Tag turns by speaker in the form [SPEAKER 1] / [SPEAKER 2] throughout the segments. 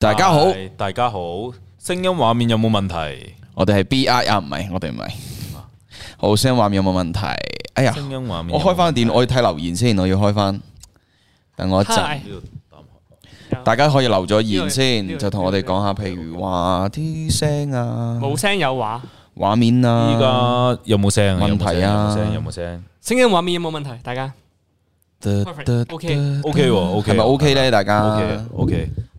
[SPEAKER 1] 大家好，哎
[SPEAKER 2] 係，大家好，聲音畫面有冇問題？
[SPEAKER 1] 我哋係 B I 啊，唔係，我哋唔係。好聲畫面有冇問題？哎呀，
[SPEAKER 2] 聲音畫面有冇問題，
[SPEAKER 1] 我開翻個電腦，我要睇留言先，我要開翻。等我一陣，
[SPEAKER 3] Hi
[SPEAKER 2] 呢度打開
[SPEAKER 1] 大家可以留咗言
[SPEAKER 3] 呢
[SPEAKER 1] 先，
[SPEAKER 3] 度
[SPEAKER 1] 就同我哋講下，譬如話啲聲啊、
[SPEAKER 3] 冇聲有話，
[SPEAKER 1] 畫面
[SPEAKER 2] 依
[SPEAKER 1] 啊。
[SPEAKER 2] 家有冇聲啊？
[SPEAKER 1] 問題啊
[SPEAKER 2] 有冇聲有冇聲
[SPEAKER 3] 聲音畫面有冇問題？大家
[SPEAKER 1] 得
[SPEAKER 3] Perfect，
[SPEAKER 1] 得
[SPEAKER 3] OK
[SPEAKER 1] 得
[SPEAKER 2] ？OK 喎，OK，
[SPEAKER 1] 嗯係咪 OK 啊咧？大家
[SPEAKER 2] OK OK，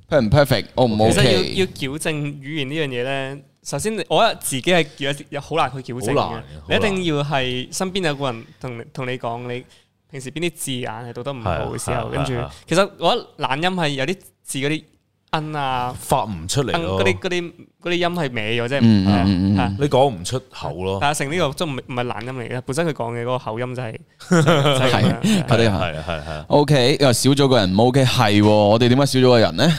[SPEAKER 1] perfect 唔 perfect？O 唔
[SPEAKER 3] 其實要
[SPEAKER 1] OK？
[SPEAKER 3] 要矯正語言呢樣嘢咧，首先你我覺得自己係有有好難去矯正
[SPEAKER 2] 好
[SPEAKER 3] 嘅
[SPEAKER 2] 難嘅，
[SPEAKER 3] 你一
[SPEAKER 2] 好難
[SPEAKER 3] 定要係身邊有個人同你同你講你平時邊啲字眼係讀得唔好嘅時候，
[SPEAKER 2] 係啊
[SPEAKER 3] 跟住
[SPEAKER 2] 係啊
[SPEAKER 3] 其實我覺得懶音係有啲字嗰啲嗯啊。
[SPEAKER 2] 發唔出嚟
[SPEAKER 3] 嗯
[SPEAKER 2] 咯
[SPEAKER 3] 嗰，啲嗰啲嗰啲音係歪咗，即
[SPEAKER 1] 嗯嗯
[SPEAKER 3] 係
[SPEAKER 1] 嗯嗯
[SPEAKER 3] 啊
[SPEAKER 2] 你講唔出口咯，
[SPEAKER 3] 但係成呢個都唔唔係懶音嚟嘅，本身佢講嘅嗰個口音 就係就係咁樣係啊
[SPEAKER 1] 佢哋係
[SPEAKER 2] 係啊係啊係啊
[SPEAKER 1] O K，又少咗個人，唔 O K，係喎我哋點解少咗個人呢？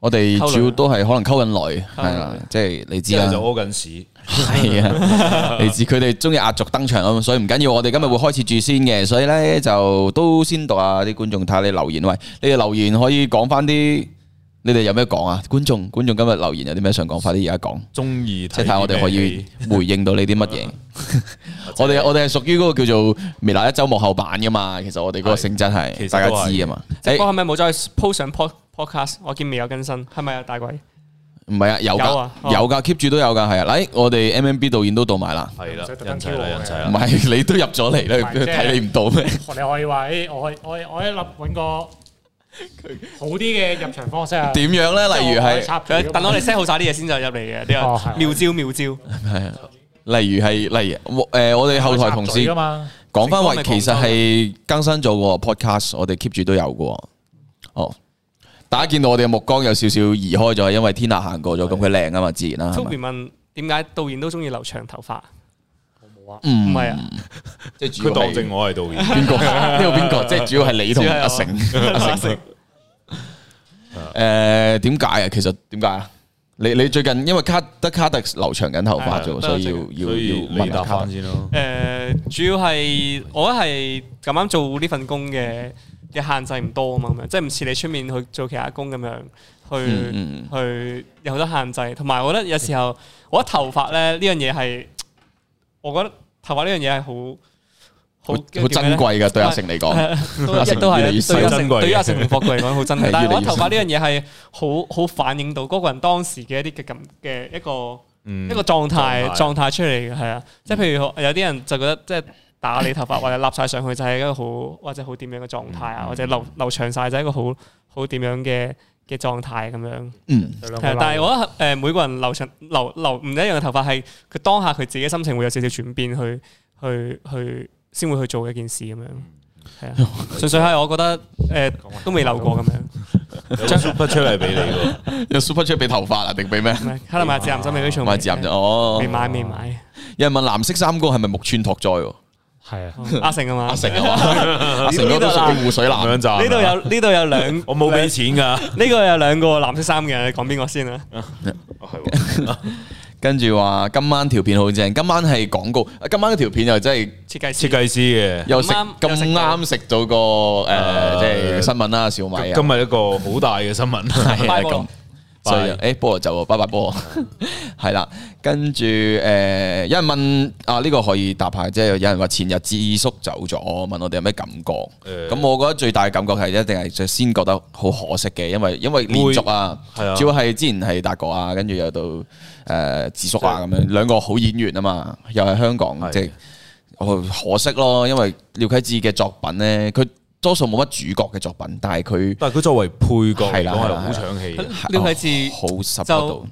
[SPEAKER 1] 我哋
[SPEAKER 3] 溝女
[SPEAKER 1] 主要都係可能溝緊女，
[SPEAKER 3] 溝
[SPEAKER 1] 係啦
[SPEAKER 3] 女，
[SPEAKER 1] 即係你知啊
[SPEAKER 2] 之
[SPEAKER 1] 啦
[SPEAKER 2] 後，就屙緊屎，
[SPEAKER 1] 係啊，你知佢哋中意壓軸登場啊嘛，所以唔緊要，我哋今日會開始住先嘅，所以呢，就都先讀下啲觀眾睇下你留言，喂，你哋留言可以講翻啲，你哋有咩講啊？觀眾觀眾今日留言有啲咩想講，快啲而家講，
[SPEAKER 2] 中意
[SPEAKER 1] 即係睇下我哋可以回應到你啲乜嘢。 我哋我哋係屬於嗰個叫做微辣一周幕後版噶嘛，其實我哋嗰個性質係
[SPEAKER 2] 其實
[SPEAKER 1] 大家
[SPEAKER 2] 都係
[SPEAKER 1] 知啊嘛。
[SPEAKER 3] 直
[SPEAKER 1] 誒
[SPEAKER 3] 播係咪冇再 post 上 pod podcast？我見未有更新，係咪啊，大鬼？
[SPEAKER 1] 唔係啊，有
[SPEAKER 3] 有
[SPEAKER 1] 噶
[SPEAKER 3] 啊，哦
[SPEAKER 1] 有噶，keep 住都有噶，係啊。嚟，我哋 MMB 導演都到埋啦，
[SPEAKER 2] 係啦，
[SPEAKER 4] 唔使特
[SPEAKER 2] 人
[SPEAKER 4] 登
[SPEAKER 2] 齊啦
[SPEAKER 4] 挑我嘅
[SPEAKER 2] 人齊
[SPEAKER 1] 唔
[SPEAKER 2] 啦，
[SPEAKER 1] 係你都入咗嚟啦，
[SPEAKER 4] 唔係即係
[SPEAKER 1] 睇你唔到咩？
[SPEAKER 4] 你可以話，誒，我我我一粒揾個好啲嘅入場方式啊。
[SPEAKER 1] 點樣咧？例如係，
[SPEAKER 4] 插
[SPEAKER 3] 佢等我哋 set 好晒啲嘢先就入嚟嘅，呢
[SPEAKER 4] 哦
[SPEAKER 3] 個
[SPEAKER 4] 係
[SPEAKER 3] 妙招妙招。
[SPEAKER 1] 係啊，例如係，例如誒，我哋後台同事
[SPEAKER 4] 噶嘛，
[SPEAKER 1] 講翻
[SPEAKER 3] 直播咪
[SPEAKER 1] 話，
[SPEAKER 3] 廣州
[SPEAKER 1] 其實係更新咗個 podcast，我哋 keep 住都有噶。哦，大家見到我哋嘅目光有少少移開咗，因為天下行過咗，咁佢靚啊嘛，自然啦。係咪
[SPEAKER 3] Toby 問點解導演都中意留長頭髮？唔
[SPEAKER 1] 嗯，
[SPEAKER 3] 係啊，
[SPEAKER 1] 即係主
[SPEAKER 2] 佢
[SPEAKER 1] 要
[SPEAKER 2] 當
[SPEAKER 1] 係
[SPEAKER 2] 正我係導演，
[SPEAKER 1] 邊個？ 呢個邊個？即係主要係你同
[SPEAKER 3] 主要係我
[SPEAKER 1] 阿成。阿成。 誒點解啊？其實點解啊？你你最近因為卡得卡特留長緊頭髮啫喎，
[SPEAKER 3] 係
[SPEAKER 1] 所以要
[SPEAKER 3] 得
[SPEAKER 2] 所以
[SPEAKER 1] 要要問
[SPEAKER 2] 你
[SPEAKER 1] 下
[SPEAKER 2] 答
[SPEAKER 1] 卡
[SPEAKER 2] 翻
[SPEAKER 1] 特。
[SPEAKER 2] 先咯。
[SPEAKER 3] 誒，主要係我覺得係咁啱做呢份工嘅嘅限制唔多啊嘛，咁樣即係唔似你出面去做其他工咁樣
[SPEAKER 1] 嗯
[SPEAKER 3] 去
[SPEAKER 1] 嗯，
[SPEAKER 3] 去有好多限制，同埋我覺得有時候我覺得頭髮咧呢樣嘢係，我覺得頭髮呢樣嘢係好
[SPEAKER 1] 好好珍貴㗎，對阿成嚟講，
[SPEAKER 3] 都
[SPEAKER 1] 嗯阿成
[SPEAKER 3] 一都係啊
[SPEAKER 1] 越嚟越細
[SPEAKER 3] 對於阿
[SPEAKER 2] 珍
[SPEAKER 3] 成
[SPEAKER 2] 貴
[SPEAKER 3] 對於阿成同霍貴嚟講好珍
[SPEAKER 1] 係
[SPEAKER 3] 貴，但
[SPEAKER 1] 越
[SPEAKER 3] 係
[SPEAKER 1] 嚟
[SPEAKER 3] 我
[SPEAKER 1] 越
[SPEAKER 3] 覺得頭髮呢樣嘢係好好反映到嗰個人當時嘅一啲嘅感嘅一個
[SPEAKER 2] 嗯
[SPEAKER 3] 一個狀態
[SPEAKER 2] 狀態
[SPEAKER 3] 狀態出嚟嘅係
[SPEAKER 1] 嗯
[SPEAKER 3] 啊，即係譬如有啲人就覺得即係打你頭髮或者立晒上去就係一個好或者好點樣嘅狀態
[SPEAKER 1] 嗯
[SPEAKER 3] 啊，或者留留長晒就係一個好好點樣嘅嘅狀態咁樣。
[SPEAKER 1] 嗯，
[SPEAKER 3] 係，但係我覺得誒每個人留長留留唔一樣嘅頭髮係佢當下佢自己心情會有少少轉變去去去先會去做一件事咁樣，係啊，純粹係我覺得誒、呃都未留過咁 樣。
[SPEAKER 2] 將 super 出嚟俾你喎，
[SPEAKER 1] 有 super 出俾頭髮啊？定俾 咩？
[SPEAKER 3] 唔係卡拉買自男心未嗰場
[SPEAKER 1] 買自男就哦
[SPEAKER 3] 未。買 未買，
[SPEAKER 1] 有人問藍色三哥係咪木村拓哉喎？
[SPEAKER 4] 係啊，
[SPEAKER 3] 阿成啊嘛，
[SPEAKER 1] 阿成
[SPEAKER 3] 呢
[SPEAKER 1] 啊嘛，阿成 嗰個都屬於湖水
[SPEAKER 2] 咁
[SPEAKER 1] 男。
[SPEAKER 2] 樣咋？
[SPEAKER 3] 度有呢度有兩，
[SPEAKER 2] 啊我冇俾錢㗎，
[SPEAKER 3] 呢個有兩個藍色衫嘅，你講邊個先啊？
[SPEAKER 1] 跟住話今晚條片好正，今晚係廣告，啊今晚嗰條片又真係
[SPEAKER 3] 設計師
[SPEAKER 2] 設計師嘅。
[SPEAKER 1] 又食咁
[SPEAKER 3] 咁啱又食到
[SPEAKER 1] 啱食到個誒，即係新聞啦，小米啊。
[SPEAKER 2] 今日一個好大嘅新聞，
[SPEAKER 1] 係啊
[SPEAKER 3] 拜菠
[SPEAKER 1] 咁
[SPEAKER 3] 蘿，
[SPEAKER 1] 所以誒菠蘿就喎拜拜菠蘿，係啦，跟住誒有人問啊呢個可以答下，即係有人話前日智叔走咗，問我哋有咩感覺？
[SPEAKER 2] 誒
[SPEAKER 1] 咁我覺得最大嘅感覺係一定係就先覺得好可惜嘅，因為因為連續啊
[SPEAKER 2] 會係啊，
[SPEAKER 1] 主要係之前係達哥啊，跟住又到誒智叔啊咁樣兩個好演員啊嘛，又係香港
[SPEAKER 2] 係
[SPEAKER 1] 即係我可惜咯，因為廖啟智嘅作品咧，佢多數冇乜主角嘅作品，但係佢
[SPEAKER 2] 但係佢作為配角嚟
[SPEAKER 1] 係啦
[SPEAKER 2] 講
[SPEAKER 1] 係
[SPEAKER 2] 係
[SPEAKER 1] 啦
[SPEAKER 2] 好搶戲嘅。
[SPEAKER 3] 廖啟智
[SPEAKER 1] 好十得
[SPEAKER 3] 就
[SPEAKER 1] 到。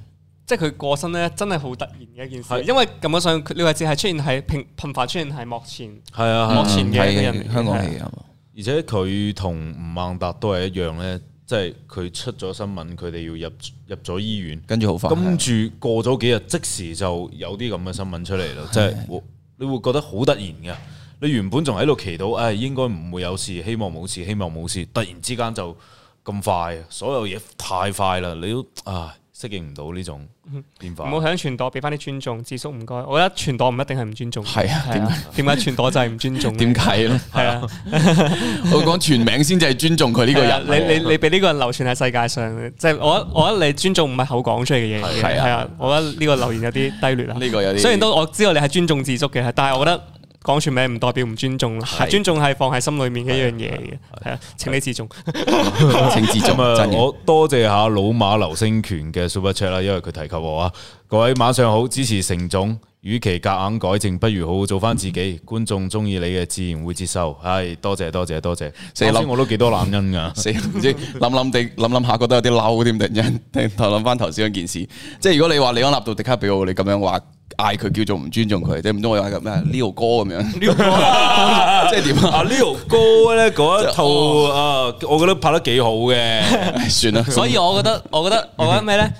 [SPEAKER 3] 即係佢過身咧，真係好突然嘅一件
[SPEAKER 2] 係
[SPEAKER 3] 事，因為咁樣上廖偉智係出現喺平頻繁出現喺幕前，
[SPEAKER 2] 係
[SPEAKER 1] 嗯
[SPEAKER 2] 啊，係
[SPEAKER 3] 幕
[SPEAKER 2] 啊
[SPEAKER 3] 前嘅
[SPEAKER 1] 係
[SPEAKER 3] 一個人嚟嘅
[SPEAKER 1] 香港戲啊嘛，
[SPEAKER 2] 而且佢同吳孟達都係一樣咧，即係佢出咗新聞，佢哋要入入咗醫院，
[SPEAKER 1] 跟住好快。啊
[SPEAKER 2] 跟住過咗幾日，即時就有啲咁嘅新聞出嚟咯，即係我你會覺得好突然嘅。你原本仲喺度祈禱，唉、哎應該唔會有事，希望冇事，希望冇事，突然之間就咁快，所有嘢太快啦，你都啊，唉適應唔到呢種變
[SPEAKER 3] 唔
[SPEAKER 2] 化。
[SPEAKER 3] 好響傳代，俾翻啲尊重，智叔唔該。我覺得傳代唔一定係唔尊重，
[SPEAKER 1] 係啊
[SPEAKER 3] 係啊，點解傳代就係唔尊重？
[SPEAKER 1] 點？解咧？
[SPEAKER 3] 係啊，
[SPEAKER 1] 我講全名先至係尊重佢 呢個人。
[SPEAKER 3] 係啊你你你俾呢個人流傳喺世界上，即係我我覺得你尊重唔係口講出嚟嘅嘢嚟嘅，
[SPEAKER 1] 係啊
[SPEAKER 3] 係啊，我覺得呢個留言有啲低劣啊。
[SPEAKER 1] 呢個有啲
[SPEAKER 3] 雖然都我知道你係尊重自足嘅，係但係我覺得講全名唔代表唔尊重咯，
[SPEAKER 1] 係
[SPEAKER 3] 尊重係放喺心裏面嘅一樣嘢嚟嘅，係啊，請你自重。
[SPEAKER 1] 請自重
[SPEAKER 2] 咁啊
[SPEAKER 1] 真，嘅。
[SPEAKER 2] 我多謝下老馬流星拳嘅 Super Chat 啦，因為佢提及我啊。各位晚上好，支持成總，與其夾硬改正，不如好好做翻自己。觀眾中意你嘅，自然會接受。係多謝多謝多謝。
[SPEAKER 1] 四粒
[SPEAKER 2] 頭先我都幾多懶音㗎。
[SPEAKER 1] 死唔知諗諗地諗諗下，覺得有啲嬲添，突然間 聽頭諗翻頭先嗰件事，即係如果你話李安納度迪卡比奧，你咁樣話嗌佢叫做唔尊重佢，即係唔通我嗌佢咩 Leo 哥咁樣， 即係點啊？
[SPEAKER 2] 阿 Leo 哥咧嗰 一套啊，我覺得拍得幾好 嘅。
[SPEAKER 1] 唉算啦，
[SPEAKER 3] 所以我覺 得，我覺得，我覺得咩咧？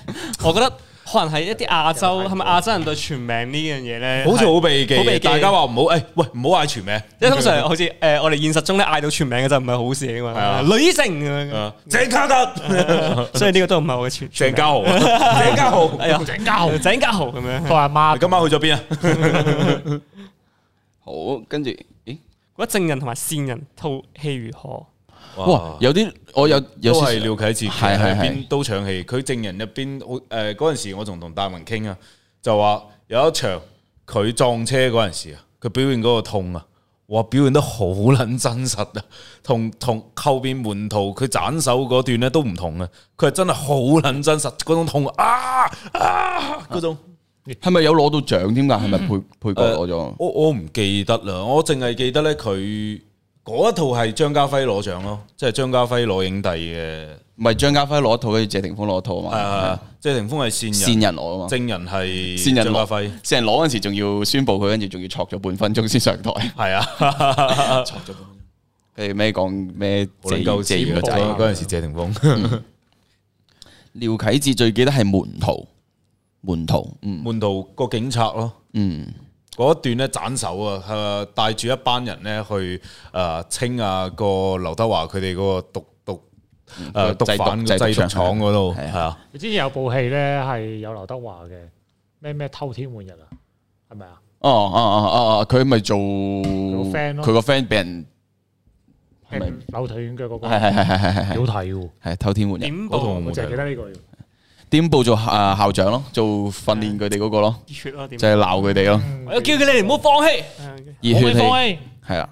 [SPEAKER 3] 我覺得可能係一啲亞洲，係咪亞洲人對全名呢樣嘢咧？
[SPEAKER 2] 好似好
[SPEAKER 3] 係
[SPEAKER 2] 避
[SPEAKER 3] 好避
[SPEAKER 2] 忌，
[SPEAKER 3] 忌
[SPEAKER 2] 大家話唔好，誒喂，唔好嗌全 名，
[SPEAKER 3] 即係通常好似誒，我哋現實中咧嗌到全名嘅就唔係好事嚟噶嘛，女性咁樣
[SPEAKER 2] 啊鄭卡特、
[SPEAKER 3] 所以呢個都唔係我嘅全
[SPEAKER 2] 鄭
[SPEAKER 3] 全名
[SPEAKER 2] 嘉豪、啊 鄭嘉豪，
[SPEAKER 3] 哎呀，
[SPEAKER 4] 鄭家豪
[SPEAKER 3] 鄭家豪咁樣。
[SPEAKER 4] 佢阿媽
[SPEAKER 2] 今晚去咗邊啊？
[SPEAKER 1] 好跟住，咦？
[SPEAKER 3] 覺得正人同埋善人吐氣如何？
[SPEAKER 1] 哇！有啲我有有
[SPEAKER 2] 都
[SPEAKER 1] 少
[SPEAKER 2] 係廖啟智，
[SPEAKER 1] 係係係
[SPEAKER 2] 係邊刀搶戲，佢證人入邊好誒嗰陣時，我仲同大文傾啊，就話有一場佢撞車嗰陣時啊，佢表現嗰個痛啊，哇表現得好撚真實啊，同同後邊門徒佢斬手嗰段咧都唔同啊，佢係真係好撚真實嗰種痛啊啊嗰種。
[SPEAKER 1] 係咪有攞到獎添㗎？係咪配配角攞咗？
[SPEAKER 2] 我我唔記得啦，我淨係記得咧佢嗰一套係張家輝攞獎咯，即係張家輝攞影帝嘅，
[SPEAKER 1] 唔係張家輝攞一套，跟住謝霆鋒攞一套
[SPEAKER 2] 係係
[SPEAKER 1] 啊
[SPEAKER 2] 係即係霆鋒係線
[SPEAKER 1] 嘛？
[SPEAKER 2] 人。
[SPEAKER 1] 線人攞啊嘛？
[SPEAKER 2] 證人係
[SPEAKER 1] 線人
[SPEAKER 2] 張家
[SPEAKER 1] 攞
[SPEAKER 2] 輝，
[SPEAKER 1] 線人攞嗰陣時仲要宣佈佢，跟住仲要錯咗半分鐘先上台。
[SPEAKER 2] 係啊，
[SPEAKER 1] 佢哋咩講咩謝
[SPEAKER 2] 夠
[SPEAKER 1] 謝啊宇
[SPEAKER 2] 閃
[SPEAKER 1] 個仔
[SPEAKER 2] 仔嗰陣時，謝霆鋒
[SPEAKER 1] 廖啟智最記得係門徒，門徒，嗯
[SPEAKER 2] 門徒個警察咯，
[SPEAKER 1] 嗯，
[SPEAKER 2] 嗰一段咧斬首啊，誒帶住一班人咧去誒清啊個劉德華佢哋嗰個毒毒誒毒
[SPEAKER 1] 嗯製毒
[SPEAKER 2] 販
[SPEAKER 1] 製毒
[SPEAKER 2] 製毒
[SPEAKER 1] 場
[SPEAKER 2] 廠嗰度
[SPEAKER 1] 係啊
[SPEAKER 2] 係啊，
[SPEAKER 4] 你之前有部戲咧係有劉德華嘅，咩咩偷天換日啊，係咪啊？
[SPEAKER 1] 哦哦哦哦哦，佢咪做
[SPEAKER 4] 佢個 friend
[SPEAKER 1] 佢
[SPEAKER 4] 咯
[SPEAKER 1] 個 friend 俾人係咪
[SPEAKER 4] 扭腿軟腳嗰個，
[SPEAKER 1] 係係係係係係
[SPEAKER 4] 好睇喎，
[SPEAKER 1] 係偷天換日，
[SPEAKER 3] 點
[SPEAKER 2] 嗰套
[SPEAKER 3] 報
[SPEAKER 2] 我
[SPEAKER 4] 我
[SPEAKER 2] 冇
[SPEAKER 4] 淨係記
[SPEAKER 2] 睇
[SPEAKER 4] 得呢個要。
[SPEAKER 1] 點報做啊校長咯，做訓練佢哋嗰個咯，
[SPEAKER 3] 熱血啊咯？點
[SPEAKER 1] 就？係鬧佢哋咯，
[SPEAKER 3] 我叫佢哋唔好放棄。
[SPEAKER 1] 熱
[SPEAKER 4] 我
[SPEAKER 1] 血
[SPEAKER 4] 未
[SPEAKER 1] 氣
[SPEAKER 4] 嗯放棄
[SPEAKER 1] 係啦，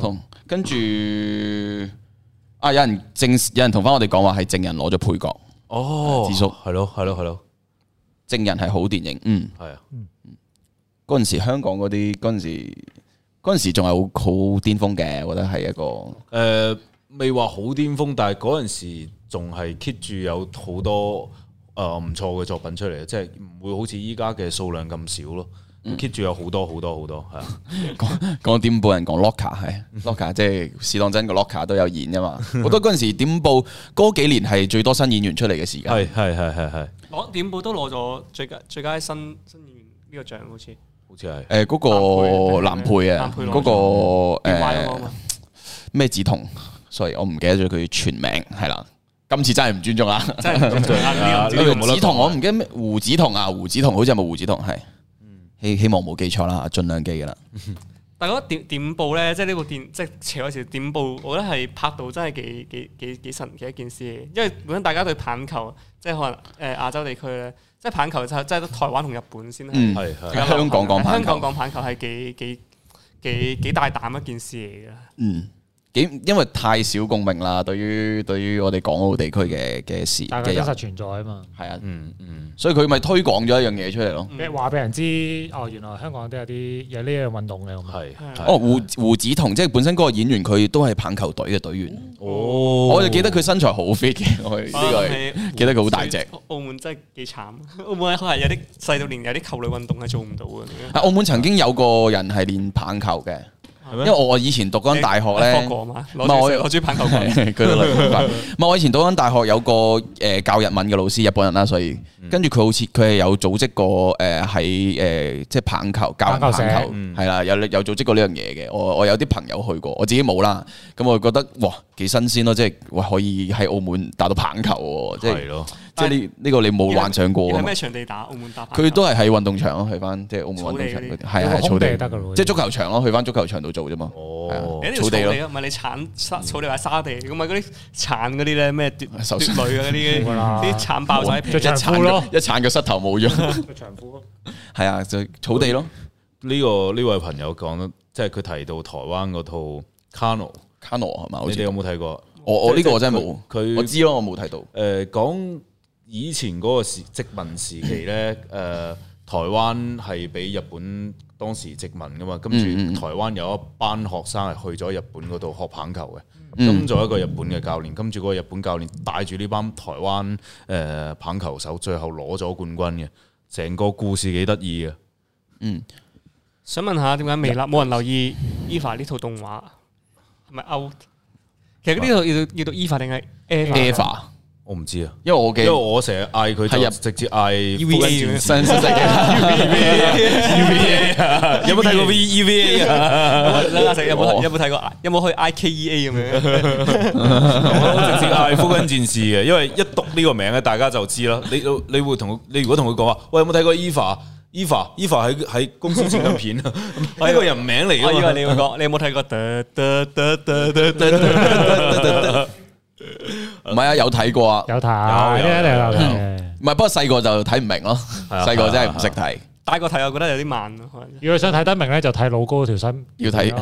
[SPEAKER 1] 同跟住啊有人證有人同翻我哋講話係證人攞咗配角，
[SPEAKER 2] 哦，
[SPEAKER 1] 智叔
[SPEAKER 2] 係咯係咯係咯，
[SPEAKER 1] 證人係好電影，嗯。
[SPEAKER 2] 係啊，
[SPEAKER 1] 嗰陣時香港嗰啲嗰陣時嗰陣時仲係好好巔峰嘅，我覺得係一個
[SPEAKER 2] 誒呃未話好巔峰，但係嗰陣時仲係 keep 住有好多誒唔錯嘅作品出嚟，即係唔會好似依家嘅數量咁少咯。keep
[SPEAKER 1] 嗯
[SPEAKER 2] 住有好多好多好多，係啊，
[SPEAKER 1] 講點報人講 locker 係 locker，即係試當真個 locker 都有演噶 嘛。我覺得嗰陣時點報嗰幾年係最多新演員出嚟嘅時間，
[SPEAKER 2] 係係係係係，好
[SPEAKER 3] 攞點報都攞咗最佳最佳新新演員呢個獎，好似
[SPEAKER 2] 似係
[SPEAKER 1] 誒嗰個男配啊，
[SPEAKER 3] 男配
[SPEAKER 1] 嗰個
[SPEAKER 3] 變壞
[SPEAKER 1] 誒
[SPEAKER 2] 啊
[SPEAKER 3] 嗰個啊嘛。
[SPEAKER 1] 咩梓潼，sorry 我唔記得咗佢全名係啦。今次真係唔尊重啊！
[SPEAKER 3] 真係唔
[SPEAKER 2] 係啊
[SPEAKER 3] 知
[SPEAKER 2] 呢個冇得
[SPEAKER 1] 梓潼我唔記得咩胡梓潼啊，胡梓潼好似係咪胡梓潼係？
[SPEAKER 2] 嗯
[SPEAKER 1] 希希望冇記錯啦，盡量記噶啦。
[SPEAKER 3] 但係覺得點點報咧，即係呢部電即係前嗰時點報，我覺得係拍到真係幾幾幾幾神奇一件事嚟。因為本身大家對棒球，即係可能誒、呃、亞洲地區咧，即係棒球就即係得台灣同日本先係。
[SPEAKER 1] 嗯，
[SPEAKER 2] 係係
[SPEAKER 1] 喺香港講棒
[SPEAKER 3] 香
[SPEAKER 1] 球
[SPEAKER 3] 港。講棒球係幾幾幾幾大膽一件事嚟嘅。
[SPEAKER 1] 嗯，幾因為太少共鳴啦，對於對於我哋港澳地區嘅嘅事
[SPEAKER 4] 但
[SPEAKER 1] 嘅
[SPEAKER 4] 係佢
[SPEAKER 1] 人
[SPEAKER 4] 真實存在啊嘛，
[SPEAKER 1] 係啊，
[SPEAKER 2] 嗯嗯，
[SPEAKER 1] 所以佢咪推廣咗一樣嘢出嚟咯。
[SPEAKER 4] 即係話俾人知哦，原來香港都有啲有呢樣運動嘅咁。
[SPEAKER 2] 係係
[SPEAKER 1] 哦，胡胡子彤即係本身嗰個演員，佢都係棒球隊嘅隊員。
[SPEAKER 2] 哦
[SPEAKER 1] 我就記得佢身材好 fit 嘅， 我呢個係
[SPEAKER 3] 係
[SPEAKER 1] 記得佢好大隻。
[SPEAKER 3] 澳門真係幾慘，澳門可能有啲細到連有啲球類運動係做唔到嘅。
[SPEAKER 1] 啊，澳門曾經有個人係練棒球嘅，
[SPEAKER 2] 係
[SPEAKER 1] 因
[SPEAKER 2] 咩
[SPEAKER 1] 為我以前讀嗰間大學
[SPEAKER 3] 學
[SPEAKER 1] 咧。
[SPEAKER 3] 過嘛，
[SPEAKER 1] 唔係我
[SPEAKER 3] 攞住攞住棒球棍。
[SPEAKER 1] 佢都類似怪唔係我以前讀緊大學有個誒教日文嘅老師，日本人啦，所以跟住佢好似佢係有組織過誒喺誒即係棒球教人棒
[SPEAKER 4] 棒球
[SPEAKER 1] 球
[SPEAKER 4] 社
[SPEAKER 2] 嗯
[SPEAKER 1] 係啦，有有組織過呢樣嘢嘅。我我有啲朋友去過，我自己冇啦。咁我覺得哇幾新鮮咯，即係哇可以喺澳門打到棒球喎，即係
[SPEAKER 2] 係咯，
[SPEAKER 1] 即係呢呢個你冇幻想過
[SPEAKER 3] 要
[SPEAKER 1] 啊
[SPEAKER 3] 喺
[SPEAKER 1] 嘛
[SPEAKER 3] 咩。場地打？澳門打排球
[SPEAKER 1] 佢都係喺運動場咯，去翻即係澳門運動場嗰啲，係啊係
[SPEAKER 4] 有個
[SPEAKER 1] 草
[SPEAKER 4] 空地
[SPEAKER 1] 地
[SPEAKER 4] 就得㗎咯
[SPEAKER 1] 即係足球場咯，去翻足球場度做啫嘛。
[SPEAKER 2] 哦
[SPEAKER 3] 你一定要
[SPEAKER 1] 草
[SPEAKER 3] 草
[SPEAKER 1] 地
[SPEAKER 3] 地啊
[SPEAKER 1] 咯
[SPEAKER 3] 咯，唔係你鏟沙草地或者沙地，咁咪嗰啲鏟嗰啲咧咩奪奪
[SPEAKER 1] 手
[SPEAKER 3] 女嗰啲，
[SPEAKER 4] 冇啦
[SPEAKER 3] 啲鏟爆晒皮
[SPEAKER 4] 着。長
[SPEAKER 1] 鏟
[SPEAKER 4] 褲咯，
[SPEAKER 1] 一鏟個膝頭冇咗，
[SPEAKER 4] 着長褲咯，
[SPEAKER 1] 係啊，就草地咯。
[SPEAKER 2] 呢個呢位朋友講得，即係佢提到台灣嗰套《Cano》，
[SPEAKER 1] 卡諾係嘛？好
[SPEAKER 2] 你哋有
[SPEAKER 1] 似
[SPEAKER 2] 冇睇過？
[SPEAKER 1] 我我呢個我真係冇，
[SPEAKER 2] 佢
[SPEAKER 1] 我知咯，我冇睇到。
[SPEAKER 2] 誒呃講以前嗰個時殖民時期咧，誒、台灣係俾日本當時殖民噶嘛，跟
[SPEAKER 1] 嗯嗯
[SPEAKER 2] 住台灣有一班學生係去咗日本嗰度學棒球嘅，
[SPEAKER 1] 嗯
[SPEAKER 2] 咁做一個日本嘅教練，跟住嗰個日本教練帶住呢班台灣誒、呃棒球手，最後攞咗冠軍嘅，成個故事幾得意嘅。
[SPEAKER 3] 想問下點解微辣冇人留意 Eva 呢套動畫係咪 out？其實呢套要到要到 Eva 定係 Eva？
[SPEAKER 1] Eva，
[SPEAKER 2] 我唔知啊，
[SPEAKER 1] 因為我
[SPEAKER 2] 因為
[SPEAKER 1] 嘅
[SPEAKER 2] 我成日嗌佢
[SPEAKER 1] 係
[SPEAKER 2] 就
[SPEAKER 1] 啊
[SPEAKER 2] 直接嗌
[SPEAKER 3] EVA
[SPEAKER 2] 福音戰士
[SPEAKER 1] 新新世嘅
[SPEAKER 3] E
[SPEAKER 2] 有冇睇過 EVA 啊？
[SPEAKER 3] 阿 E 成有冇睇
[SPEAKER 1] 我
[SPEAKER 3] 有冇睇過？有冇去 IKEA 咁樣？
[SPEAKER 2] 我直接嗌福音戰士嘅，因為一讀呢個名咧，大家就知啦。你你會同佢你如果同佢講話，喂有冇睇過 Eva？Eva，Eva 喺喺公司剪緊片 啊，呢個人名嚟
[SPEAKER 1] 啊
[SPEAKER 3] 我以 為
[SPEAKER 2] 噶嘛
[SPEAKER 3] 啊你會講，你有冇睇過？得得得得得得 得
[SPEAKER 1] 唔係啊，有睇過啊，
[SPEAKER 4] 有睇，
[SPEAKER 2] 有有
[SPEAKER 4] 一定有
[SPEAKER 2] 有
[SPEAKER 4] 睇。
[SPEAKER 1] 唔係不過細個就睇唔明咯，
[SPEAKER 2] 啊
[SPEAKER 1] 細個真係唔識睇，
[SPEAKER 3] 大個睇，我覺得有啲慢咯，可能。
[SPEAKER 4] 如果想睇得明咧，就睇老高條身，
[SPEAKER 1] 要睇
[SPEAKER 4] 有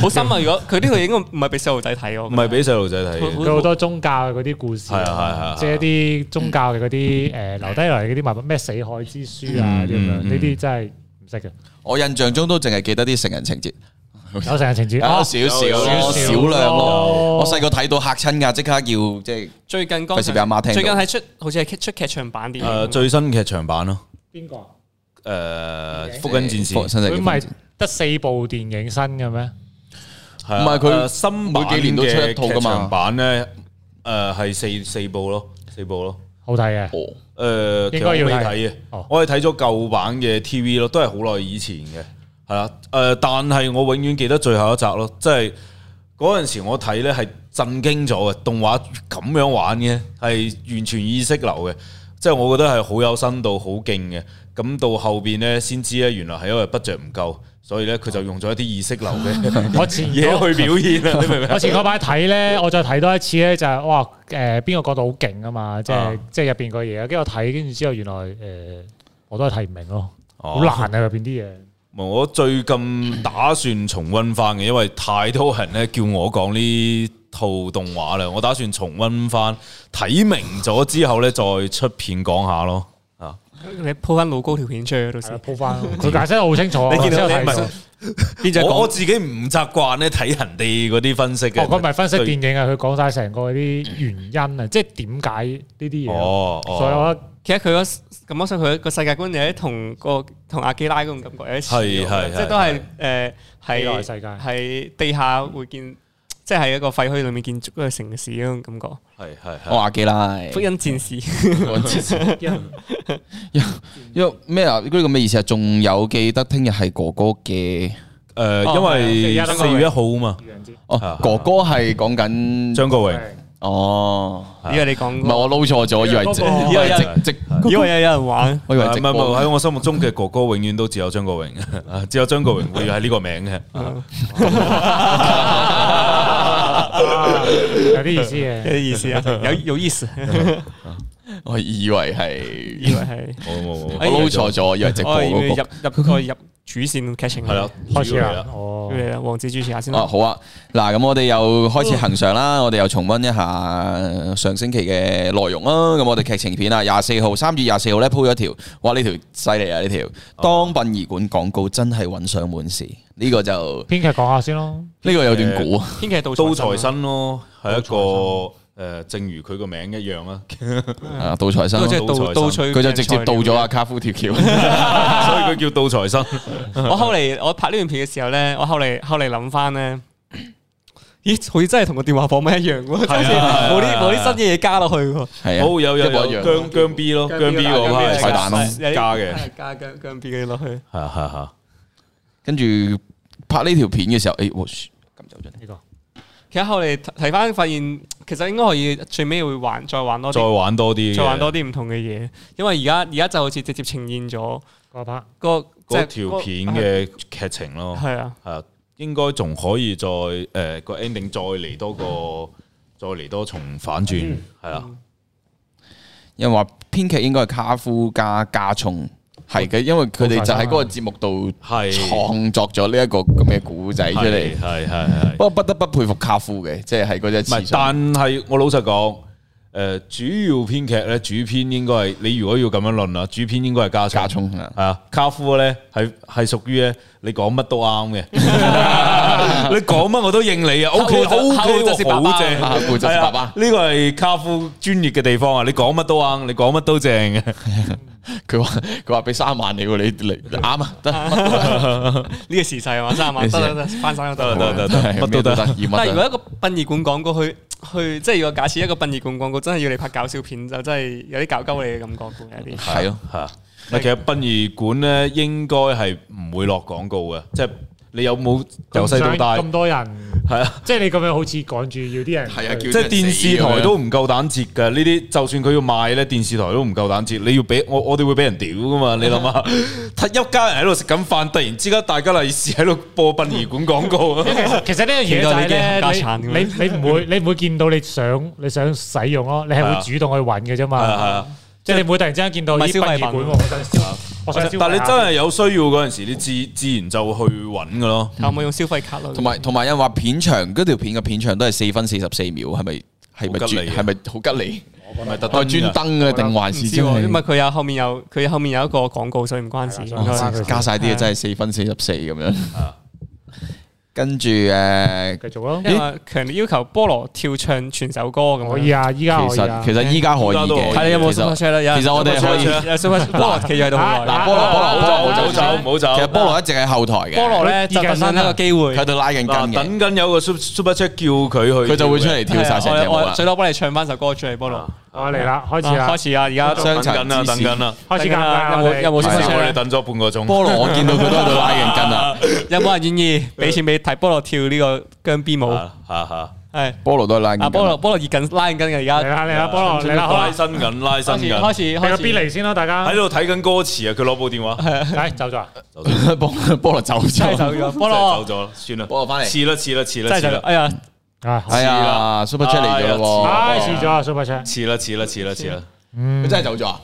[SPEAKER 3] 好深啊！如果佢呢套應該唔係俾細路仔睇，我
[SPEAKER 2] 唔係俾細路仔睇嘅。
[SPEAKER 3] 好
[SPEAKER 4] 佢好多宗教嘅嗰啲故事，
[SPEAKER 2] 係啊係啊係啊
[SPEAKER 4] 即係一啲宗教嘅嗰啲誒留低落嚟嗰啲文物，咩死海之書啊
[SPEAKER 2] 嗯
[SPEAKER 4] 啲咁樣，呢啲真係唔識嘅。
[SPEAKER 1] 我印象中都淨係記得啲成人情節，
[SPEAKER 4] 有成日情節啊
[SPEAKER 1] 有少少咯，少量咯。我細個睇到嚇親㗎，即刻要即係
[SPEAKER 3] 最近剛
[SPEAKER 1] 費事俾阿媽聽到
[SPEAKER 3] 最近喺出好似係出劇場版
[SPEAKER 2] 誒
[SPEAKER 3] 電影，
[SPEAKER 2] 呃最新劇場版咯，
[SPEAKER 4] 邊個啊？
[SPEAKER 2] 誒福音戰士
[SPEAKER 1] 新世紀福
[SPEAKER 4] 佢唔
[SPEAKER 1] 音戰
[SPEAKER 4] 係
[SPEAKER 1] 士
[SPEAKER 4] 得四部電影新嘅咩？
[SPEAKER 2] 係啊
[SPEAKER 1] 唔係佢
[SPEAKER 2] 誒新版
[SPEAKER 1] 每幾年都出一套㗎嘛
[SPEAKER 2] 嘅劇場版咧，誒係四四部咯，四部咯。
[SPEAKER 4] 好睇嘅，
[SPEAKER 1] 哦
[SPEAKER 2] 誒，其
[SPEAKER 4] 應
[SPEAKER 2] 實我
[SPEAKER 4] 該
[SPEAKER 2] 未
[SPEAKER 4] 要睇
[SPEAKER 2] 睇啊嘅
[SPEAKER 4] 哦，
[SPEAKER 2] 我係睇咗舊版嘅 TV 咯，都係好耐以前嘅，係啦。誒，但係我永遠記得最後一集咯，即係嗰陣時我睇咧係震驚咗嘅，動畫咁樣玩嘅，係完全意識流嘅，即係我覺得係好有深度、好勁嘅。咁到後邊咧先知咧，原來係因為 budget 唔夠，所以咧佢就用咗一啲意識流 嘅
[SPEAKER 4] 我前
[SPEAKER 2] 嘢去表現啦，你明唔明啊
[SPEAKER 4] 我？前嗰排睇咧，我再睇多一次咧，就係、哇誒邊個講到好勁啊嘛，即係
[SPEAKER 2] 啊
[SPEAKER 4] 即係入邊個嘢，跟住我睇，跟住之後原來誒、我都係睇唔明咯，
[SPEAKER 2] 哦
[SPEAKER 4] 好難啊入邊啲嘢。
[SPEAKER 2] 我最近打算重温翻嘅，因為太多人咧叫我講呢套動畫啦，我打算重温翻，睇明咗之後咧再出片講下咯。啊，
[SPEAKER 3] 你鋪翻老高條片出去啊到
[SPEAKER 4] 係啊
[SPEAKER 3] 時，
[SPEAKER 4] 鋪翻 佢解釋得好清楚，啊
[SPEAKER 3] 你見到
[SPEAKER 4] 我真係睇唔明
[SPEAKER 3] 你邊只
[SPEAKER 2] 我我
[SPEAKER 3] 講
[SPEAKER 2] 自己唔習慣咧睇人哋嗰啲分析嘅。
[SPEAKER 4] 哦，佢唔係分析
[SPEAKER 2] 對
[SPEAKER 4] 電影啊，佢講晒成個嗰啲原因啊，即係點解呢啲嘢咯。
[SPEAKER 2] 哦哦，
[SPEAKER 4] 所以我覺得
[SPEAKER 3] 其實佢嗰咁，我想佢個世界觀有啲同個同阿基拉嗰種感覺有啲似
[SPEAKER 2] 係係
[SPEAKER 3] 喎，即係都係誒
[SPEAKER 4] 未來
[SPEAKER 3] 係
[SPEAKER 4] 世界
[SPEAKER 3] 係地下會見，即係喺一個廢墟裏面建築一個城市嗰種感覺。
[SPEAKER 2] 係係
[SPEAKER 1] 我
[SPEAKER 2] 係
[SPEAKER 1] 話記啦，
[SPEAKER 3] 福音戰士
[SPEAKER 1] 我知因因為咩啊？呢個咩意思啊？仲有記得聽日係哥哥嘅
[SPEAKER 2] 誒，因為四月一號啊嘛，
[SPEAKER 1] 哦
[SPEAKER 2] 啊，
[SPEAKER 1] 哥哥係講緊
[SPEAKER 2] 張國榮
[SPEAKER 1] 哦，
[SPEAKER 3] 呢個你講
[SPEAKER 1] 唔係我撈錯咗，我以為
[SPEAKER 4] 張國榮
[SPEAKER 1] 以為直直，
[SPEAKER 3] 因為有有 人玩，
[SPEAKER 1] 我以
[SPEAKER 2] 唔
[SPEAKER 1] 為
[SPEAKER 2] 係
[SPEAKER 1] 直
[SPEAKER 2] 啊唔係唔係
[SPEAKER 1] 播
[SPEAKER 2] 喺我心目中嘅哥哥永遠都只有張國榮，啊只有張國榮會係呢個名嘅。
[SPEAKER 3] 嗯
[SPEAKER 4] 啊有啲意思
[SPEAKER 3] 有
[SPEAKER 4] 嘅。
[SPEAKER 3] 啲意思啊，有有意思，
[SPEAKER 1] 我以為係
[SPEAKER 3] 以為係。
[SPEAKER 2] 冇冇
[SPEAKER 1] 我
[SPEAKER 2] 冇，
[SPEAKER 1] 撈錯咗，以為直播
[SPEAKER 3] 我以為
[SPEAKER 1] 嗰
[SPEAKER 3] 入
[SPEAKER 1] 個
[SPEAKER 3] 入我入主線劇情
[SPEAKER 2] 係啦，
[SPEAKER 4] 開始
[SPEAKER 2] 主要係啊
[SPEAKER 4] 啦，哦，
[SPEAKER 3] 你啦，啊王子主持下先
[SPEAKER 1] 哦，
[SPEAKER 3] 啦。
[SPEAKER 1] 好啊！嗱，咁我哋又開始行上啦，我哋又重温一下上星期嘅內容啦。咁我哋劇情片啊，廿四號三月廿四號咧鋪咗條，哇！呢條犀利啊！呢條當殯儀館廣告真係揾上門時，呢個就
[SPEAKER 4] 編劇講下先咯。
[SPEAKER 1] 呢個有段估啊。
[SPEAKER 3] 編劇到
[SPEAKER 2] 刀財
[SPEAKER 3] 啊
[SPEAKER 2] 新咯，係一個誒，正如佢個名一樣啦，所
[SPEAKER 1] 啊，杜財生
[SPEAKER 3] 嗰
[SPEAKER 1] 咯
[SPEAKER 3] 個即
[SPEAKER 2] 刀財神
[SPEAKER 3] 係盜盜取
[SPEAKER 1] 佢就直接
[SPEAKER 3] 嘅材料
[SPEAKER 1] 到咗阿。卡夫條橋，
[SPEAKER 2] 以佢叫刀財新。
[SPEAKER 3] 我後嚟我拍呢段片嘅時候咧，我後嚟後嚟諗翻咧，咦，好似真係同個電話訪問一樣喎，好似冇啲冇啲新嘅嘢加落去喎。
[SPEAKER 1] 係啊，
[SPEAKER 2] 好有有
[SPEAKER 1] 一模一樣
[SPEAKER 2] 有姜姜 B 咯，姜 B
[SPEAKER 3] 啊
[SPEAKER 2] 嗰 part
[SPEAKER 1] 彩蛋咯
[SPEAKER 2] 加嘅，係
[SPEAKER 3] 加姜姜 B 嘅落去。
[SPEAKER 2] 係係。
[SPEAKER 1] 哎跟住拍呢條片嘅時候，誒，哇！咁走咗。
[SPEAKER 4] 呢個
[SPEAKER 3] 其實後嚟睇睇翻發現，其實應該可以最尾會玩再玩多
[SPEAKER 2] 再
[SPEAKER 3] 啲，
[SPEAKER 2] 玩多啲嘅，
[SPEAKER 3] 再玩多啲唔同嘅嘢，因為而家而家就好似直接呈現咗
[SPEAKER 4] 嗰 part
[SPEAKER 3] 個
[SPEAKER 2] 嗰
[SPEAKER 3] 即係
[SPEAKER 2] 條片
[SPEAKER 3] 嗰
[SPEAKER 2] 嘅劇情咯，
[SPEAKER 3] 係啊，
[SPEAKER 2] 係啊，應該仲可以再誒個 ending 再嚟多個，再嚟多重反
[SPEAKER 3] 嗯
[SPEAKER 2] 轉，係啊，
[SPEAKER 1] 有人話編劇應該係卡夫加加重，係嘅，因為佢哋就喺嗰個節目度
[SPEAKER 2] 哦係
[SPEAKER 1] 創作咗呢一個咁嘅古仔出嚟
[SPEAKER 2] 係。係係係。
[SPEAKER 1] 不過不得不佩服卡夫嘅，即係喺嗰隻
[SPEAKER 2] 唔係
[SPEAKER 1] 次，上。
[SPEAKER 2] 但係我老實講，誒、主要編劇咧，主編應該係你如果要咁樣論啊啦，主編應該係加
[SPEAKER 1] 加
[SPEAKER 2] 聰
[SPEAKER 1] 充啊！
[SPEAKER 2] 係啊，卡夫咧係係屬於咧，你講乜都啱嘅，你講乜我都應你啊
[SPEAKER 3] 客戶
[SPEAKER 2] ，OK
[SPEAKER 3] 就
[SPEAKER 2] OK，
[SPEAKER 3] 客戶就是爸爸
[SPEAKER 2] 好正，
[SPEAKER 1] 客戶就是爸爸
[SPEAKER 2] 係啊呢個係卡夫專業嘅地方啊！你講乜都啱，你講乜都正嘅，
[SPEAKER 1] 佢話佢話俾三萬你喎，你你啱啊，得乜
[SPEAKER 3] 呢個時勢啊嘛，三十萬
[SPEAKER 1] 呢個時勢
[SPEAKER 3] 得得得，翻手
[SPEAKER 2] 得
[SPEAKER 3] 得
[SPEAKER 2] 啦得啦
[SPEAKER 1] 都
[SPEAKER 3] 啦。
[SPEAKER 1] 得，
[SPEAKER 2] 乜都得
[SPEAKER 1] 要乜都
[SPEAKER 3] 但係如
[SPEAKER 1] 得。
[SPEAKER 3] 果一個殯儀館廣告去去，即係如果假設一個殯儀館廣告真係要你拍搞笑片，就真係有啲搞鳩你嘅感覺嘅有啲。
[SPEAKER 1] 係咯，
[SPEAKER 2] 吓。嗱，其實殯儀館咧應該係唔會落廣告嘅，即係你有冇由細到大
[SPEAKER 4] 咁多人，
[SPEAKER 2] 係啊？
[SPEAKER 4] 即係你咁樣好似趕住要啲人
[SPEAKER 1] 係啊，
[SPEAKER 4] 去
[SPEAKER 1] 叫
[SPEAKER 2] 即係電視台都唔夠膽接㗎，呢啲就算佢要賣咧，電視台都唔夠膽接。你要俾我，我哋會俾人屌㗎嘛？你諗
[SPEAKER 1] 嗯
[SPEAKER 2] 下， 一家人喺度食緊飯，突然之間大家利是喺度播殯儀 館廣告，
[SPEAKER 4] 其實其實呢樣嘢就係咧，你你你唔會你唔會見到你想你想使用咯，你係會主動去揾嘅啫
[SPEAKER 2] 啊係啊係
[SPEAKER 4] 嘛
[SPEAKER 2] 啊。
[SPEAKER 4] 即係你唔會突然之間見到
[SPEAKER 3] 唔係
[SPEAKER 4] 咦
[SPEAKER 3] 消費
[SPEAKER 4] 殯儀
[SPEAKER 3] 品
[SPEAKER 4] 館喎，我想消，我
[SPEAKER 2] 但
[SPEAKER 4] 想
[SPEAKER 2] 係
[SPEAKER 4] 消費
[SPEAKER 2] 你真
[SPEAKER 4] 下
[SPEAKER 2] 係有需要嗰陣時，你自自然就去揾㗎咯。
[SPEAKER 3] 有冇用消費卡咯？
[SPEAKER 1] 同埋同埋有人話片長嗰條片嘅片長都係四分四十四秒，係咪係咪
[SPEAKER 2] 好吉利
[SPEAKER 1] 絕
[SPEAKER 2] 啊
[SPEAKER 1] 係咪好吉利？
[SPEAKER 2] 係咪特
[SPEAKER 1] 我
[SPEAKER 2] 登
[SPEAKER 1] 係專
[SPEAKER 2] 㗎？
[SPEAKER 1] 登嘅啊定還
[SPEAKER 3] 唔
[SPEAKER 1] 是
[SPEAKER 3] 知
[SPEAKER 1] 真
[SPEAKER 3] 喎，
[SPEAKER 1] 係
[SPEAKER 3] 因為佢有後面有佢後面有一個廣告，所以唔關事。
[SPEAKER 4] 係啦
[SPEAKER 3] 應該
[SPEAKER 4] 所以
[SPEAKER 1] 哦加晒啲嘢真係四分四十四咁樣。跟住呃誒，
[SPEAKER 4] 繼續啊咯，
[SPEAKER 3] 因為強烈要求菠蘿跳唱全首歌咁樣。
[SPEAKER 4] 可以啊，依
[SPEAKER 1] 其
[SPEAKER 4] 家可以啊
[SPEAKER 1] 實其。實依家可以
[SPEAKER 2] 依家都可以
[SPEAKER 1] 嘅，
[SPEAKER 3] 睇你啊有冇
[SPEAKER 1] 其
[SPEAKER 3] super
[SPEAKER 1] 實
[SPEAKER 3] chat 啦。有人
[SPEAKER 1] 其實我哋可以
[SPEAKER 3] super chat，有 super chat，菠蘿企咗喺度好
[SPEAKER 1] 嗱
[SPEAKER 3] 耐。
[SPEAKER 1] 菠蘿菠
[SPEAKER 2] 好
[SPEAKER 1] 蘿好
[SPEAKER 2] 走唔
[SPEAKER 1] 走
[SPEAKER 2] 好
[SPEAKER 1] 好
[SPEAKER 2] 走，
[SPEAKER 1] 走
[SPEAKER 2] 唔好走。
[SPEAKER 1] 其實菠蘿一直喺後台嘅，
[SPEAKER 3] 菠蘿咧就等緊一個機
[SPEAKER 1] 佢喺
[SPEAKER 3] 會。
[SPEAKER 1] 度拉緊筋
[SPEAKER 2] 嗱，
[SPEAKER 1] 嘅，
[SPEAKER 2] 等緊有個 super super chat 叫佢去，
[SPEAKER 1] 佢就會出嚟跳晒成隻
[SPEAKER 3] 係啊
[SPEAKER 1] 舞
[SPEAKER 3] 我我
[SPEAKER 1] 啦
[SPEAKER 3] 最。多幫你唱翻首歌出嚟，菠蘿。
[SPEAKER 4] 我嚟啦，開始
[SPEAKER 3] 啊
[SPEAKER 4] 啦
[SPEAKER 3] 開，始啊！而家
[SPEAKER 1] 雙
[SPEAKER 2] 等緊啦，等緊啦。
[SPEAKER 4] 開始夾
[SPEAKER 3] 啦
[SPEAKER 4] 啦，
[SPEAKER 3] 有冇有冇
[SPEAKER 2] 我
[SPEAKER 3] super
[SPEAKER 1] 係
[SPEAKER 3] chat
[SPEAKER 2] 哋
[SPEAKER 3] 咧？
[SPEAKER 2] 等咗半個鐘。
[SPEAKER 1] 菠蘿我見到佢都喺度拉啊緊 筋
[SPEAKER 2] 啊
[SPEAKER 1] 啦，
[SPEAKER 3] 有冇人願意俾錢俾睇菠蘿跳呢個姜 B 舞？
[SPEAKER 2] 啊啊啊！
[SPEAKER 3] 係
[SPEAKER 1] 菠蘿都係拉緊筋
[SPEAKER 3] 啊，菠蘿菠蘿熱緊拉緊嘅而
[SPEAKER 4] 嚟
[SPEAKER 3] 家，
[SPEAKER 2] 啊
[SPEAKER 4] 啦嚟啦，菠蘿嚟啦，好
[SPEAKER 2] 拉
[SPEAKER 4] 啦，
[SPEAKER 2] 伸緊，拉伸
[SPEAKER 3] 開始
[SPEAKER 2] 緊。
[SPEAKER 3] 開始
[SPEAKER 4] 俾
[SPEAKER 3] 開
[SPEAKER 4] 個
[SPEAKER 3] 始
[SPEAKER 4] B 嚟先啦，大家
[SPEAKER 2] 喺，度睇緊歌詞啊！佢攞部電話，
[SPEAKER 4] 嚟走咗啊，
[SPEAKER 1] 菠蘿 菠蘿走
[SPEAKER 3] 真係走
[SPEAKER 1] 咗，
[SPEAKER 3] 咗菠
[SPEAKER 2] 真係
[SPEAKER 3] 蘿，
[SPEAKER 2] 走咗啦，算啦，
[SPEAKER 1] 菠蘿返嚟
[SPEAKER 2] 似啦，似啦，似
[SPEAKER 3] 真
[SPEAKER 2] 啦，
[SPEAKER 3] 係
[SPEAKER 2] 似
[SPEAKER 3] 走咗。
[SPEAKER 2] 啦，
[SPEAKER 1] 哎
[SPEAKER 3] 哎呀，
[SPEAKER 4] 啊，
[SPEAKER 1] 呀，Super Chat 嚟咗
[SPEAKER 3] 哎
[SPEAKER 4] 唉，
[SPEAKER 1] 咯
[SPEAKER 4] 試咗啊，Super Chat，
[SPEAKER 2] 似啦，似啦，似啦，似啦。
[SPEAKER 1] 喎，佢真係走咗啊！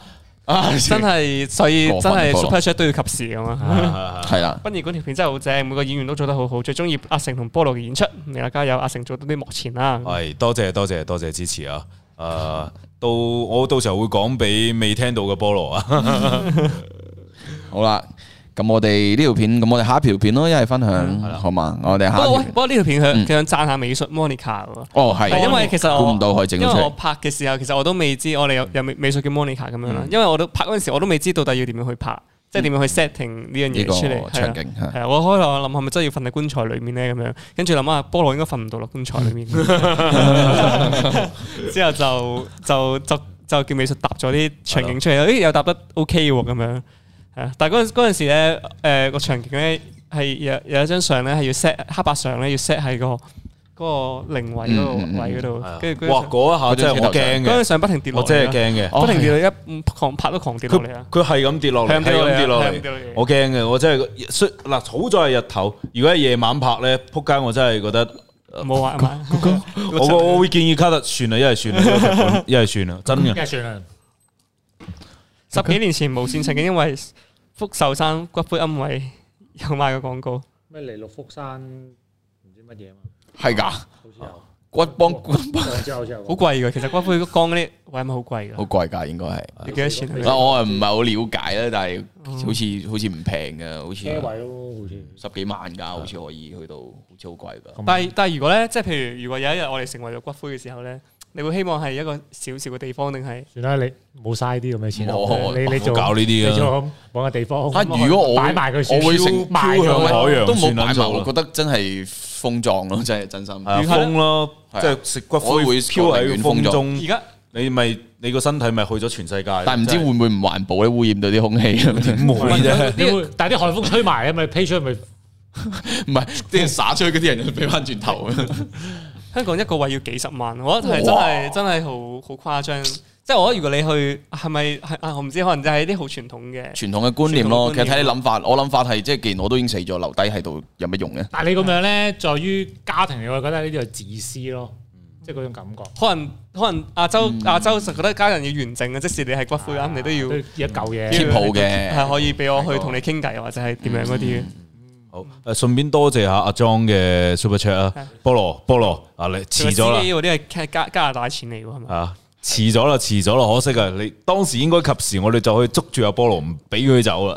[SPEAKER 1] 啊，
[SPEAKER 3] 真係所以
[SPEAKER 1] 過
[SPEAKER 3] 真
[SPEAKER 1] 分
[SPEAKER 3] 係
[SPEAKER 1] 菠蘿
[SPEAKER 3] super chat 都要及時咁啊！
[SPEAKER 2] 係
[SPEAKER 1] 係啦，
[SPEAKER 3] 殯儀館條片真係好正，每個演員都做得好好，最中意阿成同菠蘿嘅演出。嚟啦，加油！阿成做到啲幕前啦，
[SPEAKER 2] 係多謝多謝多謝支持啊！誒，到我到時候會講俾未聽到嘅菠蘿啊，
[SPEAKER 1] 好啦，咁我哋呢條片，咁我哋下一條片咯，一係分享好嘛？我哋
[SPEAKER 3] 不
[SPEAKER 1] 下一
[SPEAKER 3] 過
[SPEAKER 1] 條
[SPEAKER 3] 喂，不過呢條片
[SPEAKER 1] 嗯
[SPEAKER 3] 佢佢想讚下美術 Monica 喎。
[SPEAKER 1] 哦係，
[SPEAKER 3] 係因為其實我
[SPEAKER 1] 估唔到可以整
[SPEAKER 3] 因為
[SPEAKER 1] 到出
[SPEAKER 3] 我
[SPEAKER 1] 嚟，
[SPEAKER 3] 拍嘅時候，其實我都未知我哋有有美美術叫 Monica 咁
[SPEAKER 1] 嗯
[SPEAKER 3] 樣啦。因為我都拍嗰陣時，我都未知到底要點樣去拍，即係點樣去 setting 呢樣
[SPEAKER 1] 呢
[SPEAKER 3] 嘢
[SPEAKER 1] 個
[SPEAKER 3] 出嚟。係
[SPEAKER 1] 場
[SPEAKER 3] 啊
[SPEAKER 1] 景
[SPEAKER 3] 係啊，我開頭諗係咪真係要瞓喺棺材裏面咧咁樣，跟住諗下菠蘿應該瞓唔到落棺材 裏面，之後就就就就叫美術搭咗啲場景出嚟，誒又搭得 OK 喎咁樣，係啊，但係嗰陣嗰陣時咧，誒個場景咧係有有一張相咧係要 set 黑白相咧要 set 喺個嗰個靈位嗰個
[SPEAKER 1] 嗯嗯嗯
[SPEAKER 3] 位嗰度，跟住
[SPEAKER 2] 啊哇！嗰一下真係我驚
[SPEAKER 3] 啊嗰張
[SPEAKER 2] 嘅，
[SPEAKER 3] 相不停跌落
[SPEAKER 2] 我
[SPEAKER 3] 嚟啦，
[SPEAKER 2] 真
[SPEAKER 3] 啊
[SPEAKER 2] 係驚嘅。
[SPEAKER 1] 哦
[SPEAKER 3] 不停跌落一狂拍都狂跌落嚟
[SPEAKER 2] 佢
[SPEAKER 3] 啊！
[SPEAKER 2] 佢係咁跌落嚟，係咁跌落嚟，我驚嘅，我真係雖嗱好在係日頭，如果係夜晚拍咧，撲街我真係覺 得
[SPEAKER 3] 冇啊，係嘛
[SPEAKER 2] 我我會建議卡特算啦，一係算啦，一係算啦，真嘅。
[SPEAKER 4] 梗係算啦，
[SPEAKER 3] 十幾年前無線曾經因為福壽山骨灰龕位有賣個廣告，
[SPEAKER 4] 咩嚟六福山唔知乜嘢嘛，
[SPEAKER 1] 係噶，
[SPEAKER 4] 好似有，
[SPEAKER 1] 骨幫骨
[SPEAKER 4] 我知我知有
[SPEAKER 3] 好貴㗎。其實骨灰缸嗰啲位咪好貴
[SPEAKER 1] 好
[SPEAKER 3] 㗎，
[SPEAKER 1] 貴㗎，應該係。
[SPEAKER 3] 要幾多錢
[SPEAKER 1] 啊
[SPEAKER 3] 啊？
[SPEAKER 1] 我唔係好了解啦，但係好似好似唔平嘅，好似
[SPEAKER 4] 咯，好似
[SPEAKER 1] 十幾萬㗎，好似可以去到，好似好貴㗎。
[SPEAKER 3] 但係但係如果咧，即係譬如如果有一日我哋成為咗骨灰嘅時候咧，你會希望係一個小小嘅地方定係？
[SPEAKER 4] 算啦，你冇嘥啲咁嘅錢啦
[SPEAKER 1] 冇，
[SPEAKER 4] 你你
[SPEAKER 2] 唔好
[SPEAKER 4] 做
[SPEAKER 2] 搞呢啲啊
[SPEAKER 4] 你做咁揾個地方
[SPEAKER 1] 啊，如果我
[SPEAKER 4] 擺埋佢算
[SPEAKER 1] 我會成
[SPEAKER 4] 賣咗
[SPEAKER 2] 飄向海洋
[SPEAKER 1] 都冇擺埋，
[SPEAKER 2] 算啦
[SPEAKER 1] 我覺得真係風葬咯，真係真心。
[SPEAKER 2] 啊
[SPEAKER 3] 魚蝦
[SPEAKER 2] 風咯，
[SPEAKER 1] 係啊
[SPEAKER 2] 即係食骨灰
[SPEAKER 1] 我會
[SPEAKER 2] 飄喺個風
[SPEAKER 1] 我寧願風
[SPEAKER 2] 中
[SPEAKER 3] 而，家
[SPEAKER 2] 你咪你個身體咪去咗全世界。
[SPEAKER 1] 但係唔知會唔會唔環保咧，污染到啲空氣啊咁樣。
[SPEAKER 2] 唔會啫，
[SPEAKER 4] 你會，但係啲海風吹埋咧，咪飛出去咪
[SPEAKER 1] 啊唔係，即係灑出去嗰啲人就俾翻轉頭。
[SPEAKER 3] 香港一個位要幾十萬，我覺得係真係真係好好誇張。即係我覺得如果你去係咪係啊？我唔知，可能就係啲好傳統嘅。
[SPEAKER 1] 傳統嘅觀念咯。
[SPEAKER 3] 傳統嘅觀
[SPEAKER 1] 其實
[SPEAKER 3] 念
[SPEAKER 1] 睇你諗法，我諗法係即係，既然我都已經死咗，留低喺度有乜用咧？
[SPEAKER 4] 但係你咁樣咧，在於家庭，你會覺得呢啲係自私咯，即係嗰種感覺。
[SPEAKER 3] 可能可能亞洲亞洲就覺得家人要完整嘅，即使你係骨灰龕，嗯啊你都要
[SPEAKER 4] 一嚿嘢。
[SPEAKER 1] 貼鋪嘅
[SPEAKER 3] 係可嗯以俾我去同你傾偈，啊或者係點樣嗰啲。
[SPEAKER 2] 好，誒順便多謝下阿莊嘅 Super Chat 啊，菠蘿菠蘿啊，你遲咗啦
[SPEAKER 3] 司機嗰啲係加加拿大錢嚟喎，係咪？
[SPEAKER 2] 啊，遲咗啦，遲咗啦，可惜啊，你當時應該及時，我哋就去捉住阿菠蘿，唔俾佢走 啦。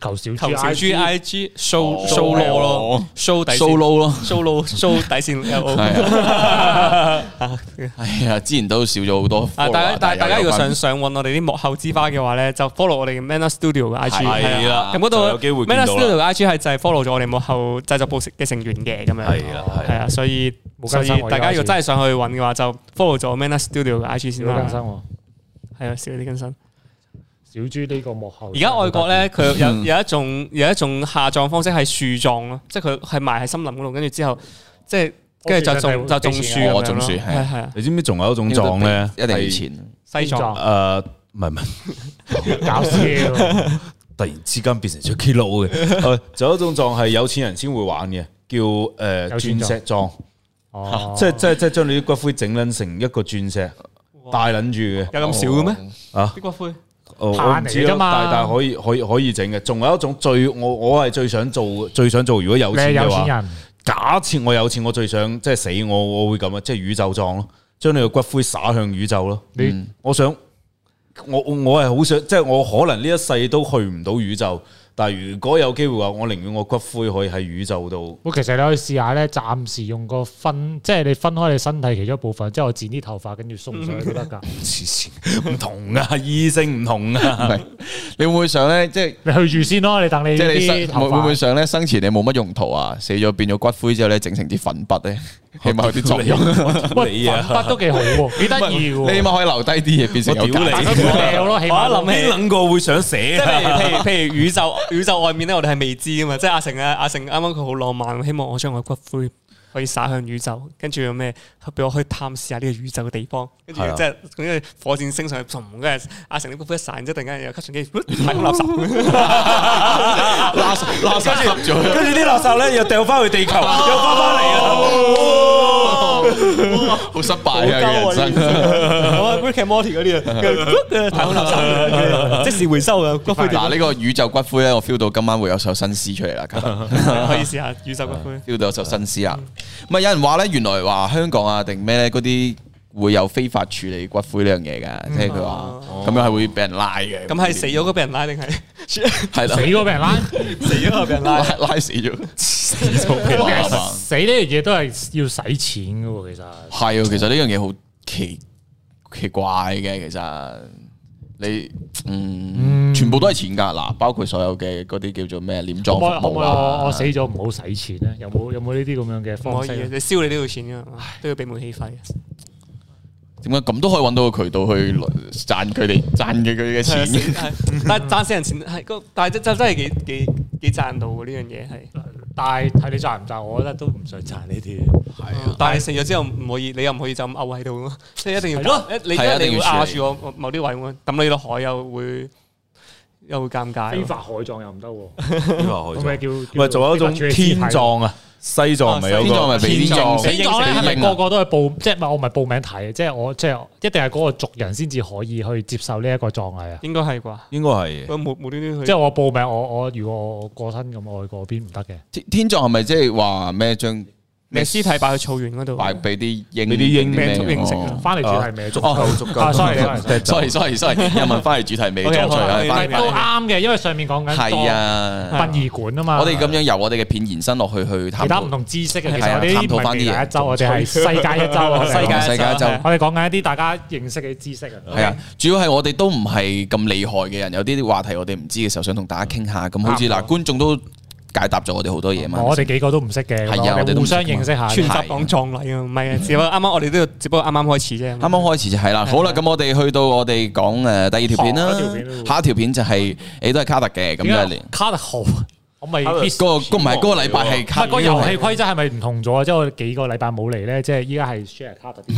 [SPEAKER 4] 求
[SPEAKER 3] 求
[SPEAKER 4] 小豬
[SPEAKER 3] 小
[SPEAKER 4] IG
[SPEAKER 3] G I G show
[SPEAKER 1] 哦
[SPEAKER 3] show low 咯，show 底
[SPEAKER 1] solo 咯，
[SPEAKER 3] show low show 底線 L O
[SPEAKER 1] 係啊
[SPEAKER 3] 啊！
[SPEAKER 1] 哎呀，之前都少咗好多 follower，
[SPEAKER 2] 啊
[SPEAKER 1] 但係有翻。
[SPEAKER 3] 大家啊大大家如果想想揾我哋啲幕後之花嘅話咧，就 follow 我哋嘅 Manner Studio 嘅 I G 啊
[SPEAKER 2] 係啦
[SPEAKER 3] 咁嗰
[SPEAKER 2] 就
[SPEAKER 3] 度
[SPEAKER 2] 有機會見
[SPEAKER 3] Manner
[SPEAKER 2] 到啦
[SPEAKER 3] Studio 嘅 I G 係就係 follow 咗我哋幕後製作部嘅成員嘅咁樣。
[SPEAKER 2] 係啦係啦
[SPEAKER 3] 係啊，所以
[SPEAKER 4] 冇
[SPEAKER 3] 所
[SPEAKER 4] 更
[SPEAKER 3] 以
[SPEAKER 4] 新我而家
[SPEAKER 3] 大家如果
[SPEAKER 4] IG
[SPEAKER 3] 真係想去揾嘅話，就 follow 咗 Manner Studio 嘅 I G
[SPEAKER 4] 小
[SPEAKER 3] 先啦
[SPEAKER 4] 更。生喎，
[SPEAKER 3] 係啊，少啲更新。
[SPEAKER 4] 小豬呢個幕後。
[SPEAKER 3] 而家外國咧，佢有有一種有一種下葬方式係樹葬咯，即係佢係埋喺森林嗰度，跟住之後即係跟住就種就種樹咁
[SPEAKER 1] 哦
[SPEAKER 3] 樣
[SPEAKER 1] 種
[SPEAKER 3] 咯，
[SPEAKER 1] 樹
[SPEAKER 3] 係
[SPEAKER 1] 係
[SPEAKER 3] 係啊，
[SPEAKER 2] 你知唔知仲有一種撞咧？
[SPEAKER 1] 一定要錢。
[SPEAKER 3] 西
[SPEAKER 4] 邊
[SPEAKER 3] 藏
[SPEAKER 4] 葬
[SPEAKER 2] 誒，唔係唔係，
[SPEAKER 4] 搞笑，
[SPEAKER 2] 突然之間變成咗 kilo 嘅。 誒，仲有一種撞係有錢人先會玩嘅，叫誒
[SPEAKER 4] 有錢
[SPEAKER 2] 鑽石撞，
[SPEAKER 4] 哦
[SPEAKER 2] 即係即係即係將你啲骨灰整撚成一個鑽石，帶
[SPEAKER 3] 哇
[SPEAKER 2] 撚住嘅。
[SPEAKER 3] 有咁少嘅咩？
[SPEAKER 2] 啊
[SPEAKER 3] 啲骨灰
[SPEAKER 2] 哦我
[SPEAKER 4] 怕
[SPEAKER 2] 唔
[SPEAKER 4] 嚟
[SPEAKER 2] 知啦
[SPEAKER 4] 啫嘛
[SPEAKER 2] 但但係可以可以可以整嘅。仲有一種最我我係最想做最想做，如果有
[SPEAKER 4] 你
[SPEAKER 2] 錢
[SPEAKER 4] 係
[SPEAKER 2] 嘅
[SPEAKER 4] 有錢
[SPEAKER 2] 話，
[SPEAKER 4] 人，
[SPEAKER 2] 假設我有錢，我最想即係死我我會咁啊，即係宇宙葬咯，將你個骨灰灑向宇宙咯。
[SPEAKER 4] 你
[SPEAKER 2] 我想我我我係好想，即係我可能呢一世都去唔到宇宙，但係如果有機會嘅話，我寧願我骨灰可以喺宇宙度。
[SPEAKER 4] 我其實你可以試下咧，暫時用個分，即係你分開你身體其中一部分，之後剪啲頭髮，跟住送上去都得㗎。
[SPEAKER 2] 黐線，唔同啊，醫生唔同
[SPEAKER 1] 唔
[SPEAKER 2] 啊。
[SPEAKER 1] 係你會唔會想咧？即係
[SPEAKER 4] 你去住先咯，你等你
[SPEAKER 1] 即係你
[SPEAKER 4] 啲
[SPEAKER 1] 生會
[SPEAKER 4] 頭
[SPEAKER 1] 會唔會
[SPEAKER 4] 髮。
[SPEAKER 1] 想咧？生前你冇乜用途啊，死咗變咗骨灰之後咧，整成啲粉筆咧，起碼有啲作用。
[SPEAKER 4] 喂，
[SPEAKER 2] 你
[SPEAKER 4] 粉
[SPEAKER 2] 啊
[SPEAKER 4] 筆都幾好喎，幾得意
[SPEAKER 1] 你起
[SPEAKER 4] 喎。
[SPEAKER 1] 碼可以留低啲嘢變成有
[SPEAKER 2] 我屌你
[SPEAKER 1] 價值
[SPEAKER 4] 咁咪掉咯，起碼
[SPEAKER 3] 我一諗起
[SPEAKER 2] 邊諗過會想寫
[SPEAKER 3] 即係
[SPEAKER 2] 啊？
[SPEAKER 3] 譬如譬如譬如宇宙宇宙外面咧，我哋係未知噶嘛，即係阿成啊，阿成啱啱佢好浪漫，希望我將我嘅骨灰可以灑向宇宙，跟住有咩俾我去探視下呢個宇宙嘅地方，跟住
[SPEAKER 2] 係啊
[SPEAKER 3] 即係總之火箭升上去，砰跟住阿成啲骨灰一散，之後突然間有吸 塵機，太空垃圾，
[SPEAKER 1] 垃圾垃圾吸咗，
[SPEAKER 2] 跟住啲垃圾咧又掉翻去 地球，又翻翻嚟啊！
[SPEAKER 1] 好失
[SPEAKER 3] 哎
[SPEAKER 1] 敗啊！嘅人生。
[SPEAKER 3] 我 Rick and Morty 嗰 啲啊跟住跟住，太空垃圾，即時回收啊，骨灰地
[SPEAKER 1] 嗱，呢個宇宙骨灰咧，我 feel 到今晚會有首新詩出嚟啦。
[SPEAKER 3] 可以試下宇宙骨灰，
[SPEAKER 1] feel 到有首新詩啦。咁啊，有人話咧，原來話香港啊定咩咧，嗰啲會有非法處理骨灰呢樣嘢㗎，即係佢話咁樣係會俾人拉嘅。
[SPEAKER 3] 咁係死咗嗰俾人拉定係死
[SPEAKER 1] 係啦
[SPEAKER 4] 死，嗰俾人拉，
[SPEAKER 3] 咗嗰俾人拉
[SPEAKER 1] 拉？拉死咗，死咗俾拉嘛。
[SPEAKER 4] 死呢樣嘢都係要使錢嘅喎，其實。
[SPEAKER 1] 係啊，其實呢樣嘢好奇奇怪嘅，其實你嗯，全部都係錢㗎嗱，包括所有嘅嗰啲叫做咩殮
[SPEAKER 4] 可
[SPEAKER 1] 葬
[SPEAKER 4] 唔
[SPEAKER 1] 服
[SPEAKER 4] 可以可
[SPEAKER 1] 務
[SPEAKER 4] 唔可以我我
[SPEAKER 1] 啊
[SPEAKER 4] 死。咗唔好使錢咧？有冇有冇呢啲咁樣嘅
[SPEAKER 3] 唔
[SPEAKER 4] 方
[SPEAKER 3] 可
[SPEAKER 4] 式
[SPEAKER 3] 以
[SPEAKER 4] 呢
[SPEAKER 3] 嘅，？你燒你都要錢噶，都要俾煤氣費。啊
[SPEAKER 1] 點解咁都可以揾到個渠道去賺佢哋賺佢佢嘅 錢嘅？
[SPEAKER 3] 啊但係賺死人錢係個，但係真真真係幾幾幾賺到嘅呢樣嘢係。啊
[SPEAKER 4] 但係睇你賺唔賺，我覺得都唔想賺呢啲。
[SPEAKER 3] 嗯但係你死咗之後唔可以，你又唔可以就咁漚喺度咯， 即係一定要
[SPEAKER 4] 係咯
[SPEAKER 3] 你
[SPEAKER 1] 係啊
[SPEAKER 3] 一定
[SPEAKER 1] 一定
[SPEAKER 3] 要
[SPEAKER 1] 要
[SPEAKER 3] 壓
[SPEAKER 1] 處理
[SPEAKER 3] 住我某啲位喎，抌你落海又會又會尷尬。
[SPEAKER 4] 非法海葬又唔得喎，咁咪
[SPEAKER 2] 喂，
[SPEAKER 4] 叫
[SPEAKER 2] 喂，仲有一種天。葬啊，西藏咪有
[SPEAKER 1] 天葬
[SPEAKER 2] 個
[SPEAKER 1] 啊咪俾
[SPEAKER 3] 天葬
[SPEAKER 1] 啲
[SPEAKER 4] 天葬咧係咪
[SPEAKER 1] 死嬰啊
[SPEAKER 4] 個個都去報？即係唔係我唔係報名睇，即係我即係一定係嗰個族人先至可以去接受呢一個葬禮啊！
[SPEAKER 3] 應該係啩？
[SPEAKER 2] 應該係
[SPEAKER 3] 佢無無端端去
[SPEAKER 4] 即係我報名，我我如果我我過身咁，我去嗰邊唔得嘅。
[SPEAKER 1] 天天葬係咪即係話咩將
[SPEAKER 3] 咩屍體擺去草原嗰度，
[SPEAKER 1] 賣俾啲鷹？
[SPEAKER 2] 俾啲鷹
[SPEAKER 1] 咩
[SPEAKER 3] 咩鷹食啊
[SPEAKER 4] 翻嚟主題咩？足
[SPEAKER 1] 哦
[SPEAKER 4] 足夠。sorry，
[SPEAKER 1] ？sorry sorry sorry，又問翻嚟主題未？
[SPEAKER 3] OK，
[SPEAKER 1] 裝
[SPEAKER 3] 好啊
[SPEAKER 1] 罪
[SPEAKER 4] 唔係
[SPEAKER 1] 翻
[SPEAKER 3] 拜拜
[SPEAKER 4] 哦都啱嘅，因為上面講緊
[SPEAKER 1] 係啊！
[SPEAKER 4] 殯儀館啊嘛。
[SPEAKER 1] 我哋咁樣由我哋嘅片延伸落去去探
[SPEAKER 4] 其他唔
[SPEAKER 1] 討。
[SPEAKER 4] 同知識嘅，其
[SPEAKER 1] 係
[SPEAKER 4] 實
[SPEAKER 1] 啊
[SPEAKER 4] 我哋呢
[SPEAKER 1] 探
[SPEAKER 4] 啲
[SPEAKER 1] 討
[SPEAKER 4] 唔
[SPEAKER 1] 返啲
[SPEAKER 4] 係
[SPEAKER 1] 嘢
[SPEAKER 4] 未來一周，我哋係世界一周，我哋
[SPEAKER 3] 世界
[SPEAKER 1] 世界一周
[SPEAKER 3] 周係
[SPEAKER 4] 我哋講緊一啲大家認識嘅知識啊。
[SPEAKER 1] 係啊，主要係我哋都唔係咁厲害嘅人，有啲話題我哋唔知嘅時候，想同大家傾下。咁好似
[SPEAKER 4] 啱
[SPEAKER 1] 嗱，
[SPEAKER 4] 啊
[SPEAKER 1] 觀眾都解答咗我哋好多嘢嘛。
[SPEAKER 4] 我哋幾個都唔識嘅，
[SPEAKER 1] 係啊
[SPEAKER 4] 我
[SPEAKER 1] 我哋都
[SPEAKER 4] 哋
[SPEAKER 1] 唔
[SPEAKER 4] 互
[SPEAKER 1] 識
[SPEAKER 4] 相
[SPEAKER 1] 㗎嘛
[SPEAKER 4] 認識下。
[SPEAKER 3] 全集講葬禮啊，唔係啊，只不過啱啱我哋都要，只不過啱啱開始啫。
[SPEAKER 1] 啱啱開始就係啦，好啦，咁我哋去到我哋講誒第二條片
[SPEAKER 4] 下一條片
[SPEAKER 1] 啦，
[SPEAKER 4] 啦
[SPEAKER 1] 下一條片就係誒都係卡特嘅，咁就係
[SPEAKER 4] 卡特號，我咪
[SPEAKER 2] 啊
[SPEAKER 4] miss
[SPEAKER 1] 嗰個唔係嗰個禮拜係
[SPEAKER 4] 唔係
[SPEAKER 1] 卡
[SPEAKER 4] 個遊戲規則係咪唔同咗啊？即係我幾個禮拜冇嚟咧，即係依家係 share card 啊嗰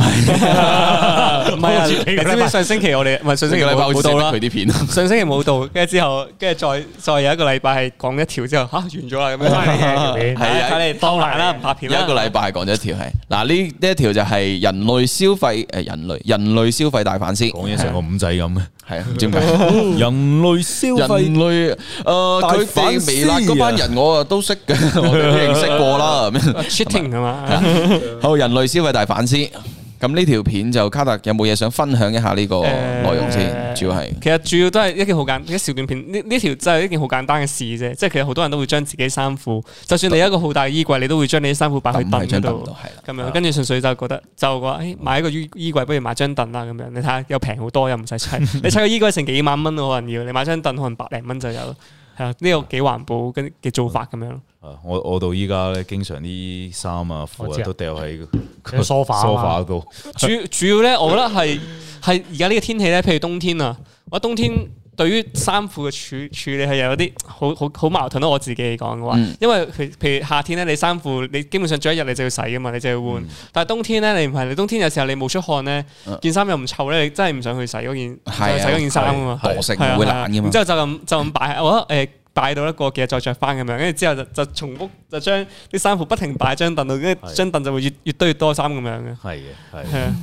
[SPEAKER 4] 啲。
[SPEAKER 3] 啊唔係啊，你知
[SPEAKER 4] 我知你個禮
[SPEAKER 3] 唔
[SPEAKER 4] 拜
[SPEAKER 3] 知上星期我哋唔係
[SPEAKER 1] 呢
[SPEAKER 3] 上星期
[SPEAKER 1] 個禮拜好似
[SPEAKER 3] 冇冇
[SPEAKER 1] 食得
[SPEAKER 3] 到啦
[SPEAKER 1] 佢，啲片，
[SPEAKER 3] 上星期冇到，跟住之後，跟住再再有一個禮拜係講一條之後，吓完咗啦咁
[SPEAKER 4] 係
[SPEAKER 3] 樣。
[SPEAKER 4] 條片
[SPEAKER 1] 係啊
[SPEAKER 3] 睇你當難啦，唔拍片
[SPEAKER 1] 有
[SPEAKER 3] 啦。
[SPEAKER 1] 一個禮拜係講咗一條係嗱呢呢一條就係人類消費誒人類人類消費大反思，
[SPEAKER 2] 講嘢成個五仔咁嘅，
[SPEAKER 1] 係啊，唔知點解。
[SPEAKER 2] 人類消
[SPEAKER 1] 人
[SPEAKER 2] 費
[SPEAKER 1] 類誒，
[SPEAKER 2] 大
[SPEAKER 1] 佢
[SPEAKER 2] 反
[SPEAKER 1] 哋
[SPEAKER 2] 思
[SPEAKER 1] 微辣嗰班人我啊都識嘅，我哋都認識過啦。咁樣
[SPEAKER 3] cheating 啊嘛，
[SPEAKER 1] 好，人類消費大反思。咁呢條片就卡特有冇嘢想分享一下呢個內容先？
[SPEAKER 3] 誒
[SPEAKER 1] 主要係
[SPEAKER 3] 其實主要都係一件好簡一小短片，呢呢條真係一件好簡單嘅事啫。即係其實好多人都會將自己衫褲，就算你有一個好大嘅衣櫃，你都會將你啲衫褲擺去
[SPEAKER 1] 抌
[SPEAKER 3] 凳
[SPEAKER 1] 喺
[SPEAKER 3] 嗰
[SPEAKER 1] 張凳
[SPEAKER 3] 度
[SPEAKER 1] 度，。係啦。
[SPEAKER 3] 咁樣，跟住純粹就覺得就話，誒買一個衣衣櫃，不如買張凳啦咁樣。你睇下又平好多，又唔使砌。你砌個衣櫃成幾萬蚊喎可能要，你買張凳可能百零蚊就有。係啊，呢個幾環保跟嘅做法咁樣咯。
[SPEAKER 2] 啊！我我到依家咧，經常啲衫啊、褲
[SPEAKER 4] 我知
[SPEAKER 2] 啊
[SPEAKER 4] 啊
[SPEAKER 2] 都掉喺
[SPEAKER 4] 喺 sofa 啊嘛
[SPEAKER 2] sofa 度。
[SPEAKER 3] 主主要咧，我覺得係係而家呢個天氣咧，譬如冬天啊，我覺得冬天對於衫褲嘅處處理係有啲好好好矛盾咯。我自己嚟講嘅話，
[SPEAKER 1] 嗯
[SPEAKER 3] 因為譬譬如夏天咧，你衫褲你基本上着一日你就要洗噶嘛，你就要換。但係冬天咧，你唔係你冬天有時候你冇出汗咧
[SPEAKER 1] 嗯，
[SPEAKER 3] 件衫又唔臭咧，你真係唔想去洗嗰件，
[SPEAKER 1] 係啊
[SPEAKER 3] 洗嗰件衫啊嘛，
[SPEAKER 1] 係惰性
[SPEAKER 3] 係啊
[SPEAKER 1] 會
[SPEAKER 3] 係啊
[SPEAKER 1] 懶㗎嘛
[SPEAKER 3] 然之後就咁就咁擺，我覺得誒。擺到一個幾日再着翻咁樣，跟住之後就就重複就將啲衫褲不停擺喺張凳度，跟住
[SPEAKER 2] 係
[SPEAKER 3] 張凳就會越越堆越多衫咁樣嘅。
[SPEAKER 2] 係嘅，係
[SPEAKER 3] 係啊，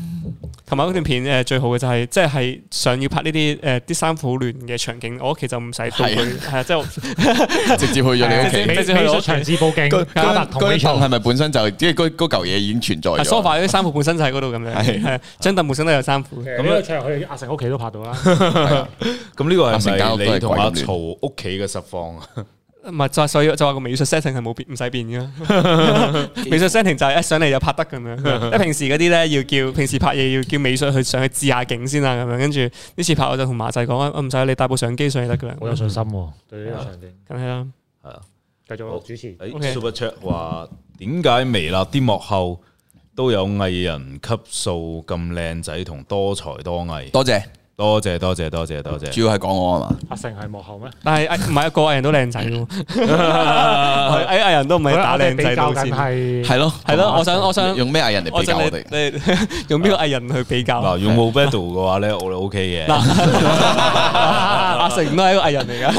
[SPEAKER 3] 同埋嗰段片誒最好嘅就係即係想要拍呢啲誒啲衫褲好亂嘅場景，我屋企就唔使到佢，係啊， 即係
[SPEAKER 1] 直接去咗你屋
[SPEAKER 3] 直
[SPEAKER 1] 企
[SPEAKER 3] 接。
[SPEAKER 4] 美美術長治報警，卡特同美
[SPEAKER 1] 嗰凳
[SPEAKER 4] 場
[SPEAKER 1] 係咪本身就即係嗰嗰嚿嘢已經存在
[SPEAKER 4] 哎
[SPEAKER 3] 係
[SPEAKER 1] 咗
[SPEAKER 3] sofa 嗰啲衫褲本身就喺嗰度咁樣，
[SPEAKER 1] 係
[SPEAKER 3] 係啊張凳本身都有衫褲，
[SPEAKER 4] 咁呢個場去阿成屋企都拍到啦。
[SPEAKER 2] 咁呢個
[SPEAKER 1] 阿成間
[SPEAKER 2] 係
[SPEAKER 1] 屋都
[SPEAKER 2] 咪
[SPEAKER 1] 係
[SPEAKER 2] 你同
[SPEAKER 1] 鬼咁
[SPEAKER 2] 阿
[SPEAKER 1] 亂
[SPEAKER 2] 曹屋企嘅實況啊？
[SPEAKER 3] 唔係就係所以就話個美術 setting 係冇變唔使變嘅， 美術 setting 就係一哎上嚟就拍得咁樣，因為平時嗰啲咧要叫平時拍嘢要叫美術去上去置下景先啦咁樣，跟住呢次拍我就同馬仔講啊，唔使你帶部相機上去得㗎啦，
[SPEAKER 4] 好有信心喎，對呢個場景。
[SPEAKER 3] 梗係啦，
[SPEAKER 2] 係啊，
[SPEAKER 4] 繼續主持。
[SPEAKER 2] 誒
[SPEAKER 3] OK
[SPEAKER 2] 哎 Super Chat 話點解微辣啲幕後都有藝人級數咁靚仔同多才多藝？
[SPEAKER 1] 多謝，
[SPEAKER 2] 多謝多謝多謝多 謝。
[SPEAKER 1] 主要係講我啊嘛。
[SPEAKER 4] 阿成係幕後咩？
[SPEAKER 3] 但係哎誒唔係個藝人都靚仔 喎， 係哎藝藝人都唔係打靚仔路
[SPEAKER 4] 我哋比
[SPEAKER 3] 線
[SPEAKER 4] 較緊。係
[SPEAKER 1] 係咯，
[SPEAKER 3] 係咯，我想我想
[SPEAKER 1] 哦用咩藝人嚟
[SPEAKER 3] 我
[SPEAKER 1] 比較
[SPEAKER 3] 想
[SPEAKER 1] 我
[SPEAKER 3] 你
[SPEAKER 1] 哋？
[SPEAKER 3] 你 用邊個藝人去比較？
[SPEAKER 2] 嗱，用 m o b i l 嘅話咧，我哋 OK 嘅。
[SPEAKER 3] 阿成都係一個藝人嚟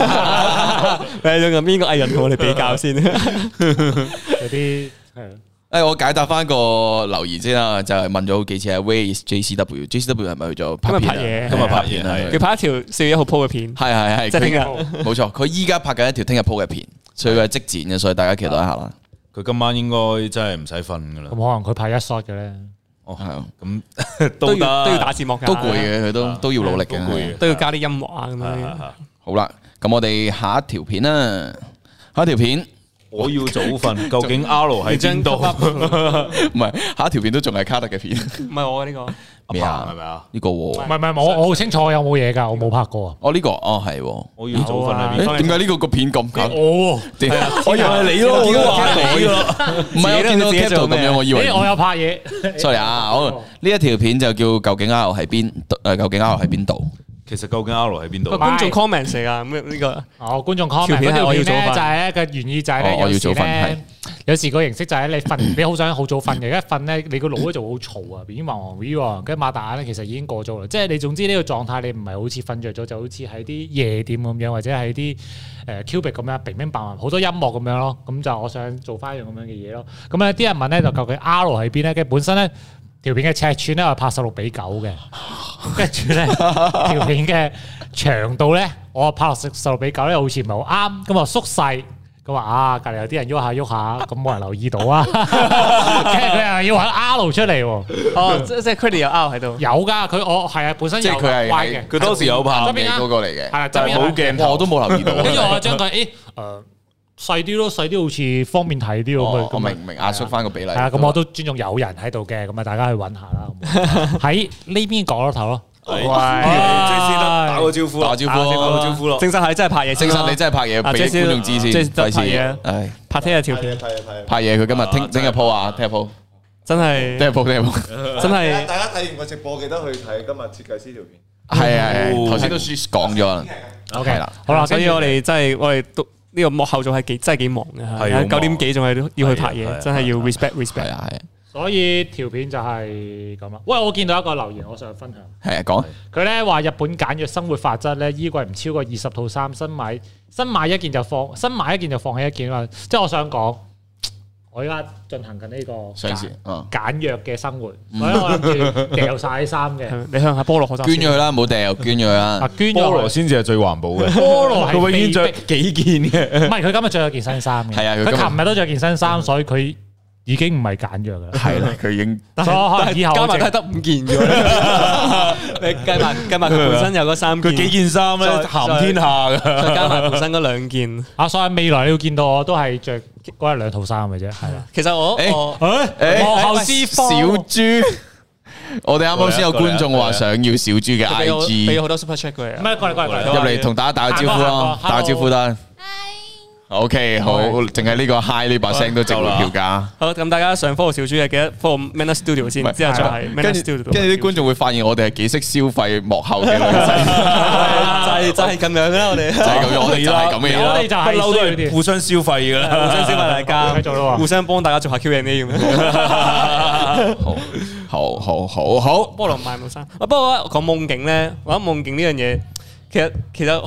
[SPEAKER 3] 噶， 你用緊邊個藝人同我哋比較先？
[SPEAKER 4] 有啲係啊
[SPEAKER 1] 诶，我解答翻個留言先啦，就係問咗好幾次啊，Where is JCW？JCW 係咪去咗 拍
[SPEAKER 3] 今
[SPEAKER 1] 片
[SPEAKER 3] 日
[SPEAKER 1] 啊？
[SPEAKER 3] 拍嘢
[SPEAKER 2] 今日拍嘢
[SPEAKER 1] 係
[SPEAKER 2] 係
[SPEAKER 3] 佢拍一條四月一號鋪嘅片，
[SPEAKER 1] 係係
[SPEAKER 3] 即係聽
[SPEAKER 1] 係，
[SPEAKER 3] 日。
[SPEAKER 1] 佢冇錯，佢依家拍緊一條聽日鋪嘅片，所以佢係即剪嘅，所以大家期待一下啦。
[SPEAKER 2] 佢今晚應該真係唔使瞓噶
[SPEAKER 4] 咁
[SPEAKER 2] 啦
[SPEAKER 4] 可。能佢拍一 shot 嘅咧，
[SPEAKER 3] 哦
[SPEAKER 1] 係啊，
[SPEAKER 2] 咁
[SPEAKER 3] 都
[SPEAKER 2] 都
[SPEAKER 3] 要
[SPEAKER 2] 得啊
[SPEAKER 3] 都要打字幕㗎，
[SPEAKER 1] 都攰，嘅，佢都都要努力
[SPEAKER 2] 都
[SPEAKER 1] 嘅，
[SPEAKER 2] 攰嘅
[SPEAKER 3] 啊都要加啲音樂啊咁
[SPEAKER 2] 係係
[SPEAKER 3] 樣。
[SPEAKER 2] 係
[SPEAKER 1] 好啦，咁我哋下一條片啦，下一條片
[SPEAKER 2] 我要早瞓，究竟 R 喺邊度？
[SPEAKER 3] 你張 cover-
[SPEAKER 1] 唔係下一條片都仲係卡特嘅片，
[SPEAKER 3] 唔係我呢個，
[SPEAKER 1] 咩
[SPEAKER 2] 阿鵬
[SPEAKER 1] 啊
[SPEAKER 2] 係？咪啊？
[SPEAKER 1] 呢個
[SPEAKER 4] 唔
[SPEAKER 1] 喎，
[SPEAKER 4] 係唔係，我我好清楚有冇嘢㗎，我冇拍過啊。
[SPEAKER 1] 哦呢個哦係喎，
[SPEAKER 2] 我要早瞓喺邊
[SPEAKER 1] 誒點解呢個個片咁搞？
[SPEAKER 4] 我
[SPEAKER 1] 點
[SPEAKER 2] 我以為你咯，
[SPEAKER 3] 我見到
[SPEAKER 2] 我
[SPEAKER 3] 我
[SPEAKER 2] 見到你咯。
[SPEAKER 1] 唔係我見到 cap 圖咁樣，我以為
[SPEAKER 4] 咦，我有拍嘢，
[SPEAKER 1] sorry 啊，我呢一條片就叫究竟 R 喺邊？誒，究竟 R 喺邊度？
[SPEAKER 2] 其實究竟 R 喺邊度
[SPEAKER 3] 個？
[SPEAKER 4] 唔係
[SPEAKER 3] 觀眾 comment 嚟㗎，咁呢個。
[SPEAKER 4] 哦，觀眾 comment
[SPEAKER 3] 條片係
[SPEAKER 4] 嗰條
[SPEAKER 3] 我要
[SPEAKER 4] 片
[SPEAKER 3] 早
[SPEAKER 4] 咧
[SPEAKER 3] 瞓
[SPEAKER 4] 就係咧個原意就係
[SPEAKER 1] 哦
[SPEAKER 4] 咧，
[SPEAKER 1] 我要
[SPEAKER 4] 有
[SPEAKER 1] 早
[SPEAKER 4] 時
[SPEAKER 1] 瞓係
[SPEAKER 4] 咧，有時個形式就係你 瞓，你好想好早瞓嘅，一瞓咧你個腦咧就會好嘈啊，咦黃黃咦喎，跟住擘大眼咧其實已經過咗啦，即係你總之呢個狀態你唔係好似瞓着咗，就好似喺啲夜店咁樣，或者喺啲誒 cubic 咁樣，乒乒乓乓好多音樂咁樣咯，咁就我想做翻一樣咁樣嘅嘢咯。咁咧啲人問咧就究竟 R 喺邊咧？跟住本身咧。條片嘅尺寸咧係拍十六比九嘅，跟住咧條片嘅長度咧，我拍落十六比九咧好似唔係好啱，咁我縮細。咁話啊，隔離有啲人喐下喐下，咁冇人留意到 啊。跟住佢又要揾 R 出嚟喎，
[SPEAKER 3] 哦，即即係 credit 有 R 喺度，
[SPEAKER 4] 有噶，佢我係啊，本身
[SPEAKER 1] 即
[SPEAKER 4] 有
[SPEAKER 1] 係佢係
[SPEAKER 4] 歪嘅，
[SPEAKER 1] 喺
[SPEAKER 2] 佢當時有拍
[SPEAKER 4] 側
[SPEAKER 1] 你
[SPEAKER 4] 邊啊
[SPEAKER 1] 嗰個嚟嘅
[SPEAKER 4] 係，啦，側
[SPEAKER 2] 但
[SPEAKER 4] 邊
[SPEAKER 2] 係
[SPEAKER 4] 有
[SPEAKER 2] 冇
[SPEAKER 4] 歪嘅
[SPEAKER 2] 鏡
[SPEAKER 1] 哇
[SPEAKER 2] 頭
[SPEAKER 1] 我。都冇留 意到。
[SPEAKER 4] 跟住我將佢誒誒細啲咯，細啲好似方便睇啲喎。
[SPEAKER 1] 哦
[SPEAKER 4] 佢
[SPEAKER 1] 我明明壓縮翻個比例。
[SPEAKER 4] 係啊，咁我都尊重有人喺度嘅，咁啊大家去揾下啦。 咁喺呢邊角落頭咯，
[SPEAKER 2] 喂
[SPEAKER 3] ，JC 得打個
[SPEAKER 2] 招呼啊
[SPEAKER 1] 打招呼
[SPEAKER 2] 打個
[SPEAKER 1] 咯，
[SPEAKER 2] 招呼咯。
[SPEAKER 3] 證實係真係拍嘢
[SPEAKER 1] 證
[SPEAKER 3] 先啦，
[SPEAKER 1] 實你真係拍嘢
[SPEAKER 3] 啊
[SPEAKER 1] 俾
[SPEAKER 3] Jesse-
[SPEAKER 1] 觀眾知先，
[SPEAKER 3] Jesse
[SPEAKER 1] 費事
[SPEAKER 3] 拍嘢啊
[SPEAKER 1] 唉，
[SPEAKER 3] 拍聽日條片，
[SPEAKER 5] 睇啊睇啊！
[SPEAKER 1] 拍嘢佢今日
[SPEAKER 2] 啊
[SPEAKER 1] 聽聽日
[SPEAKER 2] 真係
[SPEAKER 1] 鋪啊，聽日鋪，
[SPEAKER 3] 真
[SPEAKER 1] 聽日
[SPEAKER 3] 係
[SPEAKER 1] 鋪，聽日鋪。
[SPEAKER 3] 真係。
[SPEAKER 5] 大家睇完個直播記得去睇今日設計師條片。
[SPEAKER 1] 係係係，
[SPEAKER 2] 哦
[SPEAKER 1] 頭先都講咗啦。
[SPEAKER 4] OK
[SPEAKER 1] 係啦
[SPEAKER 4] 好啦，
[SPEAKER 3] 啊所以
[SPEAKER 4] 跟住
[SPEAKER 3] 我哋真係我哋都呢個幕後仲係幾真係幾忙嘅
[SPEAKER 2] 係好
[SPEAKER 3] 嚇，
[SPEAKER 2] 忙
[SPEAKER 3] 九點幾仲係要去
[SPEAKER 2] 係
[SPEAKER 3] 拍
[SPEAKER 2] 啊係啊
[SPEAKER 3] 嘢，真係要 respect
[SPEAKER 1] 系
[SPEAKER 3] respect。
[SPEAKER 1] 啊系啊
[SPEAKER 4] 所以條片就係咁啦。喂，我見到一個留言，我想分享。
[SPEAKER 1] 系啊，讲
[SPEAKER 4] 佢咧話日本簡約生活法則咧，衣櫃唔超過二十套衫，新買新買一件就放，新買一件就放棄一件啊嘛。即係我想講，我而家進行緊呢個
[SPEAKER 1] 上次嗯
[SPEAKER 4] 簡簡約嘅生活，所以我諗住掉晒啲衫 嘅。
[SPEAKER 3] 係你向下菠蘿學習
[SPEAKER 1] 啊捐
[SPEAKER 3] 先
[SPEAKER 1] 咗佢啦，冇掉，捐咗佢
[SPEAKER 4] 啊
[SPEAKER 1] 啦，，
[SPEAKER 4] 捐咗
[SPEAKER 2] 菠
[SPEAKER 4] 佢
[SPEAKER 2] 萝先至系最环保嘅，
[SPEAKER 4] 菠蘿係
[SPEAKER 2] 佢永
[SPEAKER 4] 被
[SPEAKER 2] 远着
[SPEAKER 4] 逼
[SPEAKER 2] 几件嘅。
[SPEAKER 4] 唔係佢今日着咗件新衫嘅，
[SPEAKER 1] 係啊佢
[SPEAKER 4] 佢
[SPEAKER 1] 今日嗯
[SPEAKER 4] 琴日都着件新衫，所以佢已經唔係簡約噶啦。
[SPEAKER 1] 系啦，佢已经
[SPEAKER 4] 所以可能以後
[SPEAKER 3] 加
[SPEAKER 4] 我
[SPEAKER 3] 埋
[SPEAKER 4] 淨
[SPEAKER 3] 都係得五件啫。你計埋計埋佢本身有嗰三件，
[SPEAKER 2] 佢幾件衫咧
[SPEAKER 3] 再
[SPEAKER 2] 行天下噶。
[SPEAKER 3] 再加埋本身嗰兩件。
[SPEAKER 4] 啊，所以未來你要見到我都係着嗰一兩套衫嘅啫，係啦。
[SPEAKER 3] 其實我
[SPEAKER 1] 誒
[SPEAKER 3] 我
[SPEAKER 1] 誒
[SPEAKER 4] 誒，幕後之
[SPEAKER 1] 小
[SPEAKER 4] 方，
[SPEAKER 1] 豬， 我哋啱啱先有觀
[SPEAKER 3] 啊
[SPEAKER 1] 眾話想要小豬嘅
[SPEAKER 3] 佢俾我俾
[SPEAKER 1] IG
[SPEAKER 3] 好多 super check 佢
[SPEAKER 4] 唔
[SPEAKER 3] 啊。
[SPEAKER 4] 係過嚟過嚟過
[SPEAKER 1] 入
[SPEAKER 4] 嚟，
[SPEAKER 1] 嚟同大家打個招呼
[SPEAKER 4] 行過
[SPEAKER 1] 啦
[SPEAKER 4] 行，過
[SPEAKER 1] 打個招呼得。OK，好，
[SPEAKER 4] 好
[SPEAKER 1] 淨係呢個 Hi 呢把聲都值回票價。
[SPEAKER 3] 好，咁大家上 follow 小豬嘅，記得 follow Manner Studio 先
[SPEAKER 1] 唔係，
[SPEAKER 3] 之後再係 Manner
[SPEAKER 1] 跟住
[SPEAKER 3] Studio。
[SPEAKER 1] 跟住啲觀眾會發現我哋係幾識消費幕後嘅女仔，
[SPEAKER 3] 就係就係咁樣啦，我哋
[SPEAKER 1] 就係咁樣，我哋就係咁
[SPEAKER 4] 我
[SPEAKER 1] 樣
[SPEAKER 4] 哋就係
[SPEAKER 2] 不嬲都
[SPEAKER 4] 需要
[SPEAKER 2] 係
[SPEAKER 4] 啲
[SPEAKER 2] 互相消費噶啦。
[SPEAKER 3] 互相消費大
[SPEAKER 1] 嗯
[SPEAKER 4] 繼續啦
[SPEAKER 3] 家，
[SPEAKER 4] 喎
[SPEAKER 3] 互相幫大家做下 Q&A 咁 樣。
[SPEAKER 1] 好，好，好，好，好，
[SPEAKER 3] 菠蘿賣冇生，啊不過我講夢境咧，我覺得夢境呢樣嘢，其實其實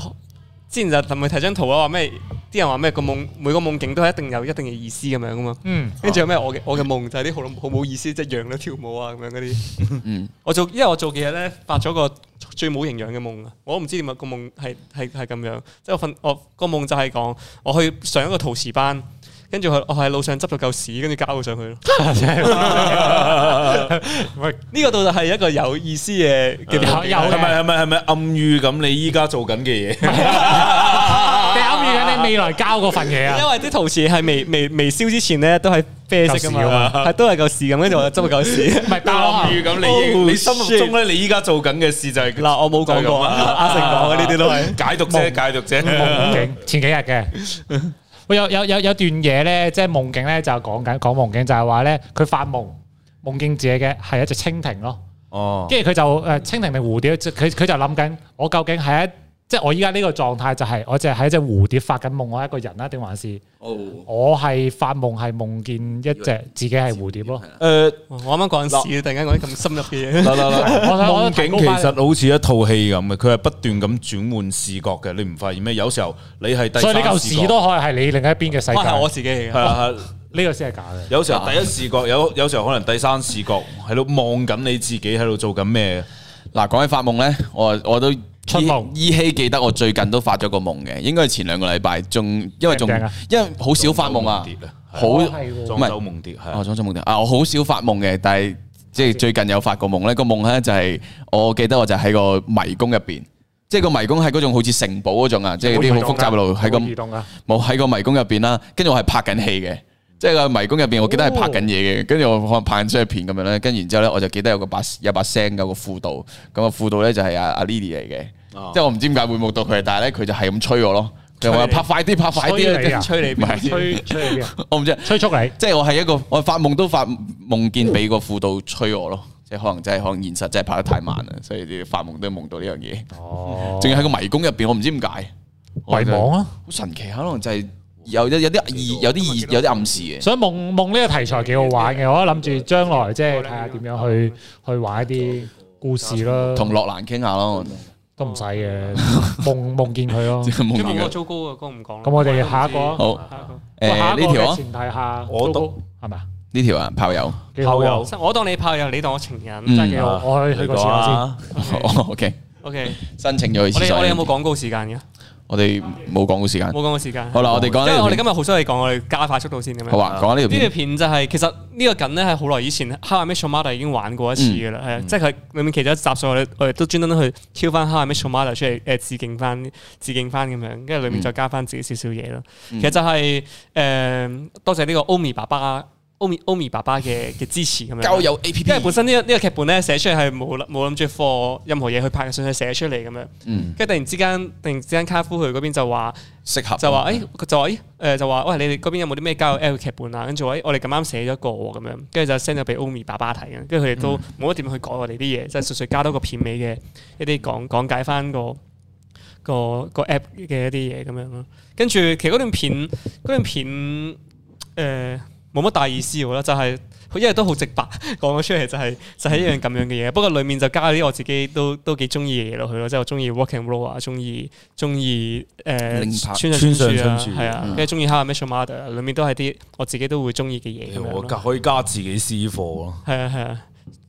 [SPEAKER 3] 之前就同佢睇張圖啦，啊話咩啲人話咩個夢每個夢境都係一定有一定嘅意思咁樣噶嘛。
[SPEAKER 4] 嗯，
[SPEAKER 3] 跟住有咩我嘅我嘅夢就係啲好好冇意思，即係羊女跳舞啊咁樣嗰啲。
[SPEAKER 1] 嗯，
[SPEAKER 3] 我做因為我做嘅嘢咧，發咗個最冇營養嘅夢啊！我都唔知點解個夢係係係咁樣，即係我瞓我個夢就係講我去上一個陶瓷班，跟住佢我喺路上執咗嚿屎，跟住交咗上去咯。
[SPEAKER 4] 喂，
[SPEAKER 3] 呢個到底係一個有意思嘅嘅夢
[SPEAKER 4] 有
[SPEAKER 2] 係咪係咪係咪暗喻咁你依家做緊嘅嘢？
[SPEAKER 4] 你啱預緊你未來交嗰份嘢
[SPEAKER 3] 因
[SPEAKER 4] 啊？
[SPEAKER 3] 為啲陶瓷係未未未燒之前咧，都係啡色噶
[SPEAKER 4] 嚿屎
[SPEAKER 3] 嘛
[SPEAKER 4] 啊，
[SPEAKER 3] 係都係嚿屎咁，跟住我就執咗嚿屎
[SPEAKER 4] 唔。係，但我
[SPEAKER 2] 暗喻咁你已
[SPEAKER 3] Oh,
[SPEAKER 2] 你心目中咧，你依家做緊嘅事就係
[SPEAKER 3] 嗱，我冇講過啊，阿成講嘅呢啲都係。
[SPEAKER 2] 解讀啫，解讀 啫。
[SPEAKER 4] 夢境前幾日嘅。喂，有有有有段嘢咧，即係夢境咧，就講緊講夢境，就係話咧，佢發夢夢境自己嘅係一隻蜻蜓咯。
[SPEAKER 2] 哦，
[SPEAKER 4] 跟住佢就誒蜻蜓定蝴蝶，即佢佢就諗緊我究竟係一即係我依家呢個狀態就係我淨係係一隻蝴蝶發緊夢，我係一個人啦，定還是我係發夢係夢見一隻自己係蝴蝶咯？
[SPEAKER 2] 誒，
[SPEAKER 3] 我啱啱講緊屎，突然間講啲咁深入 嘅嘢。
[SPEAKER 2] 嗱嗱嗱，
[SPEAKER 4] 我想我
[SPEAKER 2] 夢
[SPEAKER 4] 提
[SPEAKER 2] 境
[SPEAKER 4] 高
[SPEAKER 2] 其
[SPEAKER 4] 翻
[SPEAKER 2] 實好似一套戲咁嘅，佢係不斷咁轉換視覺嘅，你唔發現咩？有時候你係第
[SPEAKER 4] 所以呢嚿
[SPEAKER 2] 三視
[SPEAKER 4] 屎
[SPEAKER 2] 角。
[SPEAKER 4] 都可以係你另一邊嘅世
[SPEAKER 3] 可能係我
[SPEAKER 4] 界，
[SPEAKER 3] 自己
[SPEAKER 2] 係
[SPEAKER 3] 嚟嘅。
[SPEAKER 2] 啊係啊
[SPEAKER 4] 呢個先係假嘅。
[SPEAKER 2] 有時候第一視覺，有有時候可能第三視覺喺度望緊你自己喺度做緊咩？
[SPEAKER 1] 嗱，講起發夢咧，我我都
[SPEAKER 4] 春夢
[SPEAKER 1] 依依稀記得我最近都發咗個夢嘅，應該係前兩個禮拜，仲因為仲
[SPEAKER 4] 正唔正啊
[SPEAKER 1] 因為好少發夢啊
[SPEAKER 2] 撞到夢，
[SPEAKER 1] 好
[SPEAKER 4] 哦
[SPEAKER 1] 唔
[SPEAKER 4] 係喎
[SPEAKER 2] 撞
[SPEAKER 1] 係
[SPEAKER 2] 走夢蝶係啊
[SPEAKER 1] 哦，裝咗夢定啊！我好少發夢嘅，但係即係最近有發過夢咧。個夢咧就係、我記得我就喺個迷宮入邊，即係個迷宮係嗰種好似城堡嗰種啊，即係啲好複雜嘅路喺個
[SPEAKER 4] 移動啊！
[SPEAKER 1] 冇喺個迷宮入邊啦。跟住我係拍緊戲嘅，即係個迷宮入邊，我記得係拍緊嘢
[SPEAKER 4] 哦
[SPEAKER 1] 嘅。跟住我可能拍緊商業片咁樣咧，跟住然之後咧，我就記得有個把有把聲有個輔導，咁啊個輔導咧就係阿阿 Lily 嚟嘅，
[SPEAKER 4] 哦
[SPEAKER 1] 即係我唔知點解會冇到佢，但係咧佢就係咁催我咯，就話拍快啲，拍快
[SPEAKER 4] 催你啊
[SPEAKER 1] 啲，
[SPEAKER 3] 吹你
[SPEAKER 1] 唔係
[SPEAKER 4] 吹吹你邊啊？
[SPEAKER 1] 我唔知。
[SPEAKER 4] 催促你
[SPEAKER 1] 即係我係一個，我發夢都發夢見俾個輔導催我咯，即係可能真係可能現實真係拍得太慢啦，所以啲發夢都夢到呢樣嘢。
[SPEAKER 4] 哦，
[SPEAKER 1] 仲要喺個迷宮入邊，我唔知點解，
[SPEAKER 4] 遺忘啊！
[SPEAKER 1] 好神奇，可能就係有有有
[SPEAKER 3] 啊
[SPEAKER 1] 啲意有啲意有啲暗示嘅。
[SPEAKER 4] 所以夢夢呢個題材幾好玩嘅，我都諗住將來即係睇下點樣去去玩一啲故事咯。
[SPEAKER 1] 同洛蘭傾下咯，
[SPEAKER 3] 嗯
[SPEAKER 4] 都唔使嘅，夢夢見佢 咯
[SPEAKER 1] 即。係夢
[SPEAKER 3] 咁
[SPEAKER 1] 見
[SPEAKER 3] 我
[SPEAKER 1] 佢。
[SPEAKER 3] 糟糕啊，哥唔講啦。
[SPEAKER 4] 咁我哋下一個啊
[SPEAKER 1] 好
[SPEAKER 3] 下一個
[SPEAKER 1] 誒呢條
[SPEAKER 4] 條
[SPEAKER 1] 啊，
[SPEAKER 4] 前提下，
[SPEAKER 2] 我
[SPEAKER 4] 都
[SPEAKER 2] 讀
[SPEAKER 4] 係咪啊？
[SPEAKER 1] 呢條啊，炮友。
[SPEAKER 4] 幾好
[SPEAKER 2] 後
[SPEAKER 4] 啊
[SPEAKER 2] 有！
[SPEAKER 3] 我當你炮友，你當我情人，
[SPEAKER 1] 嗯
[SPEAKER 3] 真係
[SPEAKER 4] 幾
[SPEAKER 3] 嘅。
[SPEAKER 4] 好我去去
[SPEAKER 2] 啊
[SPEAKER 4] 個廁所
[SPEAKER 1] OK，
[SPEAKER 3] OK，
[SPEAKER 1] 申請咗去
[SPEAKER 3] 我
[SPEAKER 1] 廁
[SPEAKER 3] 哋
[SPEAKER 1] 所
[SPEAKER 3] 我哋有冇廣告時間嘅？
[SPEAKER 1] 我哋冇廣告時間
[SPEAKER 3] 冇。廣告時間。
[SPEAKER 1] 好啦，我哋講
[SPEAKER 3] 因為我哋
[SPEAKER 1] 呢
[SPEAKER 3] 今
[SPEAKER 1] 條
[SPEAKER 3] 日好想你講，我哋加快速度先咁樣。
[SPEAKER 1] 好啊，講下呢條
[SPEAKER 3] 呢
[SPEAKER 1] 片。
[SPEAKER 3] 條片就係其實呢個梗咧係好耐以前《How I Met Your Mother》已經玩過一次嘅啦，
[SPEAKER 1] 嗯
[SPEAKER 3] 係啊即係佢裡面其中一集，所以我哋我哋都專登去挑翻《How I Met Your Mother》出嚟誒致敬翻、致敬翻咁樣，跟住裡面再加翻自己少少嘢咯。
[SPEAKER 1] 嗯
[SPEAKER 3] 其實就係、誒多謝呢個 Omi 爸爸、Omi Omi 爸 爸嘅嘅支持咁樣。
[SPEAKER 1] 交友 A P
[SPEAKER 3] 因為本
[SPEAKER 1] P。
[SPEAKER 3] 身呢、個呢、個劇本咧寫出嚟係冇諗冇諗住 for 任何嘢去拍嘅，純粹寫出嚟咁樣。
[SPEAKER 1] 嗯，
[SPEAKER 3] 跟住突然之間，突然之間卡夫佢嗰邊就話。
[SPEAKER 1] 適合啊
[SPEAKER 3] 就話誒，佢就話誒，誒就話喂，你哋嗰邊有冇啲咩交友 L 劇本啊？跟住話誒，我哋咁啱寫咗個喎咁樣，跟住就 send 咗俾 Omi 爸爸睇嘅，跟住佢哋
[SPEAKER 1] 嗯
[SPEAKER 3] 都冇乜點去改我哋啲嘢，即係純粹加多個片尾嘅一啲講講解翻個個個 app 嘅一啲嘢咁樣咯。跟住其實嗰段片嗰段片誒冇乜大意思我覺得，就係、佢因為都好直白 講咗出嚟，就係、就係、一樣咁樣嘅嘢。不過裡面就加咗啲我自己都都幾中意嘅嘢落去咯，即係我中意 rock and roll 啊，中意中意
[SPEAKER 1] 靈
[SPEAKER 3] 誒
[SPEAKER 1] 拍
[SPEAKER 3] 穿
[SPEAKER 2] 村
[SPEAKER 3] 上
[SPEAKER 2] 上
[SPEAKER 3] 春樹啊，
[SPEAKER 2] 春樹
[SPEAKER 3] 係啊
[SPEAKER 1] 嗯，
[SPEAKER 3] 跟住中意 How I Met Your Mother，裡面都係啲我自己都會中意嘅嘢咁樣
[SPEAKER 2] 哎我
[SPEAKER 3] 咯。
[SPEAKER 2] 可以加自己私貨咯，
[SPEAKER 3] 係啊係啊，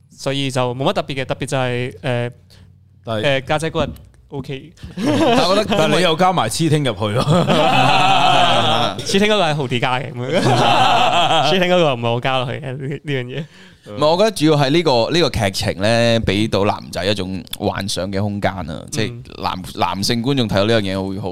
[SPEAKER 3] 所以就冇乜特別嘅，特別就係誒
[SPEAKER 2] 但 係
[SPEAKER 3] 誒家姐嗰日 OK，
[SPEAKER 1] 但我覺得
[SPEAKER 2] 但係你又加埋黐聽入去咯，
[SPEAKER 3] 私聽嗰個係豪啲加嘅，咁樣私聽嗰個唔係我加落去嘅呢呢樣嘢。
[SPEAKER 1] 唔係，我覺得主要係呢、個呢、個劇情咧，俾到男仔一種幻想嘅空間
[SPEAKER 3] 嗯
[SPEAKER 1] 啊！即係男男性觀眾睇到呢樣嘢，會好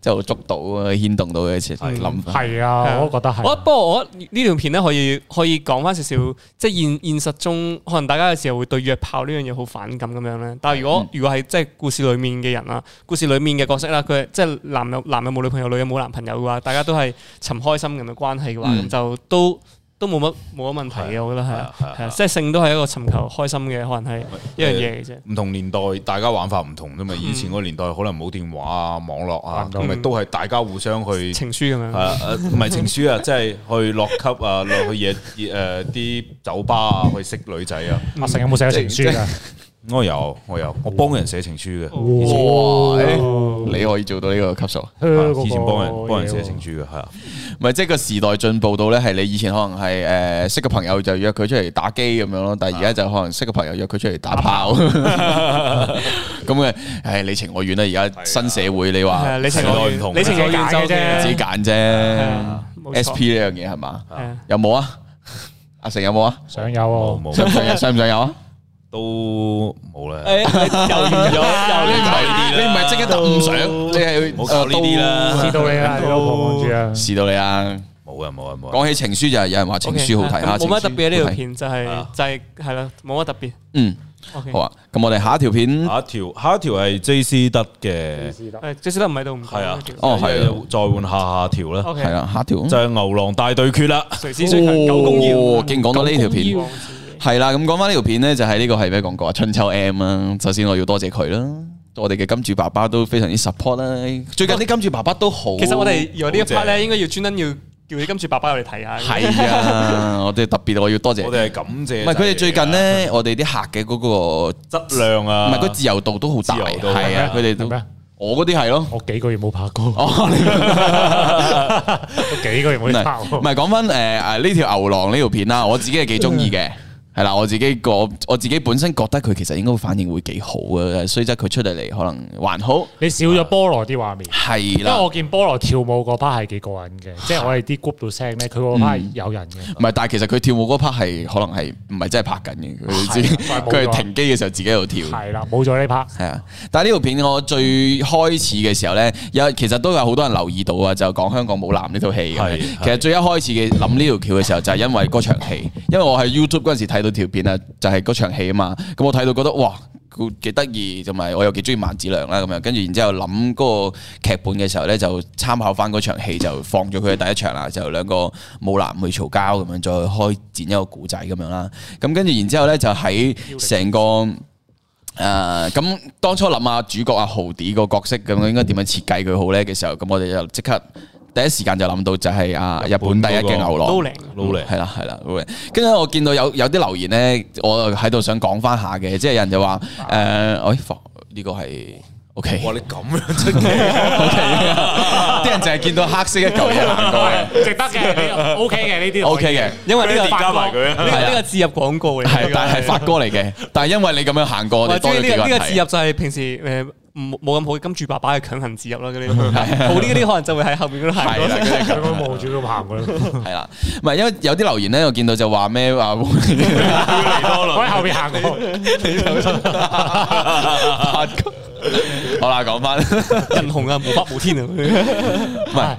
[SPEAKER 1] 即係好觸到啊，牽動到佢嘅設
[SPEAKER 3] 係
[SPEAKER 1] 諗法。
[SPEAKER 4] 係啊，我都覺得
[SPEAKER 3] 我
[SPEAKER 4] 係。
[SPEAKER 3] 不過我呢段片咧可以可以講翻少少，即係現現實中可能大家有時候會對約炮呢樣嘢好反感咁樣咧。但係如果、
[SPEAKER 2] 嗯
[SPEAKER 3] 如果係即係故事裡面嘅人啦，啊故事裡面嘅角色啦，佢係即係男有男有冇女朋友，女有冇男朋友嘅話，大家都係尋開心咁嘅關係嘅話，咁、
[SPEAKER 1] 嗯
[SPEAKER 3] 就都都冇乜冇乜問題
[SPEAKER 2] 係
[SPEAKER 3] 嘅，
[SPEAKER 2] 啊
[SPEAKER 3] 我覺得係啊
[SPEAKER 2] 係啊
[SPEAKER 3] 係
[SPEAKER 2] 係
[SPEAKER 3] 啊，
[SPEAKER 2] 啊
[SPEAKER 3] 即係性都係一個尋求開心嘅，可能係一樣嘢嘅啫。
[SPEAKER 2] 唔同年代大家玩法唔同啫嘛，以前嗰個年代可能冇電話啊、網絡啊，咁咪都係大家互相去。
[SPEAKER 3] 情書咁
[SPEAKER 2] 係
[SPEAKER 3] 樣，
[SPEAKER 2] 啊，誒唔係情書啊，即係去落級 啊，落去夜誒啲酒吧啊，去識女仔啊。
[SPEAKER 4] 阿成有冇寫過情書㗎？
[SPEAKER 2] 我有，我有，我幫人寫情書
[SPEAKER 1] 哦
[SPEAKER 2] 嘅，
[SPEAKER 1] 哇！
[SPEAKER 3] 哦
[SPEAKER 1] 誒你可以做到呢個級數，
[SPEAKER 2] 啊以前幫人幫人寫情
[SPEAKER 4] 書。
[SPEAKER 2] 書嘅，係啊，
[SPEAKER 1] 唔係即係個時代進步到咧，係你以前可能係誒、呃識個朋友就約佢出嚟打機咁樣咯，但係而家就可能識個朋友約佢出嚟打炮
[SPEAKER 3] 啊
[SPEAKER 1] 咁嘅，唉你情我願啦！啊而家新社會你
[SPEAKER 3] 係
[SPEAKER 1] 話
[SPEAKER 3] 啊，你情我願
[SPEAKER 2] 時代唔，同
[SPEAKER 3] 你情我願就
[SPEAKER 4] 自
[SPEAKER 1] 自己
[SPEAKER 4] 己
[SPEAKER 1] 揀啫
[SPEAKER 3] 啊冇錯
[SPEAKER 1] ，SP 呢樣嘢係嘛？
[SPEAKER 3] 係啊
[SPEAKER 1] 有冇啊？阿成有冇啊？
[SPEAKER 4] 想有
[SPEAKER 2] 冇
[SPEAKER 4] 喎，
[SPEAKER 2] 冇
[SPEAKER 1] 想唔想有？想唔想有啊？
[SPEAKER 2] 都冇 啦。
[SPEAKER 1] 哎
[SPEAKER 3] 誒， 又完 咗，又
[SPEAKER 1] 你唔係
[SPEAKER 3] 完咗。
[SPEAKER 1] 你唔係即刻答唔想，
[SPEAKER 3] 哦
[SPEAKER 1] 你係
[SPEAKER 2] 唔好搞呢啲啦
[SPEAKER 4] 知道你啦，你老婆望住啊。
[SPEAKER 1] 試到你啦。
[SPEAKER 2] 冇啊冇啊冇啊！
[SPEAKER 1] 講起情書就係有人話情書好睇啊，
[SPEAKER 3] 冇乜特別
[SPEAKER 1] 別
[SPEAKER 3] 嘅呢條。片就係
[SPEAKER 2] 啊
[SPEAKER 3] 就係係啦，冇乜特別。
[SPEAKER 1] 嗯，
[SPEAKER 3] OK，
[SPEAKER 1] 好啊。咁我哋下一條片，
[SPEAKER 2] 下一條下一條係 J C 得嘅，
[SPEAKER 3] 誒，即使得唔喺度唔講
[SPEAKER 2] 係啊
[SPEAKER 3] 呢條，
[SPEAKER 1] 哦係啊
[SPEAKER 2] 再換下下條啦，
[SPEAKER 3] OK，
[SPEAKER 1] 係啦，下一條。
[SPEAKER 2] 就係牛郎大對決啦。
[SPEAKER 1] 嗯
[SPEAKER 3] 誰是最強九公
[SPEAKER 1] 哦
[SPEAKER 3] 要？
[SPEAKER 1] 竟然講到呢條片
[SPEAKER 4] 九公
[SPEAKER 3] 王子
[SPEAKER 1] 係啦，咁講翻呢條片咧，就係呢個係咩廣告啊？春秋 M 啦，首先我要多謝佢啦，我哋嘅金主爸爸都非常之 support 啦。最近啲金主爸爸都好，
[SPEAKER 3] 其實我哋由呢一
[SPEAKER 2] 好正
[SPEAKER 3] part 咧，應該要專登要叫你金主爸爸入嚟睇下。
[SPEAKER 1] 係啊，我哋特別我要多謝。
[SPEAKER 2] 我
[SPEAKER 1] 唔
[SPEAKER 2] 哋係感謝，
[SPEAKER 1] 係佢哋最近咧，我哋啲客嘅嗰個
[SPEAKER 2] 質量啊，
[SPEAKER 1] 唔係個自由度都好大，
[SPEAKER 2] 自由度
[SPEAKER 1] 係啊，佢哋
[SPEAKER 4] 係
[SPEAKER 1] 都
[SPEAKER 4] 咩？
[SPEAKER 1] 我嗰啲係咯。
[SPEAKER 4] 我幾個月冇拍過，
[SPEAKER 1] 哦，
[SPEAKER 4] 我幾個月
[SPEAKER 1] 唔
[SPEAKER 4] 冇拍
[SPEAKER 1] 係唔
[SPEAKER 4] 過。
[SPEAKER 1] 係講翻誒誒呢條牛郎呢條片啦，我自己係幾中意嘅。係啦，我自己個我自己本身覺得佢其實應該反應會幾好嘅，雖則佢出嚟嚟可能還好，
[SPEAKER 4] 你少咗菠蘿啲畫面。
[SPEAKER 1] 係
[SPEAKER 4] 因為
[SPEAKER 1] 啦，
[SPEAKER 4] 我見菠蘿跳舞嗰 part 係幾過癮 嘅，即係我哋啲 group 度 send 咧，佢嗰 part 係有 人嘅。
[SPEAKER 1] 唔係，但係其實佢跳舞嗰 part 係可能係唔係真係拍緊嘅，佢自己
[SPEAKER 4] 係啊
[SPEAKER 1] 佢係停機嘅時候自己喺度跳，
[SPEAKER 4] 係啦，冇咗呢 part。
[SPEAKER 1] 係啊。但係呢條片我最開始嘅時候咧，有其實都有好多人留意到啊，就講香港冇男呢套戲嘅
[SPEAKER 2] 係。
[SPEAKER 1] 其實最一開始嘅諗呢條橋嘅時候，就係因為嗰場戲，因為我喺 YouTube 嗰陣時睇到條片啊，就係嗰場戲啊嘛。咁我睇到覺得哇，佢幾得意，同埋我又幾中意萬梓良啦啊咁樣。跟住然之後諗嗰個劇本嘅時候咧，就參考翻嗰場戲，就放咗佢嘅第一場啦，就兩個舞男去嘈交咁樣，再開展一個古仔咁樣啦。咁跟住然之後咧，就喺成個。誒啊咁、當初諗下主角啊阿豪啲個角色咁樣應該點樣設計佢好呢嘅時候，咁我哋就即刻第一時間就諗到就係啊日本第一嘅牛郎嗯
[SPEAKER 3] 都靈，
[SPEAKER 2] 努力
[SPEAKER 1] 係啦係啦，好嘅跟住我見到有有啲留言咧，我喺度想講翻下嘅，即係有人就話誒，哎放呢個係 OK，
[SPEAKER 2] 哇！你咁樣出 嘅，
[SPEAKER 1] 啲人就係見到黑色一嚿嘢行過嘅
[SPEAKER 4] 值得嘅 呢個，OK 嘅呢啲。
[SPEAKER 1] ，OK 嘅。
[SPEAKER 3] 因為呢個
[SPEAKER 2] 加
[SPEAKER 3] 法國
[SPEAKER 2] 埋佢
[SPEAKER 3] 呢
[SPEAKER 2] 啊
[SPEAKER 3] 個呢個置入廣告嚟
[SPEAKER 1] 係
[SPEAKER 3] 嘅，，
[SPEAKER 1] 但係發哥嚟嘅。但係因為你咁樣行過，我
[SPEAKER 3] 或
[SPEAKER 1] 哋
[SPEAKER 3] 者
[SPEAKER 1] 多咗
[SPEAKER 3] 呢
[SPEAKER 1] 幾
[SPEAKER 3] 個
[SPEAKER 1] 個
[SPEAKER 3] 呢
[SPEAKER 1] 人
[SPEAKER 3] 個置
[SPEAKER 1] 睇
[SPEAKER 3] 入。就係平時誒冇冇咁好嘅金主爸爸嘅強行置入啦，嗰啲好啲嗰啲可能就會喺後面嗰度行
[SPEAKER 1] 係
[SPEAKER 3] 過。
[SPEAKER 1] 啦，佢哋
[SPEAKER 4] 佢
[SPEAKER 1] 咁
[SPEAKER 4] 會望住佢行嘅咯，
[SPEAKER 1] 係啦，唔係因為有啲留言咧，我見到就話咩話。
[SPEAKER 4] 我喺後邊行過。
[SPEAKER 1] 發哥好啦，講翻，唔
[SPEAKER 3] 人紅啊，無法無 天啊！
[SPEAKER 1] 係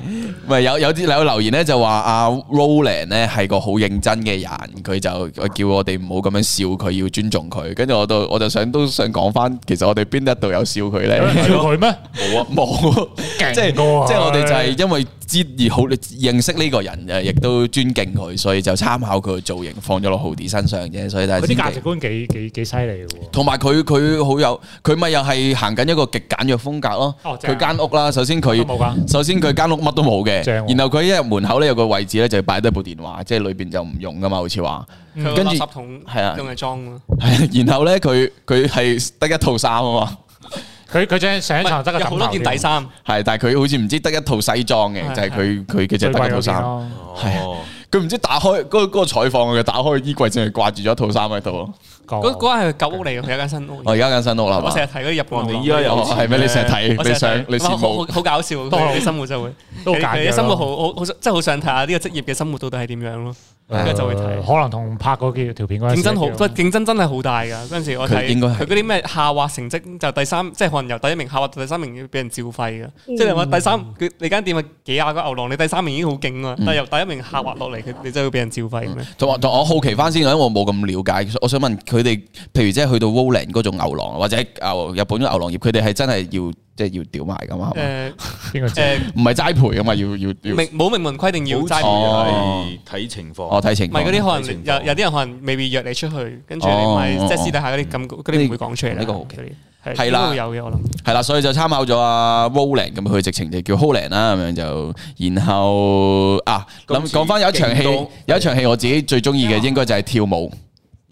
[SPEAKER 1] 唔係有有啲有留言咧就話阿 Roland 咧係個好認真嘅人，佢就叫我哋唔好咁樣笑佢，要尊重佢。跟住我到我就想都想講翻，其實我哋邊一度有笑佢咧？
[SPEAKER 4] 有人笑佢咩？
[SPEAKER 1] 冇啊，冇，即係即
[SPEAKER 4] 過啊
[SPEAKER 1] 係我哋就係因為知而好認識呢個人誒，亦都尊敬佢，所以就參考佢嘅造型放咗落豪迪身上啫。所以但
[SPEAKER 4] 佢
[SPEAKER 1] 係
[SPEAKER 4] 啲
[SPEAKER 1] 千
[SPEAKER 4] 價
[SPEAKER 1] 祈
[SPEAKER 4] 值觀幾幾幾犀利嘅喎。
[SPEAKER 1] 同埋佢佢好有佢咪又係行緊一個極簡約風格咯。
[SPEAKER 4] 哦正啊
[SPEAKER 1] 佢間屋啦，首先
[SPEAKER 4] 乜
[SPEAKER 1] 佢
[SPEAKER 3] 啊
[SPEAKER 4] 都冇㗎
[SPEAKER 1] 首先佢間屋乜都冇嘅，
[SPEAKER 4] 正喎
[SPEAKER 1] 然後佢一入門口咧有個位置咧就擺低部電話，即係裏邊就唔用噶嘛，好似話。
[SPEAKER 3] 佢個
[SPEAKER 1] 跟住
[SPEAKER 3] 垃圾桶
[SPEAKER 1] 係啊
[SPEAKER 3] 用嚟裝㗎嘛
[SPEAKER 1] 係然後咧佢佢係得一套衫啊嘛，
[SPEAKER 4] 佢佢張上一層得個
[SPEAKER 3] 有
[SPEAKER 4] 枕
[SPEAKER 3] 好
[SPEAKER 4] 頭
[SPEAKER 3] 多件底
[SPEAKER 4] 添
[SPEAKER 3] 衫，
[SPEAKER 1] 係但係佢好似唔知得一套西裝嘅，
[SPEAKER 3] 係
[SPEAKER 1] 就係佢佢嘅就
[SPEAKER 4] 最
[SPEAKER 1] 得
[SPEAKER 4] 貴
[SPEAKER 1] 一套
[SPEAKER 4] 嗰件
[SPEAKER 1] 衫。
[SPEAKER 4] 咯。
[SPEAKER 2] 哦，
[SPEAKER 1] 佢唔知打開嗰嗰個採訪嘅，打開衣櫃淨係掛住咗一套衫喺度咯。
[SPEAKER 3] 嗰
[SPEAKER 4] 嗰
[SPEAKER 3] 嗰間係舊屋嚟嘅，佢有間新屋嚟
[SPEAKER 1] 我
[SPEAKER 3] 嘅。
[SPEAKER 1] 而家緊新屋啦，係
[SPEAKER 3] 嗯我成日
[SPEAKER 1] 嘛？
[SPEAKER 3] 睇嗰啲日本
[SPEAKER 2] 哇
[SPEAKER 3] 牛
[SPEAKER 2] 你依家
[SPEAKER 3] 郎
[SPEAKER 2] 有
[SPEAKER 1] 哦，係啊咩？你成日睇，
[SPEAKER 3] 我成
[SPEAKER 1] 你
[SPEAKER 3] 日
[SPEAKER 1] 想
[SPEAKER 3] 睇
[SPEAKER 1] 你羨
[SPEAKER 3] 哇好
[SPEAKER 1] 慕
[SPEAKER 3] 好好搞笑，佢哋啲生活就會，
[SPEAKER 4] 都好
[SPEAKER 3] 佢
[SPEAKER 4] 簡
[SPEAKER 3] 哋
[SPEAKER 4] 約
[SPEAKER 1] 啊
[SPEAKER 3] 啲生活
[SPEAKER 4] 咯
[SPEAKER 3] 好好好，真係好想睇下呢個職業嘅生活到底係點樣咯。
[SPEAKER 4] 啊
[SPEAKER 3] 跟住就會睇
[SPEAKER 4] 可能同拍嗰啊幾條片嗰陣時
[SPEAKER 3] 競爭好，
[SPEAKER 4] 一樣
[SPEAKER 3] 不競爭真係好大㗎。嗰陣時我
[SPEAKER 1] 佢應
[SPEAKER 3] 睇
[SPEAKER 1] 該係
[SPEAKER 3] 佢嗰啲咩下滑成績就第三，即係可能由第一名下滑到第三名要俾人照肺嘅。即
[SPEAKER 4] 嗯
[SPEAKER 3] 係你話第三，佢你間店係幾廿個牛郎，你第三名已經好勁
[SPEAKER 4] 嗯
[SPEAKER 3] 啊，但係由第一名下滑落嚟，佢你真係會俾人照肺咁樣。
[SPEAKER 1] 同埋同埋我好奇翻先，因為我冇咁了解，我想問佢哋，譬如即係去到 Woollen 嗰種牛郎，或者牛日本嘅牛郎業，佢哋係真係要即係要屌埋噶嘛？係嘛
[SPEAKER 3] 誒
[SPEAKER 4] 邊個知？
[SPEAKER 3] 誒，
[SPEAKER 1] 唔係齋賠噶嘛？要要要，
[SPEAKER 3] 明冇明文規定要
[SPEAKER 1] 好
[SPEAKER 3] 齋
[SPEAKER 1] 似
[SPEAKER 2] 係
[SPEAKER 3] 唔
[SPEAKER 2] 哦睇情況
[SPEAKER 1] 我。睇情
[SPEAKER 3] 係嗰啲
[SPEAKER 1] 況。
[SPEAKER 3] 可
[SPEAKER 2] 睇
[SPEAKER 3] 能
[SPEAKER 2] 情
[SPEAKER 3] 有
[SPEAKER 2] 況
[SPEAKER 3] 有啲人可能未必約你出去，跟住你
[SPEAKER 1] 哦
[SPEAKER 3] 咪
[SPEAKER 1] 哦
[SPEAKER 3] 即係
[SPEAKER 1] 哦
[SPEAKER 3] 私底下嗰啲咁，嗰啲唔會講出嚟啦。
[SPEAKER 1] 呢個好奇
[SPEAKER 3] 嗰啲
[SPEAKER 1] 係
[SPEAKER 3] 係
[SPEAKER 1] 啦
[SPEAKER 3] 啦，會有嘅我諗。
[SPEAKER 1] 係啦，所以就參考咗阿 Woollen 咁，佢直情就叫 Holland 啦，咁樣就，然後啊，諗
[SPEAKER 2] 今次
[SPEAKER 1] 講翻有一場戲
[SPEAKER 2] 勁多，
[SPEAKER 1] 有一場戲我自己最中意嘅應該就係跳舞。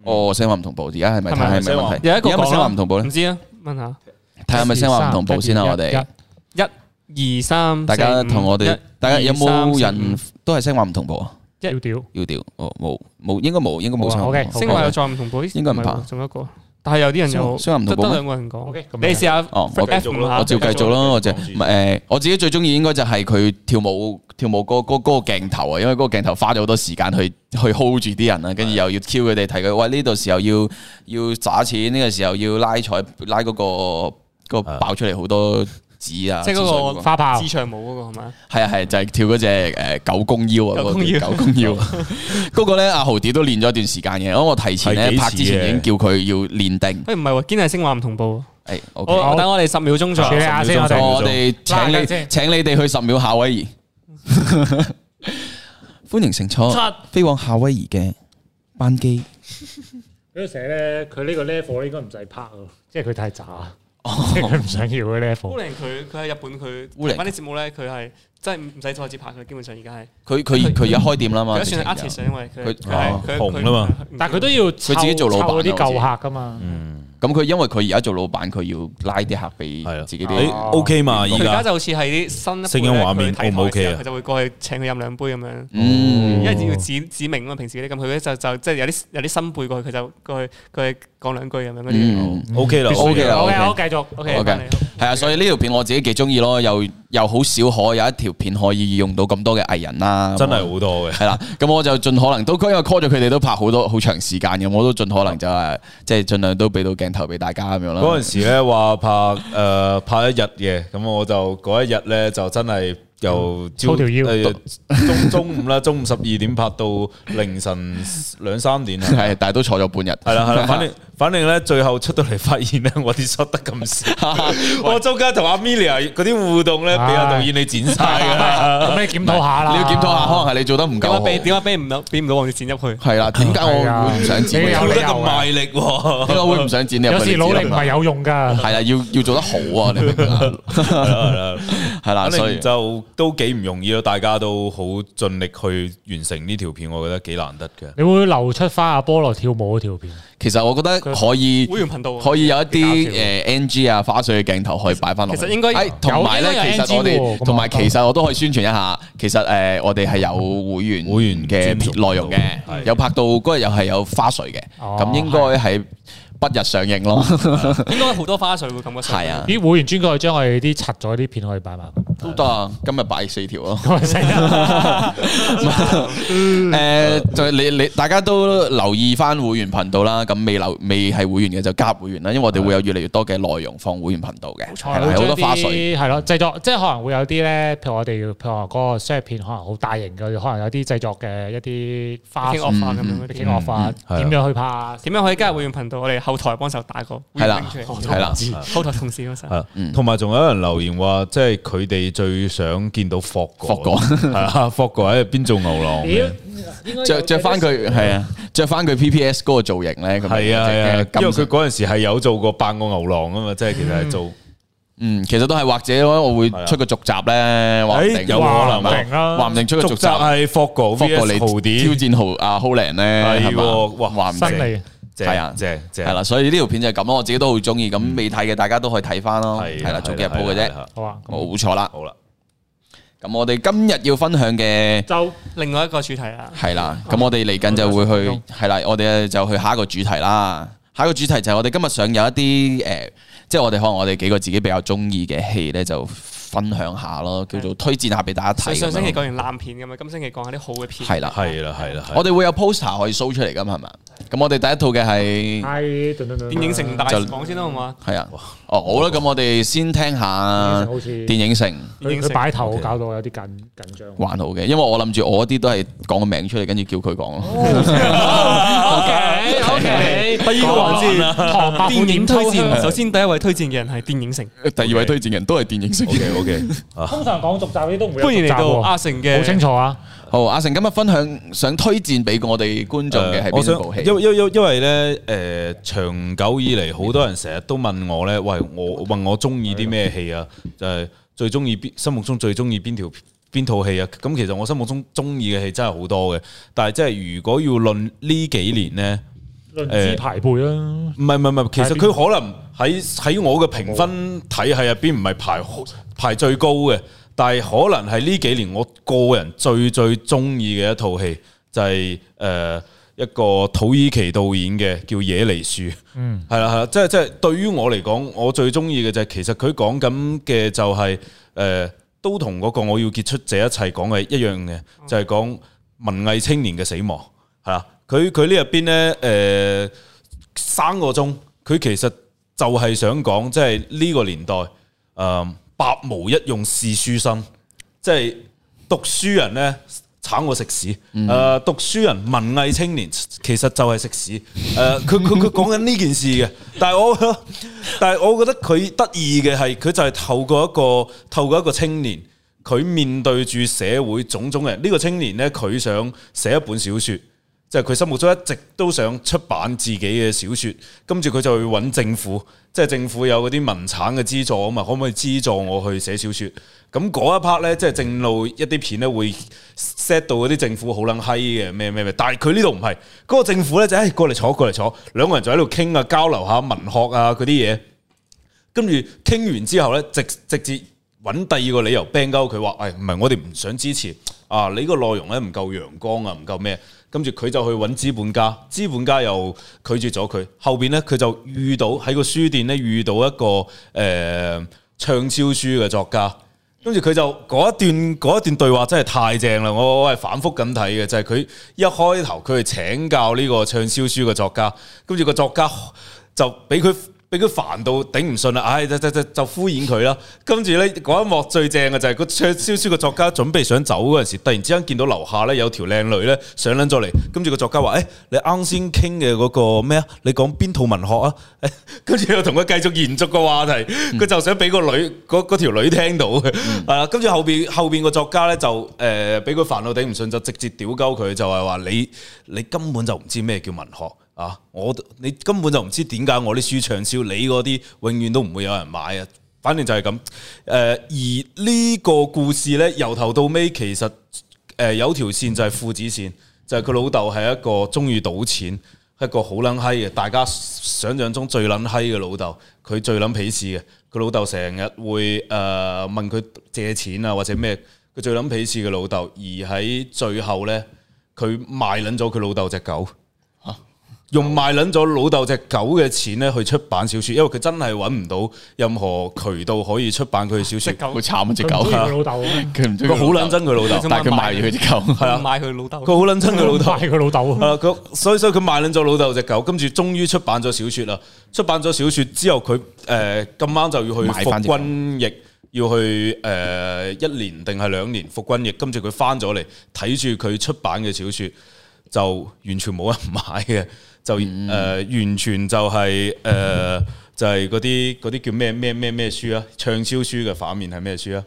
[SPEAKER 1] 哦，聲話唔同步，而家係咪睇
[SPEAKER 3] 係咪
[SPEAKER 1] 係咪問題？
[SPEAKER 3] 有一個
[SPEAKER 1] 而家咪
[SPEAKER 3] 講
[SPEAKER 1] 聲話
[SPEAKER 3] 啦
[SPEAKER 1] 唔同步咧
[SPEAKER 3] 唔？知啊，問下。
[SPEAKER 1] 睇下咪聲話唔同步先啦，我哋
[SPEAKER 3] 一、二、三，四
[SPEAKER 1] 大家
[SPEAKER 3] 五
[SPEAKER 1] 同我哋
[SPEAKER 3] 一，
[SPEAKER 1] 大家有冇
[SPEAKER 3] 二三
[SPEAKER 1] 人都係聲話唔同步啊？
[SPEAKER 4] 一要屌
[SPEAKER 1] 要調哦，冇冇，應該冇，應該冇
[SPEAKER 4] 冇啊
[SPEAKER 1] 聲話唔
[SPEAKER 4] OK，
[SPEAKER 1] 同步。
[SPEAKER 3] 星
[SPEAKER 4] 好
[SPEAKER 3] 華
[SPEAKER 4] 嘅
[SPEAKER 3] 有再唔同步，
[SPEAKER 1] 應該唔怕
[SPEAKER 3] 係喎仲有一個，但係有啲人又
[SPEAKER 1] 星華唔同
[SPEAKER 3] 得
[SPEAKER 1] 步
[SPEAKER 3] 得
[SPEAKER 1] 咩
[SPEAKER 3] 兩個人講。
[SPEAKER 4] OK，咁
[SPEAKER 3] 你試下
[SPEAKER 1] 哦我
[SPEAKER 3] F
[SPEAKER 2] 繼
[SPEAKER 3] 五
[SPEAKER 2] 續
[SPEAKER 3] 下，
[SPEAKER 2] 啦
[SPEAKER 1] 我照繼續啦，我就
[SPEAKER 2] 繼續
[SPEAKER 1] 唔誒，我自己最中意應該就係佢跳舞跳舞嗰嗰嗰個鏡頭啊，因為嗰個鏡頭花咗好多時間去去 hold 住啲人啊，跟住又要 Q 佢哋提佢，喂呢度時候要要耍錢，呢個時候要拉彩拉嗰個嗰個爆出嚟好多紙啊，
[SPEAKER 3] 即係嗰個
[SPEAKER 1] 紙碎
[SPEAKER 4] 花炮
[SPEAKER 3] 自唱舞嗰個係咪啊？
[SPEAKER 1] 係啊係，就係跳嗰只誒九公腰啊，
[SPEAKER 3] 九
[SPEAKER 1] 嗰個
[SPEAKER 3] 公
[SPEAKER 1] 叫
[SPEAKER 3] 腰
[SPEAKER 1] 九公腰，嗰個咧阿豪啲都練咗一段時間嘅，因為我提前
[SPEAKER 2] 係
[SPEAKER 1] 咧
[SPEAKER 2] 幾
[SPEAKER 1] 拍之前
[SPEAKER 2] 似嘅
[SPEAKER 1] 已經叫佢要練定，
[SPEAKER 3] 喂，唔係喎，堅係星華唔同步。
[SPEAKER 1] 誒
[SPEAKER 3] 我
[SPEAKER 1] OK，哦
[SPEAKER 3] 我等我哋十秒鐘左
[SPEAKER 4] 處理
[SPEAKER 3] 右。
[SPEAKER 4] 下先，
[SPEAKER 2] 十秒
[SPEAKER 4] 我
[SPEAKER 2] 鐘
[SPEAKER 1] 我
[SPEAKER 4] 哋
[SPEAKER 1] 哋請
[SPEAKER 4] 拉緊
[SPEAKER 1] 你
[SPEAKER 4] 先
[SPEAKER 1] 請你哋去十秒夏威夷， 歡迎乘坐
[SPEAKER 3] 七
[SPEAKER 1] 飛往夏威夷嘅班機，
[SPEAKER 4] 嗰個寫咧，佢呢個 level 應該唔使拍咯，即係佢太渣，即係佢唔想要嘅 level。
[SPEAKER 3] Ulan 佢佢喺日本佢
[SPEAKER 1] Ulan
[SPEAKER 3] 翻啲節目咧，佢係真係唔使再接拍佢，基本上而家係
[SPEAKER 1] 佢佢佢而家開店啦嘛，
[SPEAKER 3] 佢都算係
[SPEAKER 1] 直
[SPEAKER 3] artist，啊
[SPEAKER 1] 情
[SPEAKER 3] 因為佢
[SPEAKER 1] 佢
[SPEAKER 3] 佢係
[SPEAKER 2] 哦
[SPEAKER 3] 佢
[SPEAKER 2] 紅啦嘛，
[SPEAKER 4] 但係佢都要佢
[SPEAKER 1] 佢自己做老闆啊
[SPEAKER 4] 嗰啲
[SPEAKER 1] 好似
[SPEAKER 4] 舊客噶嘛，
[SPEAKER 1] 就咁佢因為佢而家做老闆，佢要拉啲客俾
[SPEAKER 2] 係啊
[SPEAKER 1] 自己
[SPEAKER 2] 你
[SPEAKER 1] 啲。
[SPEAKER 4] 哦
[SPEAKER 2] OK 嘛？而
[SPEAKER 3] 佢而家
[SPEAKER 2] 家
[SPEAKER 3] 就好似係啲新一輩
[SPEAKER 2] 聲音畫面
[SPEAKER 3] 咧佢睇
[SPEAKER 2] O 唔 OK
[SPEAKER 3] 台嘅時
[SPEAKER 2] 啊
[SPEAKER 3] 候佢就會過去請佢飲兩杯咁樣。
[SPEAKER 1] 嗯，
[SPEAKER 3] 因為只要指指明啊嘛，平時嗰啲咁，佢咧就就即係有啲有啲新輩過去，佢就過去過去講兩句咁樣嗰啲。
[SPEAKER 1] 嗯
[SPEAKER 2] OK 啦
[SPEAKER 1] OK 啦
[SPEAKER 4] O K，好繼續。O
[SPEAKER 3] OK，
[SPEAKER 1] 好嘅
[SPEAKER 3] 翻嚟
[SPEAKER 1] 係啊，所以呢條片我自己幾中意咯，又又好少可有一條片可以用到咁多嘅藝人啦，
[SPEAKER 2] 真係好多嘅。
[SPEAKER 1] 係啦，咁我就盡可能都因為 call 咗佢哋都拍好多好長時間嘅，我都盡可能就係即係盡量都俾到鏡頭俾大家咁樣啦。
[SPEAKER 2] 嗰陣時咧話拍誒拍一日嘅，咁我就嗰一日咧就真係由朝
[SPEAKER 4] 操條腰
[SPEAKER 2] 誒中中午啦，中午十二點拍到凌晨兩三點啊。
[SPEAKER 1] 系，但系都坐咗半日。
[SPEAKER 2] 系啦系 啦，反正反正咧，最後出到嚟發現咧， 我啲 shot 得咁少， 我中間同阿 Milia 嗰啲互動咧，俾阿導演你剪晒 㗎啦。
[SPEAKER 4] 咁你檢討下啦，
[SPEAKER 1] 你要檢討下，可能係你做得唔
[SPEAKER 3] 點
[SPEAKER 1] 夠
[SPEAKER 3] 解
[SPEAKER 1] 好。
[SPEAKER 3] 俾點解俾唔到俾唔到我哋剪入去？
[SPEAKER 1] 系啦，點解我會唔想剪？
[SPEAKER 4] 係
[SPEAKER 1] 點
[SPEAKER 4] 啊有
[SPEAKER 2] 跳
[SPEAKER 4] 理
[SPEAKER 2] 得
[SPEAKER 4] 由
[SPEAKER 2] 咁
[SPEAKER 4] 啊
[SPEAKER 2] 賣力喎，
[SPEAKER 1] 解會唔想剪？你入
[SPEAKER 4] 有
[SPEAKER 1] 去
[SPEAKER 4] 時
[SPEAKER 1] 你
[SPEAKER 4] 努
[SPEAKER 1] 知
[SPEAKER 4] 力唔係
[SPEAKER 1] 啦
[SPEAKER 4] 有用㗎。
[SPEAKER 1] 係啦，要要做得好啊！你明唔明啊？ 係啦，
[SPEAKER 2] 反
[SPEAKER 1] 所
[SPEAKER 2] 正
[SPEAKER 1] 以
[SPEAKER 2] 就都幾唔容易咯，大家都好盡力去完成呢條片，我覺得幾難得嘅。
[SPEAKER 4] 你會流出翻阿菠蘿跳舞嗰條片？
[SPEAKER 1] 其實我覺得可以
[SPEAKER 3] 會員頻道啊
[SPEAKER 1] 可以有一啲
[SPEAKER 4] 搞笑
[SPEAKER 1] 誒 NG 啊花絮嘅鏡頭可以擺翻落去。
[SPEAKER 3] 其實應該
[SPEAKER 1] 哎同埋咧，
[SPEAKER 4] 有
[SPEAKER 1] 其實我
[SPEAKER 4] 應該有 NG
[SPEAKER 1] 哋
[SPEAKER 4] 喎
[SPEAKER 1] 同埋
[SPEAKER 4] 咁啊
[SPEAKER 1] 其實我都可以宣傳一下，其實誒我哋係有會員
[SPEAKER 2] 會員
[SPEAKER 1] 嘅
[SPEAKER 2] 專屬
[SPEAKER 1] 內容嘅，
[SPEAKER 2] 係
[SPEAKER 1] 有拍到嗰日又係有花絮嘅，
[SPEAKER 4] 哦
[SPEAKER 1] 咁應該係不日上映咯。
[SPEAKER 3] 應該好多花絮會咁嘅。
[SPEAKER 1] 係啊，
[SPEAKER 4] 啲會員專區將我哋啲拆咗啲片可以擺埋佢。
[SPEAKER 1] 都得啊，今日擺四條咯。
[SPEAKER 4] 咁啊 死啦！
[SPEAKER 1] 誒，就係你你大家都留意翻會員頻道啦。咁未留未係會員嘅就加入會員啦，因為我哋會有越嚟越多嘅內容放會員頻道嘅，係啦，有好多花絮。
[SPEAKER 4] 係咯，製作即係可能會有啲咧，譬如我哋譬如話嗰個商業片可能好大型嘅，可能有啲製作嘅一啲花
[SPEAKER 3] 傾
[SPEAKER 4] 絮、
[SPEAKER 3] 惡化咁樣嗰啲
[SPEAKER 4] 傾樂法，
[SPEAKER 2] 嗯
[SPEAKER 4] 點樣去拍？
[SPEAKER 3] 點樣可以加入會員頻道？我哋後台幫手打個
[SPEAKER 2] 哦
[SPEAKER 3] 會
[SPEAKER 1] 係
[SPEAKER 3] 員
[SPEAKER 1] 啦
[SPEAKER 3] link 出嚟
[SPEAKER 1] 係啦
[SPEAKER 4] 嗯
[SPEAKER 3] 後台同事嗰陣
[SPEAKER 2] 係啦，同埋仲有人留言話，即係佢哋你最想見到霍哥？
[SPEAKER 1] 霍哥
[SPEAKER 2] 係啊，霍哥喺邊做牛郎嘅？
[SPEAKER 4] 屌，
[SPEAKER 1] 着着翻佢系啊，着翻佢 PPS 嗰個造型咧，咁樣
[SPEAKER 2] 係啊
[SPEAKER 1] 即
[SPEAKER 2] 係
[SPEAKER 1] 係
[SPEAKER 2] 啊，
[SPEAKER 1] 金
[SPEAKER 2] 因為佢嗰陣時係有做過扮過牛郎啊嘛，即係其實係做
[SPEAKER 1] 嗯，其實都係或者我會出個續集咧，話唔定
[SPEAKER 2] 啊誒有可能
[SPEAKER 1] 係嘛
[SPEAKER 4] 喎
[SPEAKER 1] 話唔定出個續
[SPEAKER 2] 續集
[SPEAKER 1] 集，
[SPEAKER 2] 係霍哥
[SPEAKER 1] 霍過
[SPEAKER 2] VS
[SPEAKER 1] 你挑
[SPEAKER 2] 豪啲，
[SPEAKER 1] 戰豪阿 Holland 咧，
[SPEAKER 2] 係
[SPEAKER 1] 係嘛
[SPEAKER 2] 喎哇
[SPEAKER 1] 話唔
[SPEAKER 4] 犀
[SPEAKER 1] 定
[SPEAKER 4] 利，
[SPEAKER 2] 正
[SPEAKER 1] 係啊
[SPEAKER 2] 正正
[SPEAKER 1] 係啦，所以呢條片就係咁咯，我自己都好中意，咁未睇嘅大家都可以睇翻咯，係啦，早幾日鋪嘅啫，
[SPEAKER 2] 啊係啦
[SPEAKER 4] 好啊，
[SPEAKER 1] 冇錯啦。
[SPEAKER 2] 好啦，
[SPEAKER 1] 咁我哋今日要分享嘅
[SPEAKER 4] 就
[SPEAKER 3] 另外一個主題啦，
[SPEAKER 1] 係啦，咁我哋嚟緊就
[SPEAKER 3] 哦
[SPEAKER 1] 會去係啦，我哋就去下一個主題啦。下一個主題就係我哋今日想有一啲誒、呃即係我哋可能我哋幾個自己比較中意嘅戲咧，就分享下咯，叫做推薦下俾大家睇
[SPEAKER 3] 上
[SPEAKER 1] 咁樣咯。
[SPEAKER 3] 上星期講完爛片咁嘛，今星期講下啲好嘅片。
[SPEAKER 1] 係啦
[SPEAKER 2] 係啦係啦，係啦
[SPEAKER 1] 我哋會有 poster 可以 show 出嚟噶嘛，係嘛？咁我哋第一套嘅係
[SPEAKER 4] 係
[SPEAKER 3] 電影城大
[SPEAKER 1] 就
[SPEAKER 3] 講先啦，好唔好 啊？
[SPEAKER 1] 係啊，哦好啦，咁我哋先聽下
[SPEAKER 4] 好似
[SPEAKER 1] 電影城
[SPEAKER 3] 電影
[SPEAKER 4] 佢
[SPEAKER 3] 城
[SPEAKER 4] 佢擺頭搞到我有啲緊緊張。
[SPEAKER 1] 還好嘅，因為我諗住我啲都係講個名出嚟，跟住叫佢講咯。
[SPEAKER 3] 哦
[SPEAKER 4] OK OK，
[SPEAKER 3] 第二個環節，
[SPEAKER 4] 唐伯虎
[SPEAKER 3] 電影
[SPEAKER 4] 點
[SPEAKER 3] 推
[SPEAKER 4] 推
[SPEAKER 3] 薦。
[SPEAKER 4] 薦？
[SPEAKER 3] 首先第一位推薦嘅人係電影城，
[SPEAKER 1] 第二位推薦人都係電影城。
[SPEAKER 2] OK OK，
[SPEAKER 4] 通常講續集呢都唔會有
[SPEAKER 3] 歡迎
[SPEAKER 4] 續
[SPEAKER 3] 嚟
[SPEAKER 4] 集
[SPEAKER 3] 到阿
[SPEAKER 4] 喎。
[SPEAKER 3] 成嘅。
[SPEAKER 4] 好清楚啊！
[SPEAKER 1] 好，阿成今日分享想推薦俾我哋觀眾嘅係
[SPEAKER 2] 呃我
[SPEAKER 1] 邊
[SPEAKER 2] 想
[SPEAKER 1] 一部戲？
[SPEAKER 2] 因為因為因為因為咧，誒、長久以嚟，好多人成日都問我咧，喂，我問我中意啲咩戲啊？就係、最中意邊心目中最中意邊條邊套戲啊？咁其實我心目中中意嘅戲真係好多嘅，但係即係如果要論呢幾年咧，
[SPEAKER 4] 論資排輩啊啦，
[SPEAKER 2] 唔係唔係唔係，其實佢可能喺喺我嘅評分體系入邊唔係排排最高嘅，但係可能係呢幾年我個人最最中意嘅一套戲就係、呃一個土耳其導演嘅叫野梨樹，嗯，係啦係啦，即係即係對於我嚟講，我最中意嘅就係其實佢講緊嘅就係、呃都同嗰個我要結束這一切講嘅一樣嘅，就係、講文藝青年嘅死亡，係啦，佢佢呢入邊呢。誒、呃三個鐘，佢其實就係想講，即係呢個年代，誒、百無一用是書生，即係讀書人呢，慘過食屎。誒、呃讀書人文藝青年其實就係食屎。誒、佢佢佢講緊呢件事嘅，但係我但係我覺得佢得意嘅係，佢就係透過一個透過一個青年。佢面對住社會種種嘅人，呢、個青年呢，佢想寫一本小説，即係佢心目中一直都想出版自己嘅小説，跟住佢就去揾政府，即係政府有嗰啲文產嘅資助啊嘛，可唔可以資助我去寫小説？咁嗰一 part 呢，即係正路一啲片呢會 set 到嗰啲政府好撚閪嘅咩咩咩，但係佢呢度唔係，嗰、個政府呢，就誒、哎、過嚟坐過嚟坐，兩個人就喺度傾啊交流下文學啊嗰啲嘢。跟住傾完之後呢，直直接揾第二個理由 ban 鳩佢話，誒唔係我哋唔想支持啊！你個內容呢唔夠陽光啊，唔夠咩？跟住佢就去揾資本家，資本家又拒絕咗佢。後邊呢，佢就遇到喺個書店呢遇到一個誒、呃、暢銷書嘅作家。跟住佢就嗰一段嗰一段對話真係太正啦！我我係反覆咁睇嘅，就係、佢一開頭佢係請教呢個暢銷書嘅作家，跟住個作家 就俾佢俾佢煩到頂唔順啦，唉、就就就就敷衍佢啦。跟住呢，嗰一幕最正嘅就係個暢銷書嘅作家準備想走嗰陣時，突然之間見到樓下呢有條靚女呢上撚咗嚟，跟住個作家話：，誒、你啱先傾嘅嗰個咩啊？你講邊套文學啊？ 跟住又同佢繼續延續個話題，佢就想俾個女嗰嗰條女聽到嘅， 係啦。跟住後邊後邊個作家咧就誒俾佢煩到頂唔順，就直接屌鳩佢，就係話你你根本就唔知咩叫文學啊！我你根本就唔知點解我啲書暢銷，你嗰啲永遠都唔會有人買啊！反正就係咁誒，呃而呢個故事咧由頭到尾其實。誒、呃有條線就係父子線，就係佢老豆係一個中意賭錢，一個好撚閪嘅，大家想象中最撚閪嘅老豆，佢最撚鄙視嘅。佢老豆成日會誒、呃、問佢借錢啊或者咩，佢最撚鄙視嘅老豆。而喺最後呢，佢賣撚咗佢老豆隻狗。
[SPEAKER 1] 啊
[SPEAKER 2] 用賣撚咗老豆隻狗嘅錢咧去出版小説，因為佢真係揾唔到任何渠道可以出版佢嘅小説。
[SPEAKER 1] 好慘啊！只
[SPEAKER 4] 佢唔中意佢
[SPEAKER 1] 狗，
[SPEAKER 4] 老豆啊，
[SPEAKER 1] 佢唔中意
[SPEAKER 2] 佢好撚憎佢老豆，
[SPEAKER 1] 但係佢賣咗佢隻狗。
[SPEAKER 2] 係啊
[SPEAKER 3] 買佢老豆。
[SPEAKER 2] 佢好撚憎佢老豆
[SPEAKER 4] 大。佢老豆
[SPEAKER 2] 係
[SPEAKER 4] 啊。
[SPEAKER 2] 啦，佢所以所以佢賣撚咗老豆隻狗，跟住終於出版咗小説啦。出版咗小説之後，佢誒咁啱就要
[SPEAKER 1] 買
[SPEAKER 2] 去服
[SPEAKER 1] 返隻狗
[SPEAKER 2] 軍役，要去誒、呃一年定係兩年服軍役，跟住佢翻咗嚟睇住佢出版嘅小説，就完全冇人買嘅，就誒、呃完全就係、呃誒、就係嗰啲嗰啲叫咩咩咩咩書啊，暢銷書嘅反面係咩書啊？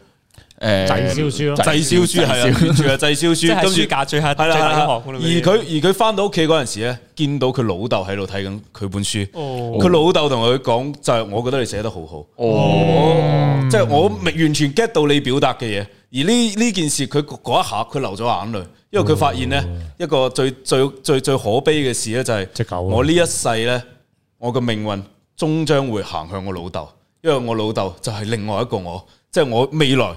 [SPEAKER 1] 诶，
[SPEAKER 4] 滯銷書咯
[SPEAKER 2] 滯銷書係啊，
[SPEAKER 1] 滯銷
[SPEAKER 2] 完全係滯銷
[SPEAKER 3] 即係
[SPEAKER 2] 書，跟住
[SPEAKER 3] 暑假最後
[SPEAKER 2] 係啦
[SPEAKER 3] 最後一
[SPEAKER 2] 係啦
[SPEAKER 3] 行嗰
[SPEAKER 2] 而
[SPEAKER 3] 度
[SPEAKER 2] 佢而佢翻到屋企嗰陣時咧，見到佢老豆喺度睇緊佢本書，
[SPEAKER 3] 哦
[SPEAKER 2] 佢老豆同佢講就係我覺得你寫得好好，
[SPEAKER 1] 哦，
[SPEAKER 2] 即係我明完全 get 到你表達嘅嘢。而呢呢件事佢嗰嗰一下佢流咗眼淚，因為佢發現咧一個最最最最可悲嘅事咧就
[SPEAKER 4] 隻
[SPEAKER 2] 係
[SPEAKER 4] 狗啊
[SPEAKER 2] 我呢一世咧，我嘅命運終將會行向我老豆，因為我老豆就係另外一個我，即係我未來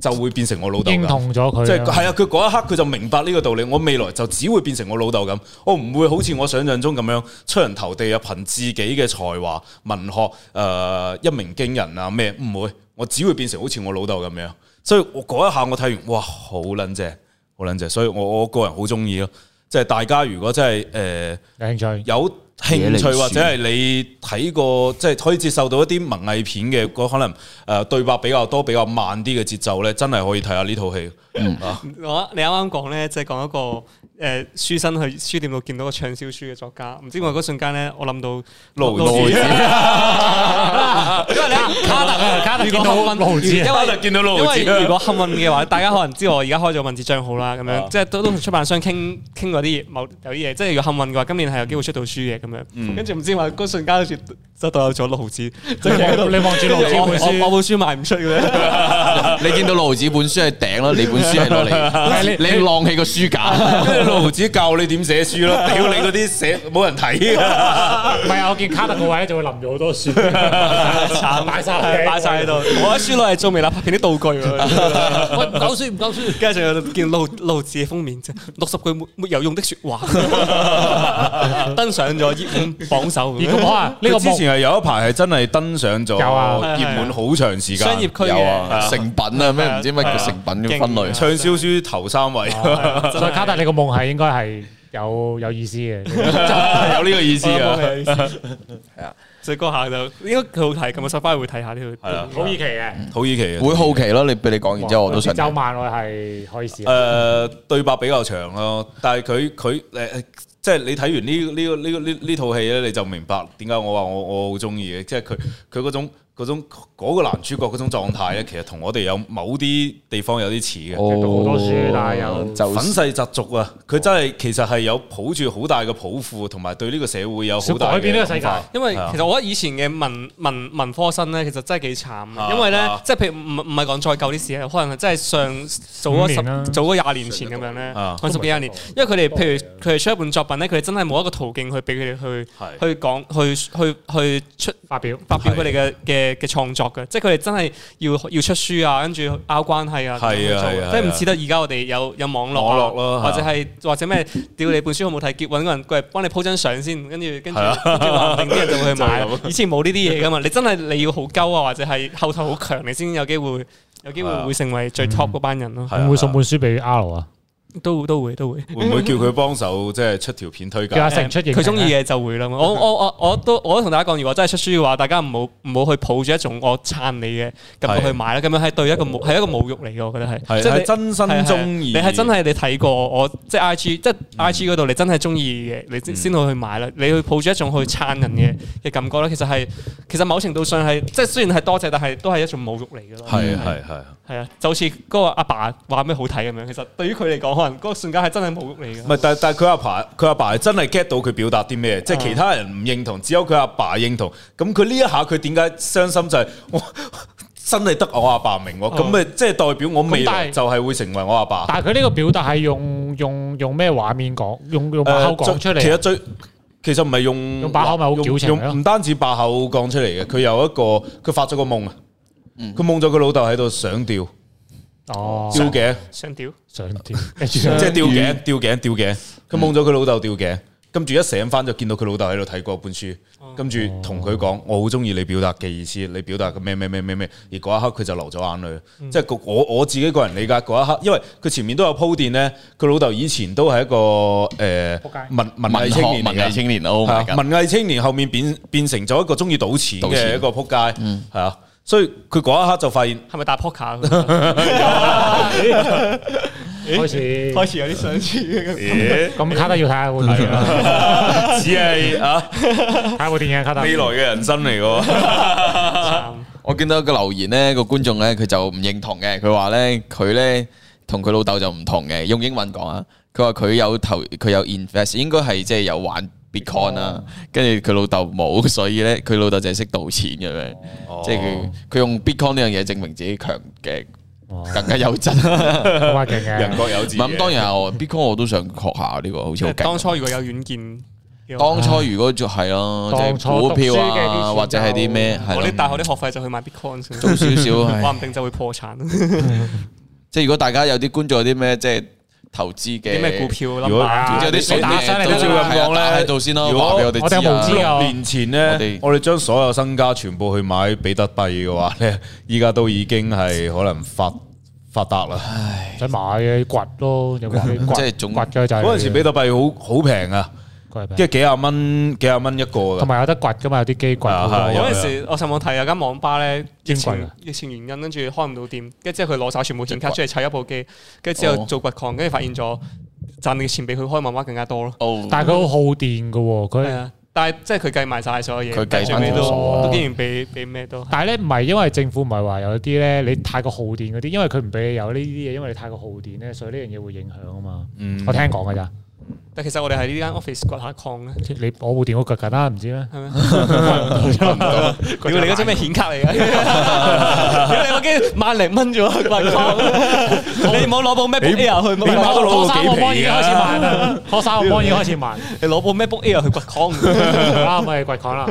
[SPEAKER 2] 就會變成我老豆㗎。
[SPEAKER 4] 認同咗佢啊，
[SPEAKER 2] 即係係啊！佢嗰一刻佢就明白呢個道理，我未來就只會變成我老豆咁，我唔會好似我想象中咁樣出人頭地啊，憑自己嘅才華、文學誒、呃一鳴驚人啊咩，唔會，我只會變成好似我老豆咁樣。所以我嗰一下我睇完，哇，好撚正，好撚正，所以我我個人好中意咯。即係大家如果真係誒。呃
[SPEAKER 4] 有興趣。
[SPEAKER 2] 有興趣或者係你睇過，即係可以接受到一啲文藝片嘅，嗰可能誒、呃、對白比較多、比較慢啲嘅節奏咧，真係可以睇下呢套戲。啊
[SPEAKER 3] 我你啱啱講咧，即係講一個誒、呃、書生去書店度見到個暢銷書嘅作家，唔知我嗰瞬間咧，我諗到
[SPEAKER 2] 勞
[SPEAKER 3] 勞
[SPEAKER 2] 子，
[SPEAKER 3] 因為你卡特卡特見到
[SPEAKER 4] 勞子
[SPEAKER 3] 因
[SPEAKER 2] 卡
[SPEAKER 3] 為
[SPEAKER 2] 特見到勞子
[SPEAKER 3] 因為如果幸運嘅話，大家可能知我而家開咗文字帳號啦，咁樣即係都都同出版商傾傾過啲嘢，某有啲嘢，即係如果幸運嘅話，今年係有機會出到書嘅咁樣。跟住唔知話嗰瞬間好似就到有咗勞子，就喺度
[SPEAKER 4] 你望住勞子
[SPEAKER 3] 我
[SPEAKER 4] 本書
[SPEAKER 3] 我我本書賣唔出嘅咧，
[SPEAKER 2] 啊
[SPEAKER 1] 你見到盧子本書係頂咯，你本書係 攞嚟，你晾起個書架。
[SPEAKER 2] 跟住勞子教你點寫書咯，屌你嗰啲寫冇人睇啊！
[SPEAKER 4] 唔係啊，我見卡特個位咧就會淋住好 多書，
[SPEAKER 3] 慘
[SPEAKER 4] 擺晒
[SPEAKER 3] 擺晒喺度。我啲書攞嚟做微辣拍片啲道具喎。
[SPEAKER 4] 喂，唔夠書唔夠書。
[SPEAKER 3] 跟住仲有見路路字嘅封面啫，六十句沒沒有用的説話，登上咗熱門榜首。
[SPEAKER 4] 而個網啊，呢個
[SPEAKER 2] 佢之
[SPEAKER 4] 網
[SPEAKER 2] 前係有一排係真係登上咗
[SPEAKER 4] 有啊
[SPEAKER 2] 熱門好長時間，
[SPEAKER 3] 商業區
[SPEAKER 1] 有
[SPEAKER 3] 嘅
[SPEAKER 1] 啊，成品啊，咩唔知乜叫成品嘅分類。
[SPEAKER 2] 暢銷書頭三位，
[SPEAKER 4] 所以卡特你個夢係應該係有有意思 嘅。
[SPEAKER 2] 有呢個 意思啊！
[SPEAKER 3] 係啊，最嗰下就應該佢好睇咁，我收翻去會睇下呢個。
[SPEAKER 2] 係啊
[SPEAKER 4] 土耳其嘅，
[SPEAKER 2] 土耳其嘅
[SPEAKER 1] 會好奇咯，你俾你講完之後，我都想
[SPEAKER 4] 節奏慢，我係可以
[SPEAKER 2] 誒、
[SPEAKER 4] 試下。
[SPEAKER 2] 對白比較長咯，但係佢佢誒，即係你睇完呢呢個呢個呢呢套戲咧，你就明白點解我話我我好中意嘅，即係佢佢嗰種嗰種嗰個男主角嗰種狀態咧，其實同我哋有某啲地方有啲似嘅。
[SPEAKER 1] 哦
[SPEAKER 4] 讀好多書但係又
[SPEAKER 1] 就
[SPEAKER 2] 粉世習俗啊，佢真係其實係有抱住好大嘅抱負，同埋對呢個社會有好大
[SPEAKER 4] 想改變呢個世界
[SPEAKER 2] 嘅諗法
[SPEAKER 3] 因為
[SPEAKER 2] 係啊
[SPEAKER 3] 其實我覺得以前嘅文文文科生咧，其實真係幾慘
[SPEAKER 2] 啊
[SPEAKER 3] 嘅，因為咧
[SPEAKER 2] 啊，
[SPEAKER 3] 即係譬如唔唔係講再舊啲事咧，可能係真係上早咗
[SPEAKER 4] 五年啦哦
[SPEAKER 3] 十早咗廿年前咁樣咧
[SPEAKER 2] 啊，
[SPEAKER 3] 講十幾廿年，因為佢哋譬如佢哋出一本作品咧，佢哋真係冇一個途徑去俾佢哋去
[SPEAKER 2] 係
[SPEAKER 3] 去講去去去出
[SPEAKER 4] 發表
[SPEAKER 3] 發表佢哋嘅嘅嘅創作嘅，即係佢哋真係要要出書啊，跟住拗關係啊，
[SPEAKER 2] 係啊
[SPEAKER 3] 咁樣做
[SPEAKER 2] 係啊
[SPEAKER 3] 即係
[SPEAKER 2] 係
[SPEAKER 3] 唔
[SPEAKER 2] 啊
[SPEAKER 3] 似得而家我哋有有網絡啊
[SPEAKER 2] 網絡咯
[SPEAKER 3] 或
[SPEAKER 2] 係啊
[SPEAKER 3] 者係或者咩屌你本書好冇睇，結揾個人過嚟幫你鋪張相先，跟住跟住
[SPEAKER 2] 係啊
[SPEAKER 3] 跟住話定啲人就會去買 啊
[SPEAKER 2] 就係。咁
[SPEAKER 3] 以前冇呢啲嘢噶嘛，你真係你要好鳩啊，或者係後頭好強，你先有機會有機
[SPEAKER 2] 係啊
[SPEAKER 3] 會會成為最 top 嗰班人咯，
[SPEAKER 2] 係啊
[SPEAKER 4] 會唔會送本書俾 R 啊？
[SPEAKER 3] 都都會都會。
[SPEAKER 2] 會唔會叫佢幫手即係出啊條片推介
[SPEAKER 4] 叫？阿成出現。
[SPEAKER 3] 佢中意嘅就會啦。我我我我都我都同大家講，如果真係出書嘅話，大家唔好唔好去抱住一種我撐你嘅咁去買啦。咁樣係對一個侮係一個侮辱嚟嘅，我覺得係。
[SPEAKER 2] 哦係
[SPEAKER 3] 即係
[SPEAKER 2] 係
[SPEAKER 3] 你
[SPEAKER 2] 真心中意，
[SPEAKER 3] 係係你係真係你睇過我即係 I G 即係 I G 嗰度，你真係中意嘅，你
[SPEAKER 2] 嗯
[SPEAKER 3] 先先去去買啦。你去抱住一種去撐人嘅嘅感覺咧，其實係其實某程度上係即係雖然係多謝，但係都係一種侮辱嚟嘅咯。
[SPEAKER 2] 係係係
[SPEAKER 3] 係啊，就好似嗰個阿爸話咩好睇咁樣，其實對於佢嚟講，可能嗰個瞬間係真係侮辱你嘅
[SPEAKER 2] 唔。係，但但佢阿爸佢阿爸係真係 get 到佢表達啲咩，即係其他人唔認同，只有佢阿爸認同。咁佢呢一下佢點解傷心就係我真係得我阿爸明喎，咁咪即係代表我未來
[SPEAKER 4] 咁但係
[SPEAKER 2] 就係會成為我阿爸。
[SPEAKER 4] 但係佢呢個表達係用用用咩畫面講？用用把口講出
[SPEAKER 2] 呃誒最其實
[SPEAKER 4] 嚟。啊
[SPEAKER 2] 最其實唔係用
[SPEAKER 4] 用把口咪好矯情
[SPEAKER 2] 用
[SPEAKER 4] 咯
[SPEAKER 2] 用唔單止把口講出嚟嘅，佢有一個佢發咗個夢啊，佢夢咗佢老豆喺度上吊
[SPEAKER 4] 哦，
[SPEAKER 2] 吊頸。
[SPEAKER 3] 想屌，
[SPEAKER 4] 上吊，跟住呢
[SPEAKER 2] 即係吊頸、吊頸、吊頸。佢夢咗佢老豆吊頸，跟住一醒翻就見到佢老豆喺度睇嗰本書，
[SPEAKER 4] 哦
[SPEAKER 2] 跟住同佢講：我好中意你表達嘅意思，你表達嘅咩咩咩咩咩。而嗰一刻佢就流咗眼
[SPEAKER 4] 嗯
[SPEAKER 2] 淚，即係個我我自己個人理解嗰一刻，因為佢前面都有鋪墊呢。佢老豆以前都係一個誒
[SPEAKER 4] 仆街
[SPEAKER 2] 文文藝
[SPEAKER 1] 文
[SPEAKER 2] 青
[SPEAKER 1] 學
[SPEAKER 2] 年
[SPEAKER 1] 文
[SPEAKER 2] 嚟
[SPEAKER 1] 藝
[SPEAKER 2] 嘅。
[SPEAKER 1] 青年，Oh
[SPEAKER 2] 係
[SPEAKER 1] my
[SPEAKER 2] 啊
[SPEAKER 1] god！
[SPEAKER 2] 文藝青年後面變變成咗一個中意賭錢
[SPEAKER 1] 賭錢
[SPEAKER 2] 嘅一個撲街，係啊，所以佢嗰一刻就發現
[SPEAKER 3] 係咪 打 poker？啊
[SPEAKER 4] 開始
[SPEAKER 3] 開始有啲相似 嘅。
[SPEAKER 4] 咁卡特要睇下會點 樣，
[SPEAKER 2] 只係啊
[SPEAKER 4] 睇下部電影卡特。
[SPEAKER 2] 未來嘅人生嚟嘅喎。
[SPEAKER 3] 慘
[SPEAKER 1] 我見到一個留言咧，個觀眾咧佢就唔認同嘅，佢話咧佢咧同佢老豆就唔同嘅，用英文講啊，佢話佢有投佢有 invest，應該係即係有玩 bitcoin 啦，跟住佢老豆冇，所以咧佢老豆就係識賭錢咁樣，
[SPEAKER 2] 哦
[SPEAKER 1] 即係佢佢用 bitcoin 呢樣嘢證明自己強嘅，更加有真。唔
[SPEAKER 4] 好啊，勁嘅
[SPEAKER 2] 人。各有志。
[SPEAKER 1] 係咁當然係我 bitcoin 我都想學下呢個，好似好勁。
[SPEAKER 3] 當初如果有軟件嘅話，
[SPEAKER 1] 當初如果就係咯，即
[SPEAKER 4] 當初
[SPEAKER 1] 係股票
[SPEAKER 4] 讀書嘅啲
[SPEAKER 1] 啊，
[SPEAKER 4] 錢
[SPEAKER 1] 或者係啲咩係
[SPEAKER 3] 我
[SPEAKER 1] 咯
[SPEAKER 3] 啲，大學啲學費就去買 bitcoin 先，
[SPEAKER 1] 做少少係。
[SPEAKER 3] 話唔定就會 破產。
[SPEAKER 1] 即係如果大家有啲觀眾有啲咩即係投資嘅
[SPEAKER 3] 啲咩股票啦，
[SPEAKER 2] 如果
[SPEAKER 4] 啊
[SPEAKER 1] 總之有啲
[SPEAKER 4] 你打上嚟
[SPEAKER 1] 都
[SPEAKER 4] 得啦
[SPEAKER 1] 照咁講咧，啊喺度先咯，
[SPEAKER 2] 如果
[SPEAKER 1] 話俾我哋
[SPEAKER 4] 我哋
[SPEAKER 1] 知
[SPEAKER 4] 無知
[SPEAKER 1] 啊。
[SPEAKER 4] 啊
[SPEAKER 2] 六年前
[SPEAKER 1] 我
[SPEAKER 2] 呢
[SPEAKER 1] 哋，
[SPEAKER 2] 我哋將所有身家全部去買比特幣嘅話咧， 依家都已經係可能發發達啦。
[SPEAKER 4] 唔使買嘅，掘咯，有冇？
[SPEAKER 1] 即係
[SPEAKER 4] 掘
[SPEAKER 1] 總
[SPEAKER 4] 嘅就係
[SPEAKER 2] 嗰陣時比特幣好好平啊，
[SPEAKER 4] 掘
[SPEAKER 2] 即係幾廿蚊幾廿蚊一個
[SPEAKER 4] 同
[SPEAKER 2] 嘅。
[SPEAKER 4] 埋有得掘噶嘛，有啲機掘
[SPEAKER 2] 啊
[SPEAKER 4] 好
[SPEAKER 2] 係有
[SPEAKER 4] 多。
[SPEAKER 3] 嗰陣時我上網睇有啊間網吧咧，疫
[SPEAKER 4] 專櫃
[SPEAKER 3] 情
[SPEAKER 4] 啊
[SPEAKER 3] 疫情原因跟住開唔到店，跟住之後佢攞晒全部顯卡出嚟砌一部機，跟住之後
[SPEAKER 1] 哦
[SPEAKER 3] 做掘礦，跟住發現咗賺嘅錢比佢開網吧更加多咯。
[SPEAKER 1] 哦，
[SPEAKER 4] 但係佢好耗電噶喎，
[SPEAKER 3] 係
[SPEAKER 4] 佢
[SPEAKER 3] 啊，但係即係佢計埋晒所有
[SPEAKER 1] 嗯
[SPEAKER 3] 嘢，
[SPEAKER 1] 佢計
[SPEAKER 3] 計最尾
[SPEAKER 1] 翻
[SPEAKER 3] 都
[SPEAKER 1] 條數
[SPEAKER 4] 啊
[SPEAKER 3] 都竟然俾俾咩都係。
[SPEAKER 4] 但係咧唔係因為政府唔係話有啲咧，你太過耗電嗰啲，因為佢唔俾你有呢啲嘢，因為你太過耗電咧，所以呢樣嘢會影響啊嘛。
[SPEAKER 2] 嗯
[SPEAKER 4] 我聽講㗎咋，
[SPEAKER 3] 但其實我哋喺呢間 office 掘下礦咧，
[SPEAKER 4] 你我部電腦掘緊啦，唔知咩？
[SPEAKER 3] 係咩？屌你嗰張咩顯卡 嚟嘅？屌你部機萬零蚊啫喎，掘礦！你唔好攞部 MacBook Air 去，
[SPEAKER 2] 你買個腦
[SPEAKER 4] 我
[SPEAKER 2] 部幾
[SPEAKER 4] 三個 mon 已經
[SPEAKER 2] 皮
[SPEAKER 4] 開始慢
[SPEAKER 2] 㗎？
[SPEAKER 4] 啦，我三個 mon 已經 開始慢，
[SPEAKER 3] 你攞部 MacBook Air 去掘礦。
[SPEAKER 4] 啱咪掘礦啦。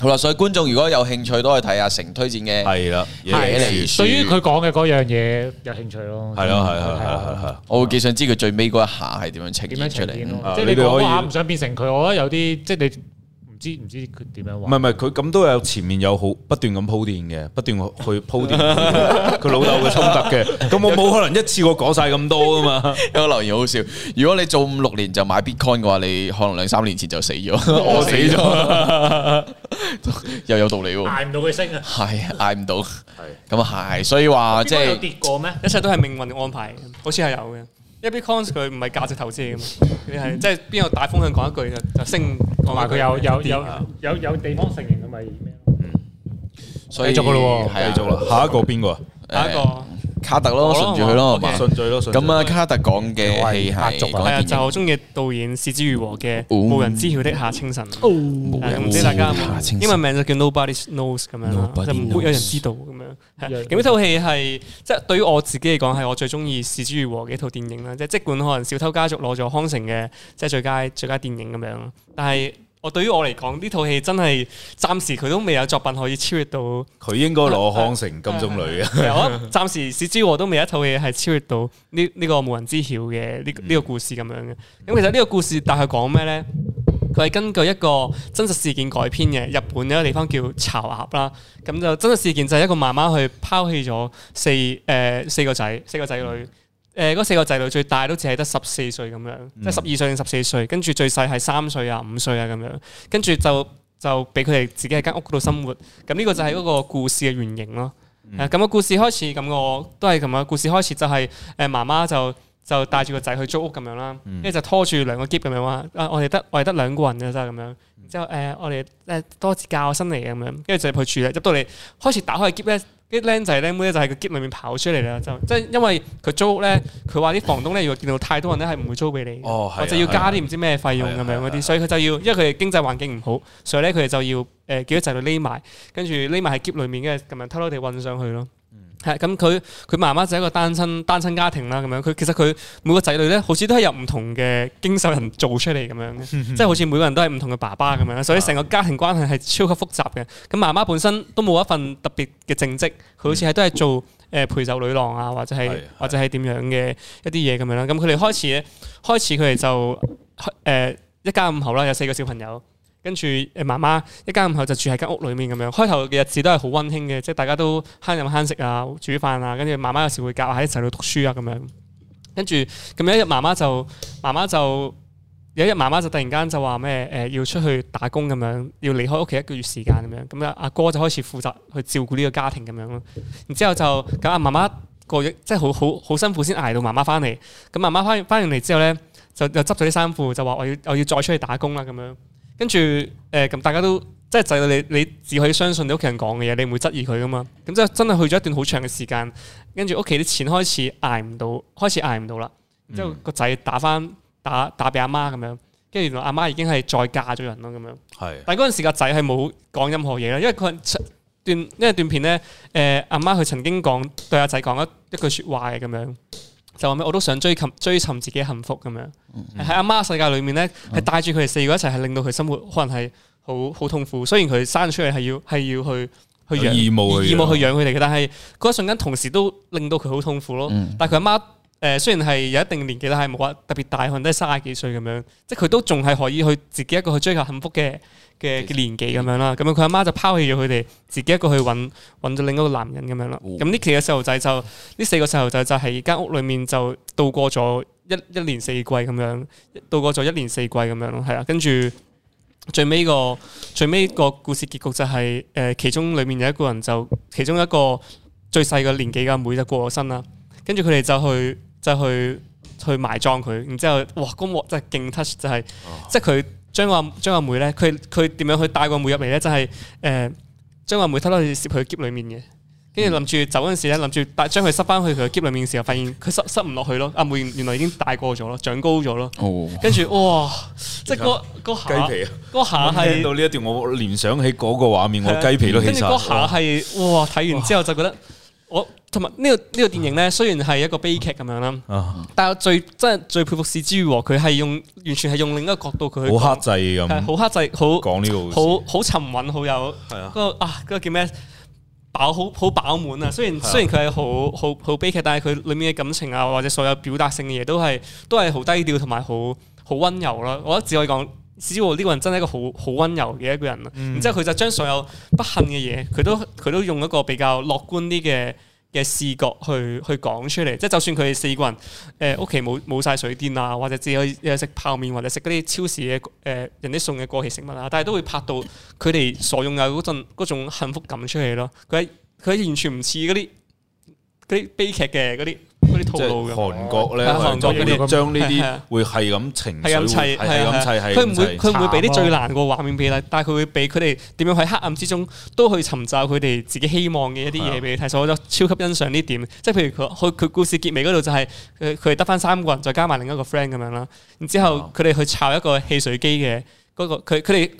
[SPEAKER 1] 好啦，所以觀眾如果有興趣都可以睇下成推薦嘅。
[SPEAKER 2] 係啦，
[SPEAKER 1] 係
[SPEAKER 2] 椰
[SPEAKER 1] 樹
[SPEAKER 2] 樹
[SPEAKER 4] 對於佢講嘅嗰樣嘢有興趣咯。
[SPEAKER 2] 係啦，係係係係係。
[SPEAKER 1] 我會幾想知佢最尾嗰一下係點樣呈
[SPEAKER 4] 點
[SPEAKER 1] 現
[SPEAKER 4] 樣
[SPEAKER 1] 出
[SPEAKER 4] 呈現
[SPEAKER 1] 嚟。
[SPEAKER 4] 咯
[SPEAKER 2] 嗯？
[SPEAKER 4] 即係
[SPEAKER 2] 啊
[SPEAKER 4] 你
[SPEAKER 2] 你哋可
[SPEAKER 4] 講
[SPEAKER 2] 以
[SPEAKER 4] 話唔想變成佢，我覺得有啲即係你唔知唔知佢點樣
[SPEAKER 2] 唔係
[SPEAKER 4] 玩。
[SPEAKER 2] 唔係，佢咁都有前面有好不斷咁鋪墊嘅，不斷去鋪墊佢老豆嘅衝突嘅。咁我冇可能一次過講晒咁多噶嘛。
[SPEAKER 1] 有個留言好笑，如果你做五六年就買 Bitcoin 嘅話，你可能兩三年前就死咗，我死咗， 又有道理喎。
[SPEAKER 4] 捱唔到佢升啊！
[SPEAKER 1] 係嗌唔到，咁啊係，所以話即係。
[SPEAKER 4] 跌過咩？
[SPEAKER 3] 一切都係命運嘅安排，好似係有嘅。因為 Bitcoin 佢唔係價值投資嚟嘅嘛，你係即係邊個大風向講一句啊就就升，
[SPEAKER 4] 同
[SPEAKER 3] 同
[SPEAKER 4] 埋佢有 有有有有地方承認咁咪咩咯？
[SPEAKER 1] 所以
[SPEAKER 4] 繼續㗎咯喎
[SPEAKER 1] 係啊
[SPEAKER 2] 繼續啦，下一個邊個啊？
[SPEAKER 3] 下一個
[SPEAKER 1] 卡特咯，
[SPEAKER 3] 好啦
[SPEAKER 1] 順住佢咯，
[SPEAKER 3] 好
[SPEAKER 1] 係嘛
[SPEAKER 3] 啊
[SPEAKER 2] 順序咯，順序
[SPEAKER 1] 咁啊，，卡特講嘅戲係講
[SPEAKER 3] 係啊，
[SPEAKER 1] 緊
[SPEAKER 3] 就
[SPEAKER 1] 電
[SPEAKER 3] 我中意導演是枝裕和嘅《
[SPEAKER 1] 哦
[SPEAKER 3] 無人知曉的夏清晨》。
[SPEAKER 1] 影，
[SPEAKER 3] 係唔知大家有
[SPEAKER 1] 下
[SPEAKER 3] 冇
[SPEAKER 1] 清
[SPEAKER 3] 英文名就叫 Nobody Knows 咁樣啦，
[SPEAKER 1] Nobody
[SPEAKER 3] 就冇有人
[SPEAKER 1] knows
[SPEAKER 3] 知道咁樣。係
[SPEAKER 4] 有
[SPEAKER 3] 咁呢套戲係即係對於我自己嚟講係我最中意《是枝裕和》嘅一套電影啦。即係即管可能《小偷家族》攞咗康城嘅即係最佳最佳電影咁樣，但係我對於我嚟講呢套戲真係暫時佢都未有作品可以超越到。
[SPEAKER 2] 佢應該攞康城金鐘女嘅。
[SPEAKER 3] 係啊我覺得暫時《是枝裕和》都未有一套戲係超越到呢呢個無人知曉嘅呢個呢個故事咁樣嘅。咁其實呢個故事大概講咩咧？佢係根據一個真實事件改編嘅，日本有一個地方叫巢鴨啦。咁就真實事件就係一個媽媽去拋棄咗四誒、呃四個仔，四個仔女。呃誒嗰、四個仔女最大都只係得十四歲咁樣，即係十二歲定十四歲，跟住最細係三歲啊、五歲啊咁樣，跟住就就俾佢哋自己喺間屋度生活。咁呢個就係嗰個故事嘅原型咯。係啊咁個故事開始咁個都係咁啊樣，故事開始就係、誒媽媽就就帶住個仔去租屋咁樣啦，
[SPEAKER 2] 嗯
[SPEAKER 3] 跟住、就拖住兩個篋咁樣話啊，我哋得我哋得兩個人嘅咋咁樣。然之後誒、我哋誒、多次教新嚟嘅咁樣，跟住就入去住啦。入到嚟開始打開個篋咧，啲僆仔僆妹咧就喺個篋裏面跑出嚟啦。就即係因為佢租屋咧，佢話啲房東咧，如果見到太多人咧，係唔會租俾你嘅，
[SPEAKER 2] 哦係啊
[SPEAKER 3] 或者要加啲唔知咩費用咁樣嗰
[SPEAKER 2] 係啊係啊
[SPEAKER 3] 啲，所以佢就要因為佢哋經濟環境唔好，所以咧佢哋就要誒、叫啲仔女匿埋，跟住匿埋喺篋裏面，跟住咁樣偷偷地運上去咯。
[SPEAKER 2] 嗯
[SPEAKER 3] 係咁，佢佢媽媽就係一個單親單親家庭啦，咁樣佢其實佢每個仔女咧，好似都係由唔同嘅經手人做出嚟 咁樣嘅，即係好似每個人都係唔同嘅爸爸咁
[SPEAKER 2] 嗯
[SPEAKER 3] 樣，所以成個家庭關係係超級複雜嘅。咁媽媽本身都冇一份特別嘅正職，佢好似係都係做誒陪酒女郎啊，或者係
[SPEAKER 2] 嗯係
[SPEAKER 3] 或者係點樣嘅一啲嘢咁樣啦。咁佢哋開始咧，開始佢哋就誒、一家五口啦，有四個小朋友。跟住誒媽媽一家五口就住喺間屋裏面咁樣，開頭嘅日子都係好温馨嘅，即係大家都慳飲慳食啊，煮飯啊，跟住媽媽有時會教下啲仔女讀書啊咁樣。跟住咁有一日媽媽就媽媽就有一日媽媽就突然間就話咩誒要出去打工咁樣，要離開屋企一個月時間咁樣。咁啊阿哥就開始負責去照顧呢個家庭咁樣咯。然之後就咁阿媽媽過咗即係好好好辛苦先捱到媽媽翻嚟。咁媽媽翻翻完嚟之後咧，呃就就執咗啲衫褲，就話我要我要再出去打工啦咁樣。跟住誒咁大家都即係就係你你只可以相信你屋企人講嘅嘢，你唔會質疑佢噶嘛。咁即係真係去咗一段好長嘅時間，跟住屋企啲錢開始捱唔到，開始捱唔到啦。之後個仔打翻打打俾阿媽咁樣，跟住原來阿媽已經係再嫁咗人咯咁樣。
[SPEAKER 2] 係啊
[SPEAKER 3] 但係嗰陣時個仔係冇講任何嘢啦，因為佢段因為段片咧，誒、阿媽佢曾經講對阿仔講一一句説話嘅咁樣，就話咩我都想追尋追尋自己嘅幸福咁樣。喺阿媽世界裏面咧，係帶住佢哋四個一齊，係令到佢生活可能係好好痛苦。雖然佢生出嚟係要係要去
[SPEAKER 2] 有
[SPEAKER 3] 去養
[SPEAKER 2] 義務去
[SPEAKER 3] 義
[SPEAKER 2] 養
[SPEAKER 3] 務去養佢哋嘅，但係嗰一瞬間同時都令到佢好痛苦咯。但係佢阿媽誒雖然係有一定年紀啦，係冇話特別大，可能都係三十幾歲咁樣，即係佢都仲係可以去自己一個去追求幸福嘅嘅嘅年紀咁樣啦。咁樣佢阿媽就拋棄咗佢哋，自己一個去揾揾咗另一個男人咁樣啦。咁呢期嘅細路仔就呢四個細路仔就喺間屋裏面就度過咗一一年四季咁樣，度過咗一年四季咁樣咯，係啊，跟住。最尾個最尾個故事結局就係、呃其中裡面有一個人就其中一個最細嘅年紀嘅妹就過咗身啦，跟住佢哋就去就去去埋葬佢，然之後哇嗰幕真係勁 touch 就係、
[SPEAKER 2] 哦
[SPEAKER 3] 即係佢將個阿將個妹咧，佢佢點樣去帶個妹入嚟咧？就係、誒將個妹偷偷去攝佢嘅篋裡面嘅。跟住
[SPEAKER 2] 嗯
[SPEAKER 3] 諗住走嗰陣時咧，諗住帶將佢塞翻去佢嘅篋裡面嘅時候，發現佢塞塞唔落去咯。阿妹原來已經大個咗咯，長高咗咯。
[SPEAKER 1] 哦，
[SPEAKER 3] 跟住哇，即係嗰嗰下
[SPEAKER 2] 雞皮啊！
[SPEAKER 3] 嗰下
[SPEAKER 2] 聽
[SPEAKER 3] 係
[SPEAKER 2] 到呢一段，我聯想起嗰個畫面，我
[SPEAKER 3] 係啊
[SPEAKER 2] 雞皮都起
[SPEAKER 3] 跟住
[SPEAKER 2] 晒。
[SPEAKER 3] 嗰下係哇！睇完之後就覺得我同埋呢個呢個電影咧，雖然係一個悲劇咁樣啦，
[SPEAKER 2] 啊
[SPEAKER 3] 但係最真係最佩服史之和，佢係用完全係用另一個角度佢去
[SPEAKER 2] 好克
[SPEAKER 3] 講
[SPEAKER 2] 制
[SPEAKER 3] 係
[SPEAKER 2] 咁
[SPEAKER 3] 好克制，好
[SPEAKER 2] 講呢個故事
[SPEAKER 3] 好好沉穩，好有
[SPEAKER 2] 係啊
[SPEAKER 3] 嗰個啊嗰個叫咩？飽好好飽滿啊！雖然雖然佢係好好好悲劇，但係佢裡面嘅感情啊，或者所有表達性嘅嘢都係都係好低調同埋好好温柔啦。我覺得只可以講，史志和呢個人真係一個好好温柔嘅一個人啦。啊
[SPEAKER 2] 嗯
[SPEAKER 3] 然之後佢就將所有不幸嘅嘢，佢都佢都用一個比較樂觀啲嘅嘅視覺去去講出嚟。即係就算佢哋四個人誒屋企冇冇曬水電啊，或者只可以誒食泡麵或者食嗰啲超市嘅誒、呃人哋送嘅過期食物啊，但係都會拍到佢哋所擁有嗰陣嗰種幸福感出嚟咯。佢係佢係完全唔似嗰啲嗰啲悲劇嘅嗰啲嗰啲套
[SPEAKER 2] 即
[SPEAKER 3] 路
[SPEAKER 2] 係
[SPEAKER 3] 嘅。
[SPEAKER 2] 韓國咧，
[SPEAKER 3] 係啊韓國
[SPEAKER 2] 將
[SPEAKER 3] 嗰啲
[SPEAKER 2] 呢將呢
[SPEAKER 3] 係啊
[SPEAKER 2] 啲會係咁情
[SPEAKER 3] 係
[SPEAKER 2] 緒
[SPEAKER 3] 咁砌，
[SPEAKER 2] 會，係咁砌，係
[SPEAKER 3] 佢
[SPEAKER 2] 咁
[SPEAKER 3] 唔會
[SPEAKER 2] 砌。嗯
[SPEAKER 3] 佢唔會俾啲最難個畫面俾你，但係佢會俾佢哋點樣喺黑暗之中都去尋找佢哋自己希望嘅一啲嘢俾
[SPEAKER 2] 啊
[SPEAKER 3] 你睇，所以我就超級欣賞呢點。即係譬如佢佢佢故事結尾嗰度就係佢佢哋得翻三個人，再加埋另一個 friend 咁樣啦。然之
[SPEAKER 2] 啊
[SPEAKER 3] 後佢哋去炒一個汽水機嘅嗰個佢佢哋。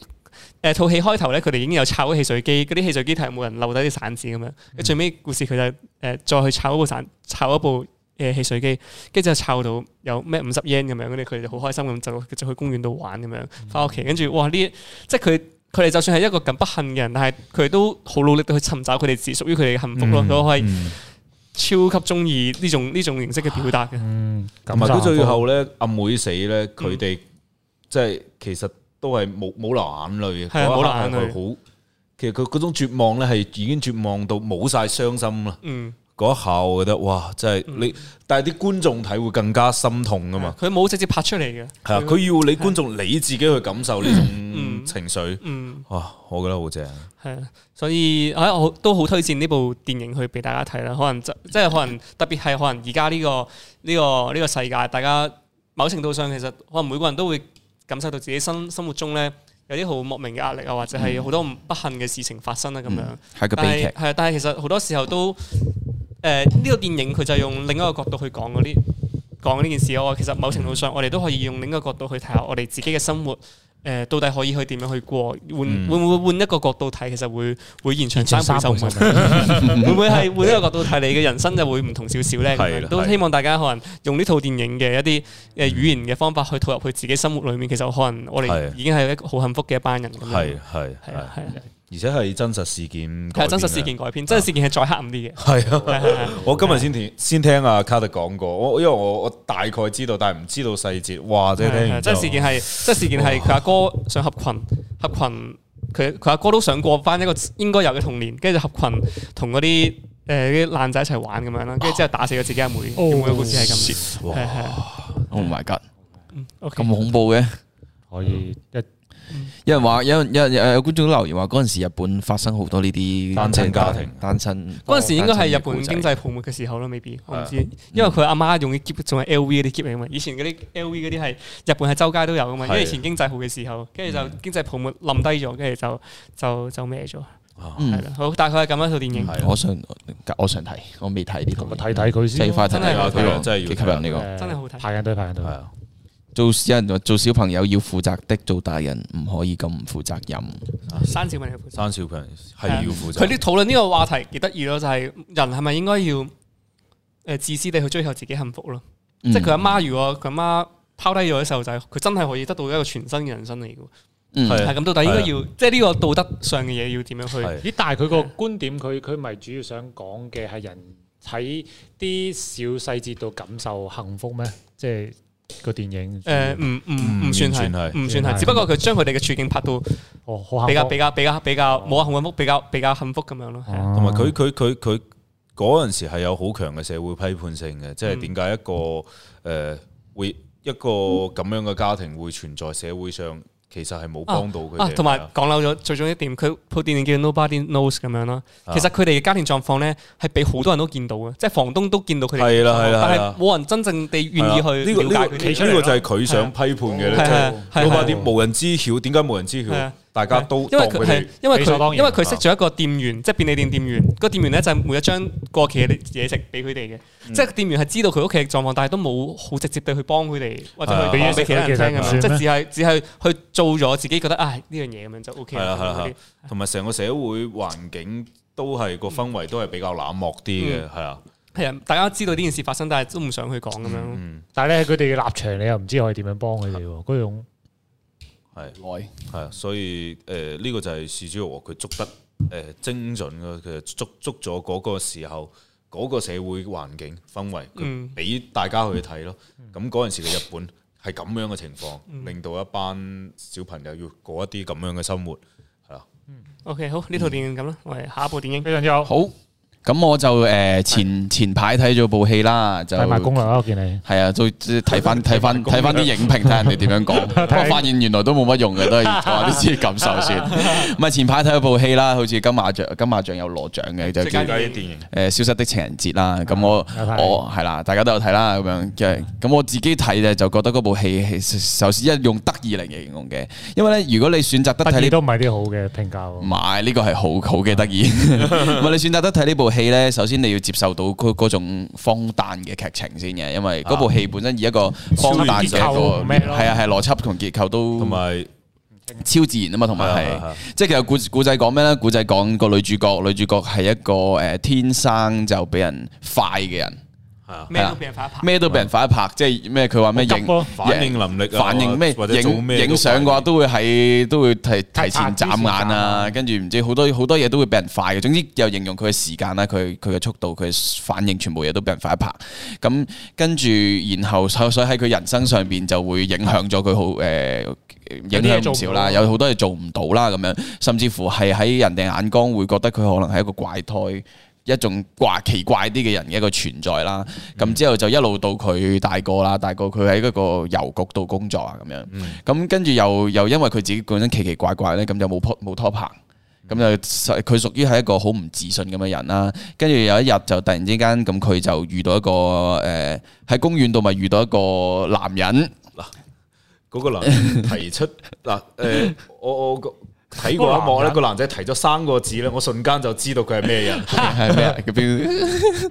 [SPEAKER 3] 誒套戲開頭咧，佢哋已經有炒汽水機，嗰啲汽水機係冇人漏低啲散紙咁樣。最尾故事佢就誒再去炒一部散，炒一部誒汽水機，跟住就炒到有咩五十 yen 咁樣，跟住佢哋就好開心咁就就去公園度玩咁樣，
[SPEAKER 2] 嗯
[SPEAKER 3] 翻屋企跟住哇呢，即係佢佢哋就算係一個咁不幸嘅人，但係佢哋都好努力地去尋找佢哋自屬於佢哋嘅幸福咯。所以我係
[SPEAKER 2] 嗯
[SPEAKER 3] 超級中意呢種呢種形式嘅表達嘅。
[SPEAKER 4] 嗯，咁
[SPEAKER 2] 同埋佢
[SPEAKER 4] 就
[SPEAKER 2] 最後咧，阿妹死咧，佢哋即係其實都係冇冇流眼淚嘅，
[SPEAKER 3] 係
[SPEAKER 2] 嗰一
[SPEAKER 3] 啊
[SPEAKER 2] 刻
[SPEAKER 3] 冇流眼淚
[SPEAKER 2] 係佢好。其實佢嗰種絕望咧，係已經絕望到冇晒傷心啦。
[SPEAKER 3] 嗯，
[SPEAKER 2] 嗰一下我覺得哇，真係你，但係啲觀眾睇會更加心痛噶嘛。
[SPEAKER 3] 佢冇直接拍出嚟嘅。
[SPEAKER 2] 啊係啊，佢要你觀眾你自己去感受呢種
[SPEAKER 3] 嗯
[SPEAKER 2] 情緒。
[SPEAKER 3] 嗯，
[SPEAKER 2] 哇，我覺得好正。
[SPEAKER 3] 係啊，所以啊，我都好推薦呢部電影去俾大家睇啦。可能就即係可能特別係可能而家呢個呢、個呢、個世界，大家某程度上其實可能每個人都會感受到自己生生活中咧有啲好莫名嘅壓力啊，或者係好多唔不幸嘅事情發生啊咁樣。
[SPEAKER 1] 嗯係一個
[SPEAKER 3] 但
[SPEAKER 1] 悲
[SPEAKER 3] 係
[SPEAKER 1] 劇。
[SPEAKER 3] 係啊，但係其實好多時候都誒呢、個電影佢就用另一個角度去講嗰啲講呢件事我其實某程度上我哋都可以用另一個角度去睇下我哋自己嘅生活。誒、到底可以去點樣去過？換
[SPEAKER 2] 嗯
[SPEAKER 3] 會唔會換一個角度睇，其實會會延長
[SPEAKER 4] 三
[SPEAKER 3] 三倍
[SPEAKER 4] 倍
[SPEAKER 3] 壽命
[SPEAKER 4] 壽。命
[SPEAKER 3] 會唔會係換一個角度睇，你嘅人生就會唔同少少咧？咁
[SPEAKER 2] 係
[SPEAKER 3] 樣
[SPEAKER 2] 啦
[SPEAKER 3] 都
[SPEAKER 2] 係
[SPEAKER 3] 希望大家可能用呢套電影嘅一啲誒語言嘅方法去套入去自己生活裡面。其實可能我哋
[SPEAKER 2] 係
[SPEAKER 3] 已經係一個好幸福嘅一班人咁樣。
[SPEAKER 2] 係係
[SPEAKER 3] 係啊係啊
[SPEAKER 2] 而且係真實事件改編
[SPEAKER 3] 係
[SPEAKER 2] 嘅，
[SPEAKER 3] 真實事件改編，真實事件係再黑暗 啲嘅。
[SPEAKER 2] 係啊！
[SPEAKER 3] 係係係
[SPEAKER 2] 我今日先聽先聽阿卡特講過，我因為我我大概知道，但係唔知道細節。哇！即係聽完之
[SPEAKER 3] 即
[SPEAKER 2] 後
[SPEAKER 3] 係事件係，即係事件係佢阿哥想合群，合群佢佢阿哥都想過翻一個應該有嘅童年，跟住就合群同嗰啲呃誒啲爛仔一齊玩咁樣啦，跟住之後打死咗自己阿妹，
[SPEAKER 4] 哦
[SPEAKER 3] 咁嘅故事係咁，係
[SPEAKER 2] 哇
[SPEAKER 3] 係
[SPEAKER 1] Oh my god！
[SPEAKER 3] OK
[SPEAKER 1] 咁恐怖嘅，
[SPEAKER 4] 可以一
[SPEAKER 1] 有人話有人有人呃有有觀眾留言話嗰陣時日本發生好多呢啲
[SPEAKER 2] 單親家庭
[SPEAKER 1] 單身
[SPEAKER 3] 嗰陣時應該係日
[SPEAKER 1] 哦單
[SPEAKER 3] 本
[SPEAKER 1] 親嘅
[SPEAKER 3] 經
[SPEAKER 1] 故仔
[SPEAKER 3] 濟泡沫嘅時候啦，maybe 我唔知，因為佢阿媽用嘅夾仲係 LV 嗰啲夾嚟㗎嘛，以前嗰啲 LV 嗰啲係日本係周街都有噶嘛，因為以前經濟好嘅時候，跟住就經濟泡沫冧低咗，跟住就就就咩咗，
[SPEAKER 1] 嗯
[SPEAKER 3] 係啦，好大概係咁一套電影，
[SPEAKER 1] 我想我想睇，我未睇呢套
[SPEAKER 2] 啊
[SPEAKER 4] 咪，睇睇佢
[SPEAKER 1] 真係
[SPEAKER 4] 先
[SPEAKER 1] 要
[SPEAKER 4] 咯。
[SPEAKER 1] 快睇
[SPEAKER 3] 真係啊
[SPEAKER 1] 呢個
[SPEAKER 2] 要睇真係要
[SPEAKER 1] 幾吸
[SPEAKER 2] 睇
[SPEAKER 1] 引呢個。
[SPEAKER 4] 誒
[SPEAKER 3] 真係好睇
[SPEAKER 4] 排緊隊，排緊隊
[SPEAKER 2] 係。啊，
[SPEAKER 1] 做有人話做小朋友要負責的，做大人唔可以咁唔負責任。
[SPEAKER 3] 山小文嘅本身
[SPEAKER 2] 生小朋友係要負責。
[SPEAKER 3] 佢啲討論呢個話題幾得意咯，就係人係咪應該要誒自私地去追求自己幸福咯？
[SPEAKER 1] 即
[SPEAKER 3] 即係佢阿媽，如果佢阿媽拋低咗啲細路仔，佢真係可以得到一個全新嘅人生嚟嘅喎。
[SPEAKER 1] 嗯
[SPEAKER 2] 係
[SPEAKER 3] 係咁，到底應該
[SPEAKER 2] 係
[SPEAKER 3] 要即係呢個道德上嘅嘢要點樣去？
[SPEAKER 2] 係
[SPEAKER 4] 咦？但係佢個觀點，佢佢咪主要想講嘅係人喺啲小細節度感受幸福咩？即係個電影
[SPEAKER 3] 誒，呃唔唔
[SPEAKER 2] 嗯
[SPEAKER 3] 唔算係
[SPEAKER 2] 完全，係
[SPEAKER 3] 唔算係，
[SPEAKER 4] 係
[SPEAKER 3] 只不過佢將佢哋嘅處境拍到
[SPEAKER 4] 嗯哦，好幸福
[SPEAKER 3] 比較比較比較比較冇話好幸福，比較比較幸福咁樣咯。係啊
[SPEAKER 2] 同埋佢佢佢佢嗰陣時係有好強嘅社會批判性嘅，即係點解一個誒、呃、會一個咁樣嘅家庭會存在社會上，其實係冇幫到佢
[SPEAKER 3] 啊
[SPEAKER 2] 哋，
[SPEAKER 3] 同埋講漏咗最重要一點，佢部電影叫 Nobody Knows 咁樣啦。
[SPEAKER 2] 啊
[SPEAKER 3] 其實佢哋嘅家庭狀況咧係俾好多人都見到嘅，即係房東都見到佢
[SPEAKER 2] 係
[SPEAKER 3] 哋嘅狀況。
[SPEAKER 2] 啦係啦
[SPEAKER 3] 但
[SPEAKER 2] 係啦啊
[SPEAKER 3] 係冇人真正地願意
[SPEAKER 2] 係啦呢
[SPEAKER 3] 去
[SPEAKER 2] 個
[SPEAKER 3] 了解
[SPEAKER 2] 呢
[SPEAKER 3] 佢
[SPEAKER 2] 個
[SPEAKER 3] 哋。
[SPEAKER 2] 呢個就係佢想批判嘅咧，
[SPEAKER 3] 係啊
[SPEAKER 2] 即
[SPEAKER 3] 係啊
[SPEAKER 2] 係
[SPEAKER 3] 係啊
[SPEAKER 2] 嗰啲無人知曉，點解無人知
[SPEAKER 3] 係啊
[SPEAKER 2] 曉？大家都
[SPEAKER 3] 因
[SPEAKER 2] 當
[SPEAKER 3] 為佢
[SPEAKER 2] 佢
[SPEAKER 3] 係
[SPEAKER 2] 哋
[SPEAKER 3] 因為
[SPEAKER 4] 理所當
[SPEAKER 3] 佢
[SPEAKER 4] 然
[SPEAKER 3] 因為佢識咗一個店員，即係便利店店員。個店員咧就係每一張過期嘅嘢食俾佢哋嘅，即係店員係知道佢屋企嘅狀況，但係都冇好直接地去幫佢哋或者
[SPEAKER 2] 係
[SPEAKER 3] 去
[SPEAKER 2] 啊
[SPEAKER 3] 講俾其他人聽咁
[SPEAKER 4] 其
[SPEAKER 3] 樣，
[SPEAKER 4] 實唔
[SPEAKER 3] 即
[SPEAKER 4] 算咩
[SPEAKER 3] 係只係只係去做咗自己覺得唉呢樣嘢咁樣就 O K
[SPEAKER 2] 係
[SPEAKER 3] 啦
[SPEAKER 2] 啊係啊
[SPEAKER 3] 咁樣嗰
[SPEAKER 2] 係
[SPEAKER 3] 啲
[SPEAKER 2] 啊。同埋成個社會環境都係個氛圍都係比較冷漠啲嘅，係啊，
[SPEAKER 3] 係啊，大家知道呢件事發生，但係都唔想去講咁樣。
[SPEAKER 2] 嗯，
[SPEAKER 4] 但係咧，佢哋嘅立場你又唔知可以點樣幫佢哋喎，嗰種
[SPEAKER 2] 係。
[SPEAKER 1] 愛
[SPEAKER 2] 系啊，所以诶呢、個就係事主和佢捉得诶、呃精準嘅，佢捉捉咗嗰個時候嗰、個社會環境氛圍，
[SPEAKER 3] 嗯
[SPEAKER 2] 佢俾大家去睇咯。咁嗰陣時嘅日本係咁樣嘅情況，令到一班小朋友要過一啲咁樣嘅生活，係啦。
[SPEAKER 3] O K，好呢套電影咁啦，我哋下一部電影
[SPEAKER 4] 非常之好。
[SPEAKER 1] 好。咁我就誒前前排睇咗部戲啦，就
[SPEAKER 4] 睇埋攻略啦，我見你。
[SPEAKER 1] 係啊，都睇翻睇翻睇翻啲影評，睇下人哋點樣講。
[SPEAKER 4] 睇
[SPEAKER 1] 我發現原來都冇乜用嘅，都係話啲自己感受先。唔係前排睇咗部戲啦，好似金馬獎金馬獎有攞獎嘅，就
[SPEAKER 3] 最
[SPEAKER 1] 叫
[SPEAKER 3] 佳
[SPEAKER 2] 點
[SPEAKER 3] 電
[SPEAKER 2] 解
[SPEAKER 3] 影
[SPEAKER 2] 啲電影
[SPEAKER 1] 誒消失的情人節啦，咁我
[SPEAKER 4] 有睇
[SPEAKER 1] 我係啦，大家都有睇啦，咁樣嘅。咁我自己睇咧就覺得嗰部戲係首先一用得意嚟形容嘅，因為咧如果你選擇得睇
[SPEAKER 4] 不
[SPEAKER 1] 呢
[SPEAKER 4] 二都唔係啲好嘅評價
[SPEAKER 1] 唔
[SPEAKER 4] 喎。
[SPEAKER 1] 係呢個係好好嘅得意。唔係你選擇得睇呢部戲呢，首先你要接受到嗰嗰種荒誕嘅劇情先嘅，因為嗰部戲本身以一個荒誕嘅
[SPEAKER 4] 超
[SPEAKER 1] 一
[SPEAKER 4] 越結構
[SPEAKER 1] 個
[SPEAKER 4] 咩咯
[SPEAKER 1] 係啊係邏輯同結構都
[SPEAKER 2] 同埋
[SPEAKER 1] 超自然啊嘛，同埋
[SPEAKER 2] 係啊係
[SPEAKER 1] 係
[SPEAKER 2] 啊
[SPEAKER 1] 即係其實故故仔講咩呢？故仔講個女主角，女主角係一個誒天生就俾人快嘅人，
[SPEAKER 2] 係啊，
[SPEAKER 3] 咩都俾人拍一拍，
[SPEAKER 1] 咩都俾人快一拍，即係咩佢話咩
[SPEAKER 4] 好急咯
[SPEAKER 1] 影
[SPEAKER 2] 反應能力啊，
[SPEAKER 1] 反應咩
[SPEAKER 2] 或者做
[SPEAKER 1] 影
[SPEAKER 2] 咩
[SPEAKER 1] 影相嘅話，都會喺都會提提前眨眼
[SPEAKER 4] 提前眨
[SPEAKER 1] 啊，
[SPEAKER 4] 眼
[SPEAKER 1] 跟住唔知好多好多嘢都會俾人快嘅。總之又形容佢嘅時間啦，佢佢嘅速度，佢嘅反應，全部嘢都俾人快一拍。咁跟住然後所所以喺佢人生上邊就會影響咗佢好誒。影響唔少啦，
[SPEAKER 4] 嗯有啲嘢做唔到
[SPEAKER 1] 有好多嘢做唔到啦，咁樣，甚至乎係喺人哋眼光會覺得佢可能係一個怪胎，一種怪奇怪啲嘅人嘅一個存在啦。
[SPEAKER 4] 嗯
[SPEAKER 1] 咁之後就一路到佢大個啦，大個佢喺嗰個郵局度工作啊，咁樣。
[SPEAKER 4] 嗯
[SPEAKER 1] 咁跟住又又因為佢自己本身奇奇怪怪咧，咁就冇拖冇拖棚。咁就佢屬於係一個好唔自信咁嘅人啦，跟住有一日就突然之間咁佢就遇到一個誒喺、公園度咪遇到一個男人，
[SPEAKER 2] 嗰個男人提出嗱，誒，我我睇過一幕咧，個男仔提咗三個字咧，我瞬間就知道佢係咩人。
[SPEAKER 1] 係咩啊？嗰邊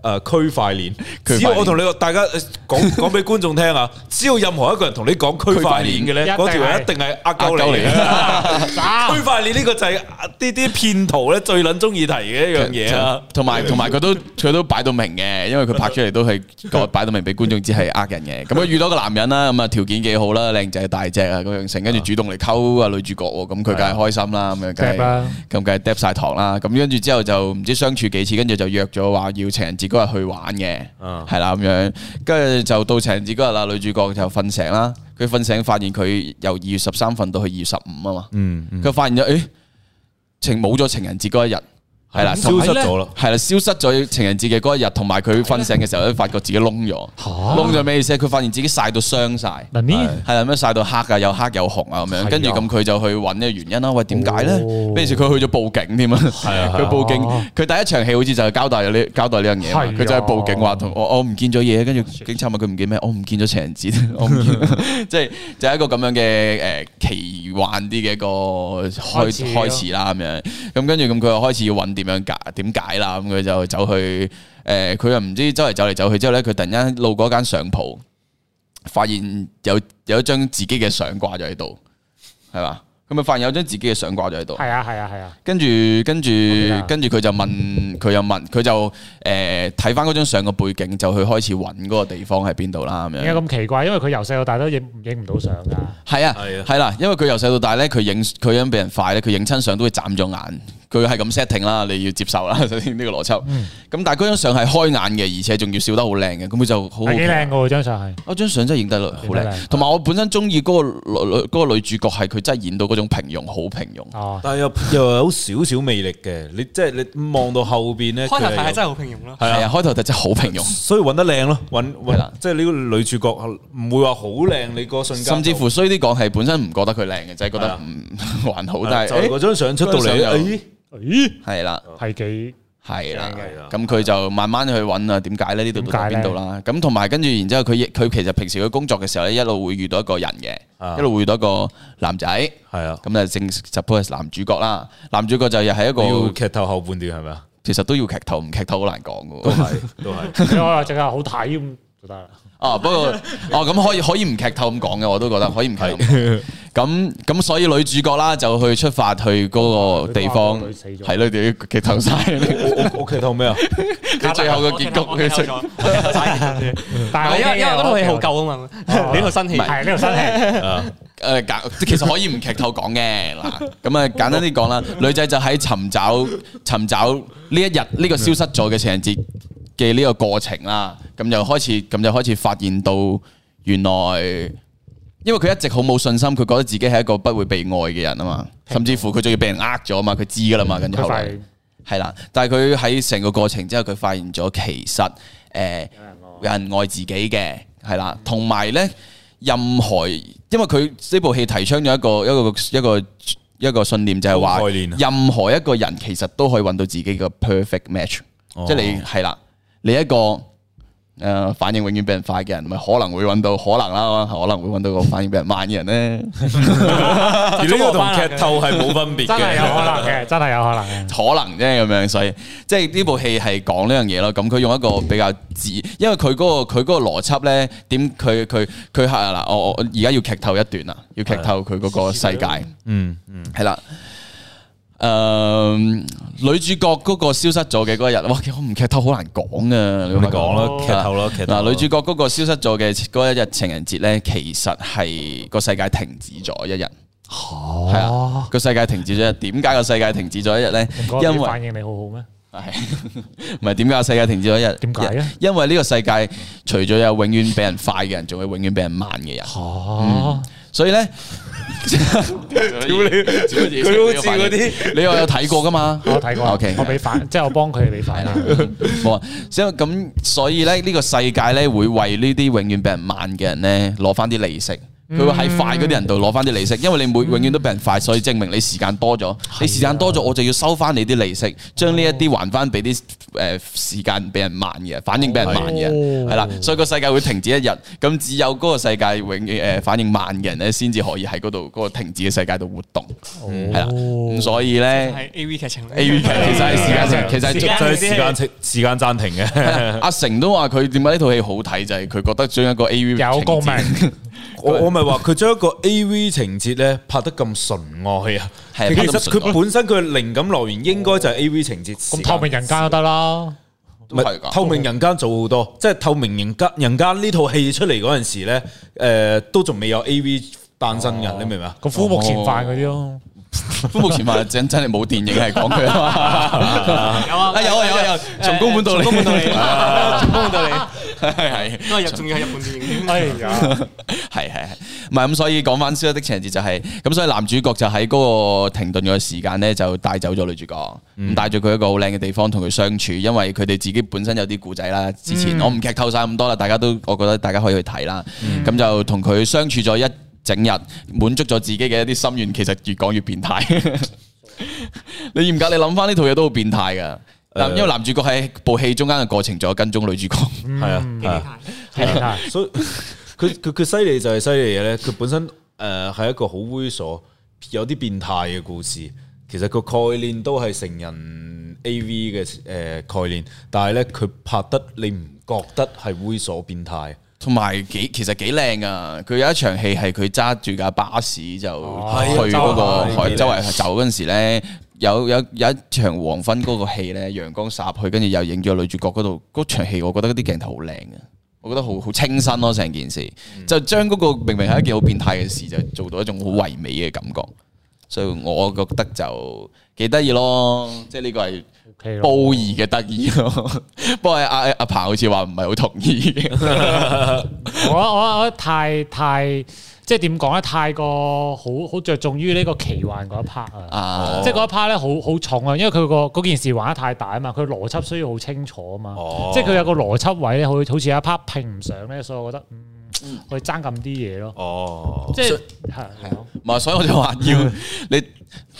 [SPEAKER 2] 誒區塊鏈，
[SPEAKER 1] 區塊鏈
[SPEAKER 2] 只要我同你大家誒講講俾觀眾聽啊，只要任何一個人同你講區塊鏈嘅咧，
[SPEAKER 4] 區塊鏈
[SPEAKER 2] 嗰條人
[SPEAKER 4] 一
[SPEAKER 2] 一定係呃鳩你
[SPEAKER 1] 呃鳩你
[SPEAKER 2] 嘅。 區塊鏈呢個就係啲啲騙徒咧最撚中意提嘅一樣 嘢啊！
[SPEAKER 1] 同埋同埋佢都佢都擺到明嘅，因為佢拍出嚟都係 個擺到明俾觀眾知係呃人嘅。咁佢遇到個男人啦，咁啊條件幾好啦，靚仔大隻啊咁樣成，跟住主動嚟溝啊女主角喎，咁佢梗係開心啦，咁樣梗係啊
[SPEAKER 4] 正啦
[SPEAKER 1] 咁梗係嗒晒糖啦。咁跟住之後就唔知相處幾次，跟住就約咗話要情人節嗰日去玩嘅，
[SPEAKER 2] 啊
[SPEAKER 1] 係啦咁樣。跟住就到情人節嗰日啦，女主角就瞓醒啦。佢瞓醒發現佢由二月十三瞓到去二月十五啊嘛。
[SPEAKER 2] 嗯，
[SPEAKER 1] 佢發現咗，誒情冇咗情人節嗰一日，係啦，
[SPEAKER 2] 消失咗啦
[SPEAKER 1] 係啦，消失咗情人節嘅嗰一日，同埋佢瞓醒嘅時候咧，發覺自己窿咗，窿咗咩意思呢？佢發現自己曬到傷晒。
[SPEAKER 4] 嗱呢
[SPEAKER 1] 係啦，咩曬到黑啊，又黑又紅啊咁
[SPEAKER 4] 係
[SPEAKER 1] 樣，
[SPEAKER 4] 啊
[SPEAKER 1] 跟住咁佢就去揾呢個原因啦。喂，點解咧
[SPEAKER 4] 哦？
[SPEAKER 1] 跟住佢去咗報警添啊！
[SPEAKER 2] 啊
[SPEAKER 1] 佢報警，佢第一場戲好似就係交代咗呢交代呢樣嘢嘛
[SPEAKER 4] 係啊。
[SPEAKER 1] 佢就係報警話同我我唔見咗嘢，跟住警察問佢唔見咩？我唔見咗情人節，我唔見， 即係就係一個咁樣嘅誒奇幻啲嘅一個開
[SPEAKER 4] 開始啊咯
[SPEAKER 1] 開始啦咁樣。咁跟住咁佢又開始要揾點樣解點解啦，咁佢就走去誒，呃佢又唔知周圍走嚟走去之後咧，佢突然間路過一間相鋪，發現有有一張自己嘅相掛咗喺度，係嘛？咁咪發現有張自己嘅相掛咗喺度
[SPEAKER 4] 係，啊啊係啊係啊，
[SPEAKER 1] 跟住跟住
[SPEAKER 4] 記得
[SPEAKER 1] 跟住佢就問佢又問佢就誒睇翻嗰張相嘅背景，就去開始揾嗰個地方喺邊度啦咁
[SPEAKER 4] 點解
[SPEAKER 1] 樣。
[SPEAKER 4] 咁奇怪？因為佢由細到大都影影唔到相㗎。
[SPEAKER 1] 係啊
[SPEAKER 2] 係啊，
[SPEAKER 1] 係啦，因為佢由細到大咧，佢影佢因俾人快咧，佢影親相都會眨咗眼，佢係咁 setting 啦，你要接受啦，首先呢個邏輯。咁
[SPEAKER 4] 嗯
[SPEAKER 1] 但係嗰張相係開眼嘅，而且仲要笑得好靚嘅，咁佢就好好
[SPEAKER 4] 係
[SPEAKER 1] 奇
[SPEAKER 4] 幾靚㗎啊喎張相係，
[SPEAKER 1] 我哦張相真係影得好
[SPEAKER 4] 影得
[SPEAKER 1] 靚，
[SPEAKER 4] 靚
[SPEAKER 1] 同埋我本身中意嗰個女女嗰個女主角係佢真係演到嗰種平庸，好平庸。
[SPEAKER 4] 哦，
[SPEAKER 2] 但係又又有少少魅力嘅，你即係你望到後邊咧，
[SPEAKER 3] 開頭
[SPEAKER 2] 佢
[SPEAKER 3] 睇
[SPEAKER 2] 係
[SPEAKER 3] 係
[SPEAKER 2] 有
[SPEAKER 3] 真係好平庸咯，
[SPEAKER 2] 係
[SPEAKER 1] 係
[SPEAKER 2] 啊
[SPEAKER 1] 啊，開頭就真係好平庸，
[SPEAKER 2] 所以揾得靚咯，揾
[SPEAKER 1] 係啦
[SPEAKER 2] 揾即係呢個女主角唔會話好靚，你嗰瞬間
[SPEAKER 1] 甚至乎衰啲講係本身唔覺得佢靚嘅，就係覺
[SPEAKER 2] 係
[SPEAKER 1] 得
[SPEAKER 2] 啊
[SPEAKER 1] 唔 還好，
[SPEAKER 2] 就
[SPEAKER 1] 但
[SPEAKER 2] 係
[SPEAKER 1] 係
[SPEAKER 2] 嗰張相出到嚟，
[SPEAKER 1] 張相又
[SPEAKER 2] 誒
[SPEAKER 4] 咦
[SPEAKER 1] 係啦。
[SPEAKER 4] 係幾
[SPEAKER 1] 係啦
[SPEAKER 2] 正嘅，啊
[SPEAKER 1] 咁佢就慢慢去揾啊，點解咧？呢度到底邊度啦？咁同埋跟住，然之後佢亦佢其實平時佢工作嘅時候咧，一路會遇到一個人
[SPEAKER 2] 啊
[SPEAKER 1] 嘅，一路會遇到一個男仔，
[SPEAKER 2] 係啊，
[SPEAKER 1] 咁就正 suppose 男主角啦。男主角就又係一
[SPEAKER 2] 要
[SPEAKER 1] 個，
[SPEAKER 2] 劇透後半段係咪啊？
[SPEAKER 1] 其實都要劇透，唔劇透好難講嘅
[SPEAKER 2] 都
[SPEAKER 1] 喎。
[SPEAKER 2] 係都 係。
[SPEAKER 4] 你可能淨係好睇咁就得啦。
[SPEAKER 1] 哦，不過哦咁可以可以唔劇透咁講嘅，我都覺得可以唔劇透咁講。咁咁所以女主角啦就去出發去嗰個地方
[SPEAKER 4] 佢都話佢死，咗
[SPEAKER 1] 係咯，就要劇透晒。
[SPEAKER 2] 我我我劇透 咩啊？
[SPEAKER 1] 佢最後嘅結局，佢出唔
[SPEAKER 3] 係啊
[SPEAKER 4] 但係
[SPEAKER 3] 因為因為嗰套戲好
[SPEAKER 4] 舊，
[SPEAKER 3] 舊啊嘛，呢套新戲
[SPEAKER 4] 係呢度 新戲，
[SPEAKER 1] 誒呃簡其實可以唔劇透講嘅嗱。咁啊簡單啲講啦，女仔就喺尋找尋找呢一日呢個消失咗嘅情人節嘅呢個過程啦。咁就開始咁就開始發現到原來。因為佢一直好冇信心，佢覺得自己係一個不會被愛嘅人啊嘛，甚至乎佢仲要被人呃咗啊嘛，佢知噶啦嘛，跟住
[SPEAKER 4] 佢
[SPEAKER 1] 後來
[SPEAKER 4] 快
[SPEAKER 1] 係啦，但係佢喺成個過程之後，佢發現咗其實誒、呃有人愛自己嘅係啦，同埋咧任何因為佢呢部戲提倡咗一個一個一個一個信念就係話
[SPEAKER 2] 好概念啊
[SPEAKER 1] 任何一個人其實都可以揾到自己嘅 perfect match，、即係
[SPEAKER 2] 哦
[SPEAKER 1] 你係啦，你一個。誒、反應永遠比人快嘅人，咪可能會揾到可能啦，可能會揾到個反應比人慢嘅人咧，
[SPEAKER 2] 而呢個同劇透係冇分別
[SPEAKER 4] 真係有可
[SPEAKER 2] 嘅。
[SPEAKER 4] 能嘅，真係有可
[SPEAKER 1] 可
[SPEAKER 4] 能嘅。
[SPEAKER 1] 能啫咁樣，所以即係呢部戲係講呢樣嘢咯。咁佢用一個比較自，因為佢嗰、個佢嗰個邏輯咧，點佢佢佢係嗱，我我我而家要劇透一段啦，啊要劇透佢嗰個世界。
[SPEAKER 2] 嗯嗯，
[SPEAKER 1] 係啦。誒、女主角嗰個消失咗嘅嗰一日，哇！我唔劇透好難講啊，
[SPEAKER 2] 咁你講啦，
[SPEAKER 4] 哦
[SPEAKER 2] 劇透啦，劇透啦。
[SPEAKER 1] 嗱，女主角嗰個消失咗嘅嗰一日情人節咧，其實係個世界停止咗一日，係啊，個世界停止咗一日。點解個世界停止咗一日咧
[SPEAKER 4] 唔？該
[SPEAKER 1] 因
[SPEAKER 4] 你
[SPEAKER 1] 為
[SPEAKER 4] 反應你好好咩？
[SPEAKER 1] 系，唔係點解世界停止咗一日？
[SPEAKER 4] 點解咧
[SPEAKER 1] 因因為呢個世界除咗有永遠俾人快嘅人，仲有永遠俾人慢嘅人，
[SPEAKER 4] 哦，
[SPEAKER 1] 所以咧，屌你， 佢
[SPEAKER 2] 好似嗰
[SPEAKER 1] 啲，你又有睇過噶嘛？
[SPEAKER 4] 我睇過
[SPEAKER 1] OK
[SPEAKER 4] 我俾反， 即係我幫佢俾
[SPEAKER 1] 係
[SPEAKER 4] 反
[SPEAKER 1] 啦，冇啊，所以咁，所以咧呢個世界咧會為呢啲永遠俾人慢嘅人咧攞翻啲利息，佢會喺快嗰啲人度攞翻啲利息，因為你每永遠都俾人快，所以證明你時間多咗，你時間多咗，我就要收翻你啲利息，將呢一啲還翻俾啲誒時間俾人慢嘅人，反應俾人慢嘅人，
[SPEAKER 4] 哦
[SPEAKER 1] 係啦，所以個世界會停止一日，咁只有嗰個世界永遠誒呃反應慢嘅人咧，先至可以喺嗰度嗰個停止嘅世界度活動，係啦，咁所以咧。
[SPEAKER 3] 係 A V 劇情嚟
[SPEAKER 1] A V 劇其實係時間上，其實係
[SPEAKER 3] 時間
[SPEAKER 2] 就係時間時間暫 停嘅。
[SPEAKER 1] 阿成都話佢點解呢套戲好睇，就係佢覺得將一個 A V
[SPEAKER 4] 有共鳴，
[SPEAKER 2] 我我咪話佢將一個 A V 情節咧拍得咁純愛啊。
[SPEAKER 1] 係
[SPEAKER 2] 其
[SPEAKER 1] 拍
[SPEAKER 2] 實
[SPEAKER 1] 得咁純愛
[SPEAKER 2] 佢本身佢嘅靈感來源應該就係 A V 情節。
[SPEAKER 4] 咁透明人間都得啦。
[SPEAKER 1] 都
[SPEAKER 2] 唔
[SPEAKER 1] 係
[SPEAKER 2] 係
[SPEAKER 1] 㗎
[SPEAKER 2] 透明人間做好多，即係透明人間人間呢套戲出嚟嗰陣時咧，誒都仲未有 A V 誕生嘅，你明唔明啊？
[SPEAKER 4] 個枯木前飯嗰啲咯，
[SPEAKER 1] 夫 目前話真真係冇電影係講佢啊
[SPEAKER 3] 有啊
[SPEAKER 1] 嘛，有啊有啊有啊，從公本到你，
[SPEAKER 3] 從
[SPEAKER 2] 啊
[SPEAKER 3] 宮本到你，從宮本到你，
[SPEAKER 1] 係係
[SPEAKER 3] 因為仲要係日本電影添。
[SPEAKER 4] 哎呀，
[SPEAKER 1] 係係係，唔係咁，所以講翻《消失的情人節》就係咁，所以男主角就喺嗰個停頓嘅時間咧，就帶走咗女主角，咁帶咗佢一個好靚嘅地方同佢相處，因為佢哋自己本身有啲故仔啦。之前我唔劇透晒咁多啦，大家都我覺得大家可以去睇啦。咁就同佢相處咗一整日，滿足咗自己嘅一啲心願，其實越講越變態。 你嚴格你諗翻呢套嘢都好變態噶，但因為男主角喺部戲中間嘅過程，仲有跟蹤女主角。
[SPEAKER 2] 系啊，係啊
[SPEAKER 4] 係啊
[SPEAKER 2] 所以佢佢佢犀利就係犀利嘅咧，佢本身诶系一個好猥瑣、有啲變態嘅故事。其實個概念都係成人 A V 嘅诶概念，但係咧佢拍得你唔覺得係猥瑣變態？
[SPEAKER 1] 同埋幾其實幾靚啊！佢有一場戲係佢揸住架巴士就去嗰個海哦啊周
[SPEAKER 2] 周
[SPEAKER 1] 圍走嗰陣時咧，有有有一場黃昏嗰個戲咧，陽光灑入去，跟住又影咗女主角嗰度嗰場戲，我覺得啲鏡頭好靚嘅，我覺得好好清新咯，成件事就將嗰個明明係一件好變態嘅事，就做到一種好唯美嘅感覺，所以我覺得就幾得意咯，即係呢個係。
[SPEAKER 4] OK 咯
[SPEAKER 1] 褒義嘅得意咯， 不過阿阿阿彭好似話唔係好同意嘅。
[SPEAKER 4] 我我我太太即係點講咧？太過好好着重於呢個奇幻嗰一 part 啊！
[SPEAKER 1] 啊，
[SPEAKER 4] 即係嗰一 part 咧，好好重啊，因為佢個嗰件事玩得太大啊嘛，佢邏輯需要好清楚啊嘛，
[SPEAKER 2] 哦
[SPEAKER 4] 即係佢有個邏輯位咧，好好似有一 part 拼唔上咧，所以我覺得嗯，我哋爭咁啲嘢咯，
[SPEAKER 2] 哦，
[SPEAKER 4] 即係係啊係啊
[SPEAKER 1] 唔係，所以我就話 要你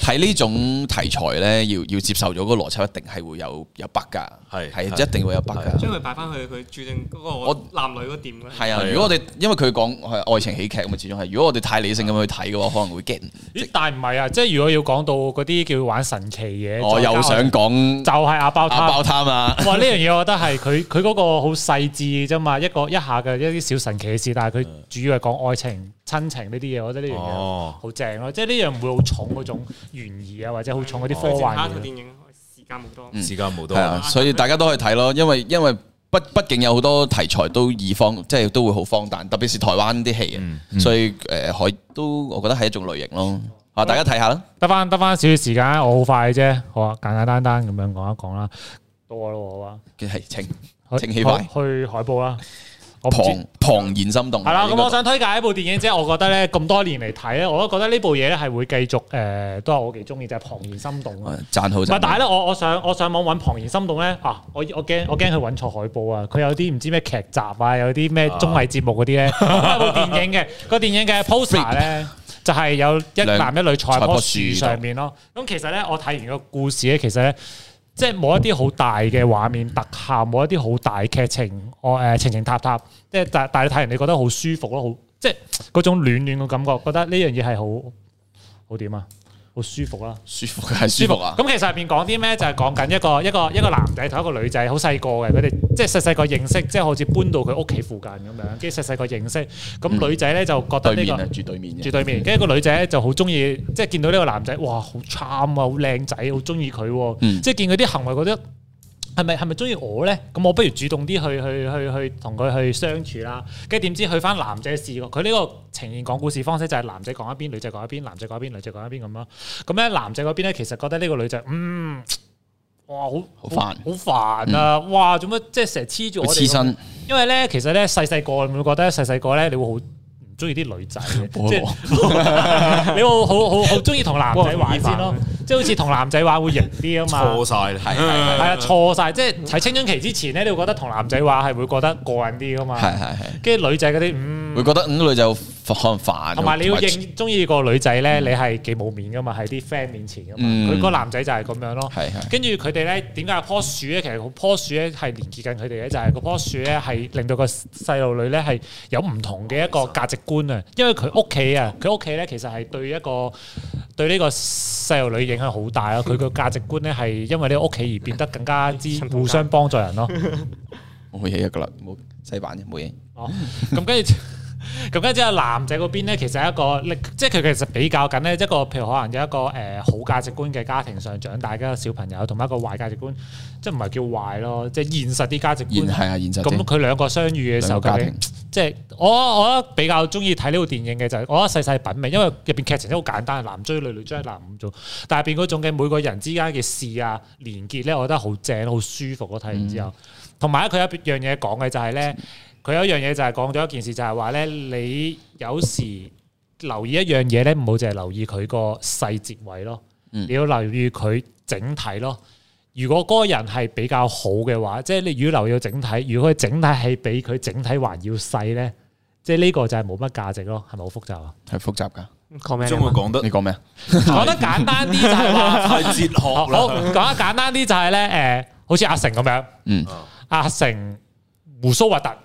[SPEAKER 1] 睇呢種題材咧，要要接受咗嗰個邏輯，一定係會有有 bug 㗎，
[SPEAKER 2] 係
[SPEAKER 1] 係
[SPEAKER 2] 係
[SPEAKER 1] 一定會有 bug 㗎。
[SPEAKER 3] 將佢擺翻去佢注定嗰個
[SPEAKER 1] 我
[SPEAKER 3] 男女嗰點嘅。
[SPEAKER 1] 係啊，
[SPEAKER 2] 係啊
[SPEAKER 1] 如果我哋因為佢講係愛情喜劇咁啊，始終係如果我哋太理性咁去睇嘅話，可能會 get 唔
[SPEAKER 4] 咦
[SPEAKER 1] 直。
[SPEAKER 4] 但係唔係啊？即係如果要講到嗰啲叫玩神奇嘢，
[SPEAKER 1] 我哦又想講
[SPEAKER 4] 就係阿包
[SPEAKER 1] 阿
[SPEAKER 4] 他
[SPEAKER 1] 包。貪啊！
[SPEAKER 4] 哇！呢樣嘢我覺得係佢佢嗰個好細緻啫嘛，一個一下嘅一啲小神奇嘅事，但係佢
[SPEAKER 1] 嗯
[SPEAKER 4] 主要係講愛情、親情呢啲嘢，我覺得呢樣嘢
[SPEAKER 2] 哦
[SPEAKER 4] 好正咯，即係呢樣唔會好重嗰種懸疑啊，或者好重嗰啲
[SPEAKER 1] 哦
[SPEAKER 4] 科幻
[SPEAKER 3] 下一套
[SPEAKER 4] 嘢。
[SPEAKER 3] 電影啊時間冇多，
[SPEAKER 2] 時間冇多
[SPEAKER 1] 係啊，所以大家都可以睇咯，因為因為畢畢竟有好多題材都以方，即係都會好荒誕，特別是台灣啲戲
[SPEAKER 2] 嗯
[SPEAKER 1] 啊，所以誒可以都我覺得係一種類型咯。啊，大家睇下啦，
[SPEAKER 4] 得翻得翻少少時間，我好快啫，好啊，簡簡單單咁樣講一講啦，到我咯，好啊，
[SPEAKER 1] 係請。
[SPEAKER 4] 去
[SPEAKER 1] 請起快
[SPEAKER 4] 去海報啦，我唔知
[SPEAKER 1] 怦怦然心動。啊
[SPEAKER 4] 係啦，
[SPEAKER 1] 呢
[SPEAKER 4] 咁
[SPEAKER 1] 個
[SPEAKER 4] 我想推介一部電影，即係我覺得咧咁多年嚟睇咧，我都覺得呢部嘢咧係會繼續誒、呃都係我幾中意，就係、怦然心動》啊。
[SPEAKER 1] 誒讚好
[SPEAKER 4] 唔係，
[SPEAKER 1] 讚
[SPEAKER 4] 但係
[SPEAKER 1] 好。
[SPEAKER 4] 咧，我我上我上網揾《怦然心動》咧，啊，我我驚我驚佢揾錯海報啊！佢有啲唔知咩劇集啊，有啲咩綜藝節目嗰啲咧， 有部電影嘅個電影嘅 poster 咧，就係有一
[SPEAKER 1] 兩
[SPEAKER 4] 男一女坐喺
[SPEAKER 1] 坐喺棵
[SPEAKER 4] 棵
[SPEAKER 1] 樹
[SPEAKER 4] 樹
[SPEAKER 1] 度
[SPEAKER 4] 上面咯。咁其實咧，我睇完個故事咧，其實咧。即係冇一啲好大嘅畫面特效，冇一啲好大劇情，我誒、呃情情塔塔，即係但但係你睇完你覺得好舒服咯，好即係嗰種暖暖嘅感覺，覺得呢樣嘢係好好點啊，好舒服啦、
[SPEAKER 1] 舒服嘅係舒服啊！
[SPEAKER 4] 咁其實入邊講啲咩？就係講緊一個一個一個男仔同一個女仔，好細個嘅，佢哋即係細細個認識，即係好似搬到佢屋企附近咁樣，跟住細細個認識。咁女仔咧就覺
[SPEAKER 1] 對
[SPEAKER 4] 得呢、
[SPEAKER 1] 面
[SPEAKER 4] 個
[SPEAKER 1] 啊，。住對面嘅
[SPEAKER 4] 住。對面，跟住個女仔咧就好中意，即係見到呢個男仔，哇，好 charm 啊，好靚仔，好中意佢喎，
[SPEAKER 1] 嗯
[SPEAKER 4] 即係見佢啲行為覺得係咪係咪中意我咧？咁我不如主動啲去去去去同佢去相處啦。跟住點知去翻男仔視角，佢呢個呈現講故事方式就係男仔講一邊，女仔講一邊，男仔講一邊，女仔講一邊咁咯。咁咧男仔嗰邊咧其實覺得呢個女仔嗯。哇，好
[SPEAKER 1] 好煩
[SPEAKER 4] 好煩啊！哇，做乜即係成日黐住我
[SPEAKER 1] 佢
[SPEAKER 4] 哋
[SPEAKER 1] 黐
[SPEAKER 4] 咁
[SPEAKER 1] 嗯身，
[SPEAKER 4] 因為咧，其實咧細細個你會覺得細細個咧，你會好唔中意啲女仔嘅，
[SPEAKER 1] 菠蘿
[SPEAKER 4] 即係你會好好好好中意同男仔玩先咯，即係好似同男仔玩會型啲啊嘛
[SPEAKER 2] 錯。晒啦，
[SPEAKER 1] 係係
[SPEAKER 4] 係啊，錯晒，即
[SPEAKER 1] 嗯
[SPEAKER 4] 係喺青春期之前咧，你會覺得同男仔玩係會覺得過癮啲噶嘛。
[SPEAKER 1] 係係係，
[SPEAKER 4] 跟住女仔嗰啲，嗯，
[SPEAKER 1] 會覺得五女就可能煩。
[SPEAKER 4] 同埋你要認中意個女仔咧，你係幾冇面噶嘛，喺啲 friend 面前噶嘛。
[SPEAKER 1] 嗯
[SPEAKER 4] 佢個男仔就係咁樣咯。
[SPEAKER 1] 係係
[SPEAKER 4] 跟住佢哋咧，點解有棵樹咧？其實棵樹咧係連結緊佢哋咧，就係、個棵樹咧係令到個細路女咧係有唔同嘅一個價值觀啊。因為佢屋企啊，佢屋企咧其實係對一個對呢個細路女影響好大啊咯。佢個價值觀咧係因為呢個屋企而變得更加 之互相幫助 人咯。
[SPEAKER 1] 冇嘢一個啦，冇西版嘅冇嘢。
[SPEAKER 4] 哦，咁跟住。咁跟住阿男仔嗰邊咧，其實係一個你即係佢其實比較緊咧一個，譬如可能有一個誒、呃好價值觀嘅家庭上長大嘅小朋友，同埋一個壞價值觀，即係唔係叫壞咯，即係現實啲價值
[SPEAKER 1] 現
[SPEAKER 4] 觀。
[SPEAKER 1] 係啊，現實
[SPEAKER 4] 咁
[SPEAKER 1] 啫。
[SPEAKER 4] 佢兩個相遇嘅時候，
[SPEAKER 1] 兩個家
[SPEAKER 4] 究
[SPEAKER 1] 庭
[SPEAKER 4] 竟即係我我覺得比較中意睇呢部電影嘅就係我覺得細細品味，因為入邊劇情都好簡單，男追女，女追男咁做，但係入邊嗰種嘅每個人之間嘅事啊連結咧，我覺得好正，好舒服咯。睇完之後，同埋咧佢有一樣嘢講嘅就係咧。佢有一樣嘢就係講咗一件事，就係話咧，你有時留意一樣嘢咧，唔好淨係留意佢個細節位咯，
[SPEAKER 1] 嗯
[SPEAKER 4] 你要留意佢整體咯。如果嗰個人係比較好嘅話，即係你如果留意到整體，如果佢整體係比佢整體還要細咧，即係呢個就係冇乜價值咯，係咪好複雜啊？
[SPEAKER 1] 係複雜㗎。
[SPEAKER 3] 講咩嚟
[SPEAKER 2] 將佢
[SPEAKER 3] 㗎？
[SPEAKER 2] 講得
[SPEAKER 1] 你講咩啊？
[SPEAKER 4] 講得簡單啲就係話。
[SPEAKER 2] 太哲學
[SPEAKER 4] 好好
[SPEAKER 2] 啦。
[SPEAKER 4] 講得簡單啲就係咧，誒，好似阿成咁樣，
[SPEAKER 1] 嗯
[SPEAKER 2] 啊
[SPEAKER 4] 阿成胡鬚核突，啊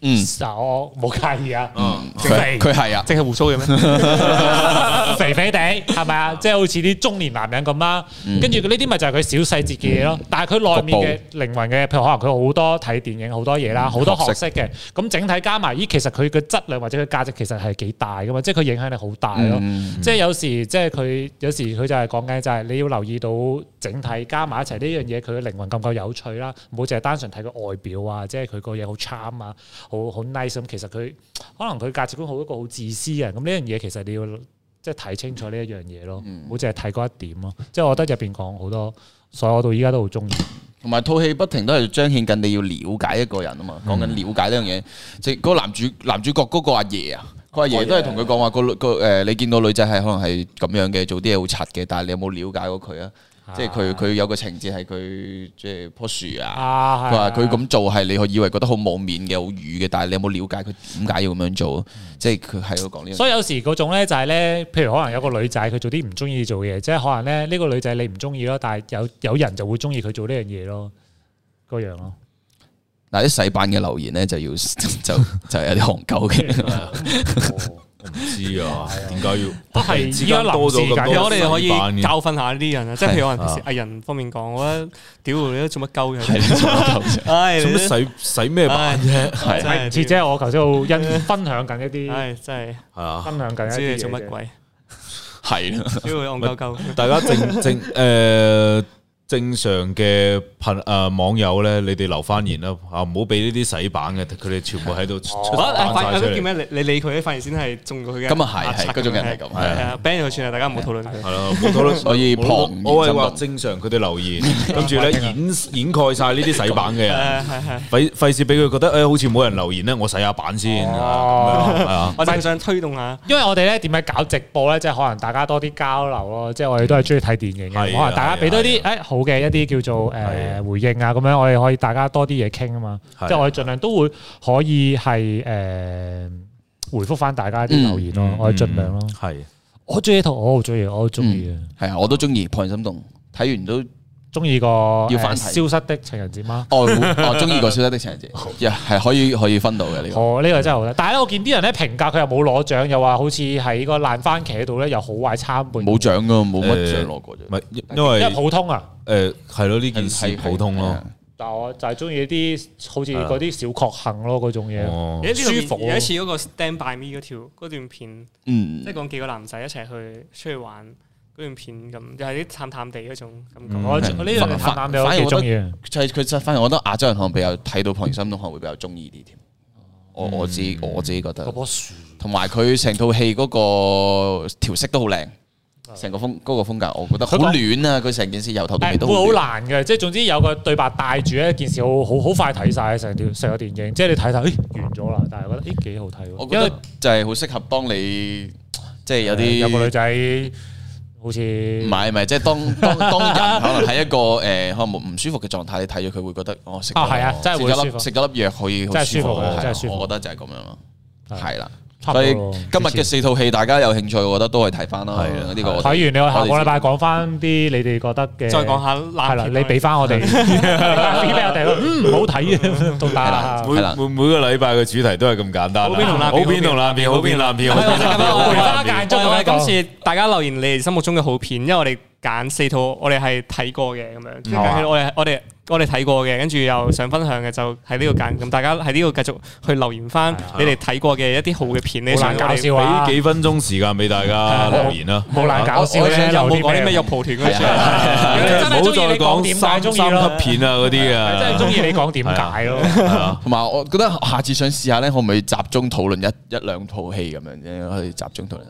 [SPEAKER 1] 嗯，
[SPEAKER 4] 我冇介意啊，
[SPEAKER 2] 嗯，
[SPEAKER 4] 整
[SPEAKER 1] 佢
[SPEAKER 4] 肥
[SPEAKER 1] 佢係啊，
[SPEAKER 3] 淨係胡鬚嘅咩？
[SPEAKER 4] 肥肥地係咪啊？即係好似啲中年男人咁啦，
[SPEAKER 1] 嗯
[SPEAKER 4] 跟住呢啲咪就係佢小細節嘅嘢咯。但係佢內面嘅靈魂嘅，譬如可能佢好多睇電影好多嘢
[SPEAKER 1] 嗯
[SPEAKER 4] 啦，好多學識嘅，咁整體加埋，咦，其實佢嘅質量或者佢價值其實係幾大噶嘛，即係佢影響力好大咯。
[SPEAKER 1] 嗯
[SPEAKER 4] 即係有時，即係佢有時佢就係講緊就係你要留意到整體加埋一齊呢樣嘢，佢嘅靈魂夠唔夠有趣啦，唔好淨係單純睇佢外表啊，即係佢個嘢好 charm 啊，好好 nice 咁。其實佢可能佢價值觀好一個好自私嘅人，咁呢樣嘢其實你要即係睇清楚呢一樣嘢咯，
[SPEAKER 2] 嗯
[SPEAKER 4] 唔好淨係睇嗰一點咯。即係我覺得入邊講好多，所以我到依家都好中意。
[SPEAKER 1] 同埋套戲不停都係彰顯緊你要了解一個人啊嘛，講緊了解呢樣嘢，即係嗰個男主男主角嗰個阿爺啊，個阿爺都係啊同佢講話個女個誒，你見到女仔係可能係咁樣嘅，做啲嘢好柒嘅，但係你有冇了解過佢啊？即係佢佢有個情節係佢即係樖樹啊。
[SPEAKER 4] 啊，
[SPEAKER 1] 佢話佢咁做係你以為覺得好冇面嘅、好愚嘅，但係你有冇了解佢點解要咁樣做？啊即係佢係喺度講呢樣。
[SPEAKER 4] 所以有時嗰種咧就係咧，譬如可能有個女仔佢做啲唔中意做嘅嘢，即係可能咧呢個女仔你唔中意咯，但係有有人就會中意佢做呢樣嘢咯，嗰樣咯。
[SPEAKER 1] 嗱啲細版嘅留言咧就要 就就有啲戇鳩 嘅。
[SPEAKER 2] 我唔知啊，點解要？
[SPEAKER 4] 都係
[SPEAKER 2] 之
[SPEAKER 4] 依家
[SPEAKER 2] 間多咗
[SPEAKER 4] 臨時
[SPEAKER 2] 咁
[SPEAKER 4] 解
[SPEAKER 2] 多
[SPEAKER 4] 決
[SPEAKER 3] 我哋可以
[SPEAKER 2] 新版嘅
[SPEAKER 3] 教訓下呢啲人啊，即係譬如可能平時
[SPEAKER 2] 係
[SPEAKER 3] 藝人方面講，我覺得屌你都做乜鳩
[SPEAKER 1] 係
[SPEAKER 3] 嘅，
[SPEAKER 1] 你做乜鳩啫
[SPEAKER 3] 唉，
[SPEAKER 2] 做
[SPEAKER 3] 你
[SPEAKER 2] 乜
[SPEAKER 3] 都
[SPEAKER 2] 使使咩版啫？
[SPEAKER 1] 係
[SPEAKER 3] 真係
[SPEAKER 4] 唔似即係我頭先好欣分享緊一啲，
[SPEAKER 3] 唉啊真
[SPEAKER 2] 係啊，
[SPEAKER 4] 分享
[SPEAKER 3] 係唔
[SPEAKER 4] 緊一
[SPEAKER 3] 知
[SPEAKER 4] 啲
[SPEAKER 3] 你
[SPEAKER 4] 嘢
[SPEAKER 3] 做乜
[SPEAKER 4] 啫。
[SPEAKER 3] 鬼，
[SPEAKER 1] 係啦，
[SPEAKER 3] 屌你 戇鳩鳩，
[SPEAKER 2] 大家正正诶。正常嘅朋誒網友咧，你哋留翻言啦嚇，唔好俾呢啲洗版嘅，佢哋全部喺度出出
[SPEAKER 3] 我
[SPEAKER 2] 版
[SPEAKER 3] 啊發
[SPEAKER 2] 晒
[SPEAKER 3] 現
[SPEAKER 2] 出
[SPEAKER 3] 嗰啲叫
[SPEAKER 2] 嚟，
[SPEAKER 3] 咩？你你理佢，發現先係中過佢嘅。
[SPEAKER 1] 咁啊係係，嗰種人係咁。
[SPEAKER 3] 係啊，ban 佢算啦，大家唔好討論佢。
[SPEAKER 2] 係咯，冇討 論。
[SPEAKER 1] 所以旁
[SPEAKER 2] 我
[SPEAKER 1] 言
[SPEAKER 2] 我係
[SPEAKER 1] 震
[SPEAKER 2] 話
[SPEAKER 1] 動
[SPEAKER 2] 正常佢哋留言，跟住咧掩掩蓋晒呢啲洗版嘅人，
[SPEAKER 3] 誒係係，
[SPEAKER 2] 費費事俾佢覺得誒好似冇人留言咧，我洗下版先
[SPEAKER 4] 哦
[SPEAKER 2] 係啊。
[SPEAKER 3] 我就想推動下，
[SPEAKER 4] 因為我哋咧點解搞直播咧，即係可能大家多啲交流咯，即係我哋都係中意睇電影嘅，
[SPEAKER 2] 係啊
[SPEAKER 4] 可能大家俾多啲
[SPEAKER 2] 係
[SPEAKER 4] 誒好嘅一啲叫做
[SPEAKER 2] 係啊
[SPEAKER 4] 誒回應啊，咁樣我哋可以大家多啲嘢傾啊嘛，
[SPEAKER 2] 係啊
[SPEAKER 4] 即係我哋盡量都會可以係誒回覆翻大家
[SPEAKER 1] 嗯
[SPEAKER 4] 啲留言咯，我哋盡量咯。
[SPEAKER 2] 係
[SPEAKER 4] 嗯我中意呢套，我好中意，我好中意啊，
[SPEAKER 1] 係啊，我都中意《怦然心動》，睇完都
[SPEAKER 4] 中意個
[SPEAKER 1] 要
[SPEAKER 4] 要
[SPEAKER 1] 反提
[SPEAKER 4] 消失的情人節嗎？
[SPEAKER 1] 哦哦中意過《消失的情人節》，係可以可以分到嘅呢個。
[SPEAKER 4] 哦，呢個真係好啦！但係咧，我見啲人咧評價佢又冇攞獎，又話好似喺個爛番茄度咧又好壞參半，
[SPEAKER 1] 冇獎噶，冇乜獎
[SPEAKER 2] 誒
[SPEAKER 1] 攞過啫
[SPEAKER 2] 唔。係因因
[SPEAKER 4] 因為
[SPEAKER 2] 為
[SPEAKER 4] 普通啊。
[SPEAKER 2] 誒係咯
[SPEAKER 4] 呃
[SPEAKER 2] 呢件事
[SPEAKER 1] 係啊
[SPEAKER 2] 普通咯。。
[SPEAKER 4] 但我就係中意啲好似嗰啲小確幸咯，嗰種嘢。
[SPEAKER 2] 哦
[SPEAKER 3] 有一
[SPEAKER 4] 舒服
[SPEAKER 3] 次
[SPEAKER 4] 喎
[SPEAKER 3] 有一次嗰個 Stand By Me 嗰條嗰段片，
[SPEAKER 1] 嗯
[SPEAKER 3] 即係，講幾個男仔一齊去出去玩嗰段片咁，又係啲淡淡地嗰種感
[SPEAKER 2] 嗯
[SPEAKER 3] 覺。
[SPEAKER 4] 我呢樣嘢淡淡地我幾中意啊。
[SPEAKER 1] 就係佢就反而我覺得亞洲人可能比較睇到《怦然心動》可能會比較中意啲添。我我自己我自己覺
[SPEAKER 4] 嗰
[SPEAKER 1] 得，
[SPEAKER 4] 棵樹
[SPEAKER 1] 嗯同埋佢成套戲嗰個調色都好靚，成個風嗰個風格，我覺得好
[SPEAKER 4] 啊佢講
[SPEAKER 1] 暖啊！佢成件事由頭到尾
[SPEAKER 4] 誒
[SPEAKER 1] 都
[SPEAKER 4] 會好
[SPEAKER 1] 暖
[SPEAKER 4] 難嘅，即係總之有個對白帶住咧，件事好好好快睇晒成條成個電影。即係你睇睇，誒完咗啦，但係我覺得誒幾好睇
[SPEAKER 1] 我
[SPEAKER 4] 喎。
[SPEAKER 1] 覺
[SPEAKER 4] 因
[SPEAKER 1] 得
[SPEAKER 4] 為
[SPEAKER 1] 就係好適合當你即係有
[SPEAKER 4] 有個
[SPEAKER 1] 啲
[SPEAKER 4] 女仔好似
[SPEAKER 1] 唔係唔係，即係當當 當人可能喺一個誒可能冇唔舒服嘅狀態，你睇咗佢會覺得哦食咗
[SPEAKER 4] 啊係啊真係會
[SPEAKER 1] 食咗粒
[SPEAKER 4] 舒服
[SPEAKER 1] 食咗粒藥可以好
[SPEAKER 4] 真係
[SPEAKER 1] 舒
[SPEAKER 4] 舒
[SPEAKER 1] 服
[SPEAKER 4] 服
[SPEAKER 1] 啊
[SPEAKER 4] 啊
[SPEAKER 1] 係啊
[SPEAKER 4] 真係舒服
[SPEAKER 1] 我覺得就係咁樣咯，
[SPEAKER 4] 係
[SPEAKER 1] 係啦。
[SPEAKER 4] 差唔
[SPEAKER 1] 所
[SPEAKER 4] 多
[SPEAKER 1] 以
[SPEAKER 4] 咯
[SPEAKER 1] 今日嘅四套戲，大家有興趣，我覺得都係睇翻啦。
[SPEAKER 2] 係啊
[SPEAKER 1] 呢個我
[SPEAKER 4] 睇完你話下個禮拜講翻啲你哋覺得嘅，
[SPEAKER 3] 再講下
[SPEAKER 4] 係
[SPEAKER 3] 爛
[SPEAKER 4] 啦，
[SPEAKER 3] 片
[SPEAKER 4] 你俾翻我哋俾我哋咯，嗯，唔好睇嘅都得啦。
[SPEAKER 2] 每
[SPEAKER 1] 係啦
[SPEAKER 2] 每每個禮拜嘅主題都係咁簡單啦。啊
[SPEAKER 3] 好邊同爛片
[SPEAKER 2] 好邊同爛片，好邊爛片，好邊爛片，好邊爛片。
[SPEAKER 4] 間中
[SPEAKER 3] 我
[SPEAKER 4] 咁
[SPEAKER 3] 哋
[SPEAKER 4] 樣講
[SPEAKER 3] 今次大家留言你哋心目中嘅好片，因為我哋揀四套我哋係睇過嘅咁樣，跟
[SPEAKER 1] 好啊
[SPEAKER 3] 住我哋我哋我哋睇過嘅，跟住又想分享嘅就喺呢度揀，咁大家喺呢度繼續去留言翻你哋睇過嘅一啲好嘅片，你
[SPEAKER 4] 好
[SPEAKER 3] 想
[SPEAKER 4] 難搞笑啊！
[SPEAKER 2] 俾幾分鐘時間俾大家留言啦。
[SPEAKER 4] 好難搞笑
[SPEAKER 3] 我
[SPEAKER 4] 咧，
[SPEAKER 3] 想有
[SPEAKER 4] 有
[SPEAKER 3] 冇
[SPEAKER 4] 啲
[SPEAKER 3] 講啲咩
[SPEAKER 4] 咩
[SPEAKER 3] 肉？蒲團嗰
[SPEAKER 1] 係啊
[SPEAKER 3] 啲？
[SPEAKER 4] 如果你真係中意你講點解中
[SPEAKER 2] 三
[SPEAKER 4] 意咯
[SPEAKER 2] 三級片啊嗰啲啊，
[SPEAKER 4] 真係中意你講點解咯？
[SPEAKER 2] 係啊。
[SPEAKER 1] 同埋我覺得下次想試下咧，可唔可以集中討論一一兩套戲咁樣啫？可以集中討論。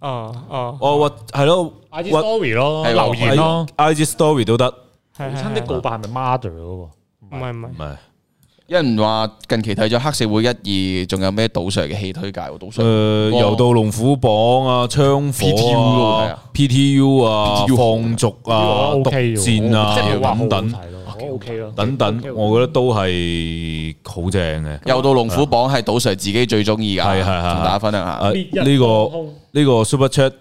[SPEAKER 3] 哦哦，
[SPEAKER 2] 我或係咯，
[SPEAKER 4] I G
[SPEAKER 2] 或
[SPEAKER 4] story 咯，
[SPEAKER 1] 係
[SPEAKER 4] 留言咯，
[SPEAKER 2] I G Story 都得，
[SPEAKER 3] 係
[SPEAKER 4] 母
[SPEAKER 3] 係
[SPEAKER 4] 親的告白係咪 mother 嗰個？
[SPEAKER 3] 唔係唔係
[SPEAKER 2] 唔係
[SPEAKER 1] 有人話近期睇咗《黑社會一二》，仲有咩賭 Sir 嘅戲推介？賭 Sir
[SPEAKER 2] 诶，
[SPEAKER 1] 哇
[SPEAKER 2] 柔道龍虎榜啊，槍
[SPEAKER 1] PTU
[SPEAKER 2] 火
[SPEAKER 1] 咯係
[SPEAKER 2] 啊
[SPEAKER 1] 啊
[SPEAKER 2] ，PTU 啊，
[SPEAKER 1] PTU
[SPEAKER 2] 放逐啊，
[SPEAKER 4] 呢個
[SPEAKER 2] 毒
[SPEAKER 4] OK 嘅喎
[SPEAKER 2] 戰
[SPEAKER 4] 即係冇話
[SPEAKER 2] 啊，
[SPEAKER 4] 好好
[SPEAKER 2] 等等
[SPEAKER 4] 睇咯我 OK 咯，
[SPEAKER 2] 等等，我覺得都係好正嘅。
[SPEAKER 1] 又到龍虎榜係賭 Sir 自己最中意㗎，
[SPEAKER 2] 係係係
[SPEAKER 1] 同大家分享下。
[SPEAKER 2] 啊
[SPEAKER 4] 烈日
[SPEAKER 2] 呢
[SPEAKER 4] 當
[SPEAKER 2] 個
[SPEAKER 4] 空
[SPEAKER 2] 呢個 Super Chat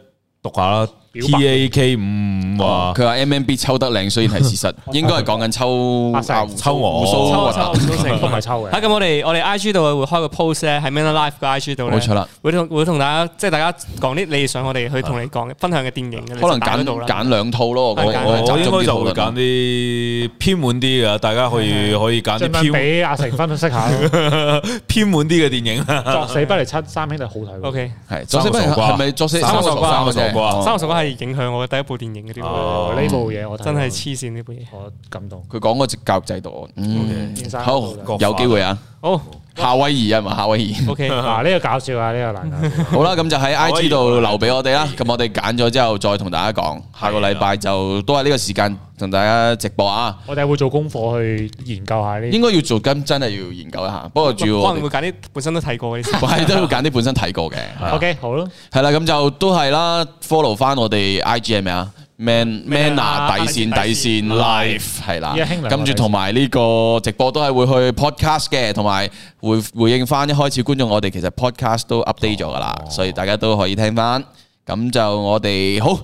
[SPEAKER 2] 讀下啦
[SPEAKER 4] 表白
[SPEAKER 2] ，TAK 五五話
[SPEAKER 1] 佢話 MMB 抽得靚，雖然係 事實，應該係講緊抽
[SPEAKER 4] 阿成
[SPEAKER 2] 抽我
[SPEAKER 1] 胡啊鬚核突
[SPEAKER 3] 抽抽都成
[SPEAKER 4] 都唔係抽嘅
[SPEAKER 3] 啊咁我哋我哋 I G 度會開個 post 咧，喺 Man Life 嘅 I G 度咧，
[SPEAKER 1] 冇錯啦，
[SPEAKER 3] 會同會同大家即係大家講啲你想我哋去同你講嘅分享嘅電影嘅，
[SPEAKER 1] 可能
[SPEAKER 3] 你就打
[SPEAKER 1] 揀
[SPEAKER 3] 嗰度啦
[SPEAKER 1] 揀兩套咯。我
[SPEAKER 3] 係揀
[SPEAKER 1] 我
[SPEAKER 3] 兩
[SPEAKER 2] 我
[SPEAKER 1] 集
[SPEAKER 2] 應
[SPEAKER 1] 中啊
[SPEAKER 2] 該
[SPEAKER 1] 啲
[SPEAKER 2] 就
[SPEAKER 1] 討
[SPEAKER 2] 會
[SPEAKER 1] 論
[SPEAKER 2] 揀。啲偏滿啲嘅，大家可以可以揀
[SPEAKER 4] 盡
[SPEAKER 2] 啲
[SPEAKER 4] 量
[SPEAKER 2] 偏
[SPEAKER 4] 俾阿成分析下咯，
[SPEAKER 2] 偏滿啲嘅電影啊啦。
[SPEAKER 4] 作死不離七三兄弟好睇喎。
[SPEAKER 3] O K。
[SPEAKER 1] 係作死不
[SPEAKER 2] 三個傻瓜
[SPEAKER 1] 係咪作死
[SPEAKER 2] 三個傻瓜
[SPEAKER 1] 三個傻
[SPEAKER 2] 三個傻瓜
[SPEAKER 1] 哦
[SPEAKER 3] 三個傻瓜係影響我嘅第一部電影嗰啲喎，
[SPEAKER 4] 哦呢部嘢我睇
[SPEAKER 3] 真係黐線呢部嘢。
[SPEAKER 4] 我感動。
[SPEAKER 1] 佢講嗰只教育制度，嗯
[SPEAKER 4] OK，
[SPEAKER 1] 好有機會啊！
[SPEAKER 3] 好
[SPEAKER 1] 夏威夷啊係咪夏威 夷，
[SPEAKER 3] ，OK，
[SPEAKER 4] 嗱呢個搞笑啊，呢個難搞笑。
[SPEAKER 1] 好啦，咁就喺
[SPEAKER 2] 威夷
[SPEAKER 1] IG 度留俾我哋啦。咁我哋揀咗之後再同大家講，
[SPEAKER 2] 啊
[SPEAKER 1] 下個禮拜就都係呢個時間同大家直播啊。
[SPEAKER 4] 我哋會做功課去研究下呢
[SPEAKER 1] 應該要做緊真係要研究一下，不過主要
[SPEAKER 3] 可
[SPEAKER 1] 我
[SPEAKER 3] 能
[SPEAKER 1] 哋
[SPEAKER 3] 會揀啲本身都睇過嘅啲 先。
[SPEAKER 1] 我係都要揀啲本身睇過嘅。
[SPEAKER 4] OK，好咯，
[SPEAKER 1] 係啦，咁就都係啦，follow 翻我哋 IG 係咪啊？Man Man 啊，底線底線 Life 係啦
[SPEAKER 4] 依家興兩，個
[SPEAKER 1] 跟住同埋呢個直播都係會去 podcast 嘅，同埋回回應翻一開始觀眾，我哋其實 podcast 都 update 咗噶啦，所以大家都可以聽翻。咁就我哋好。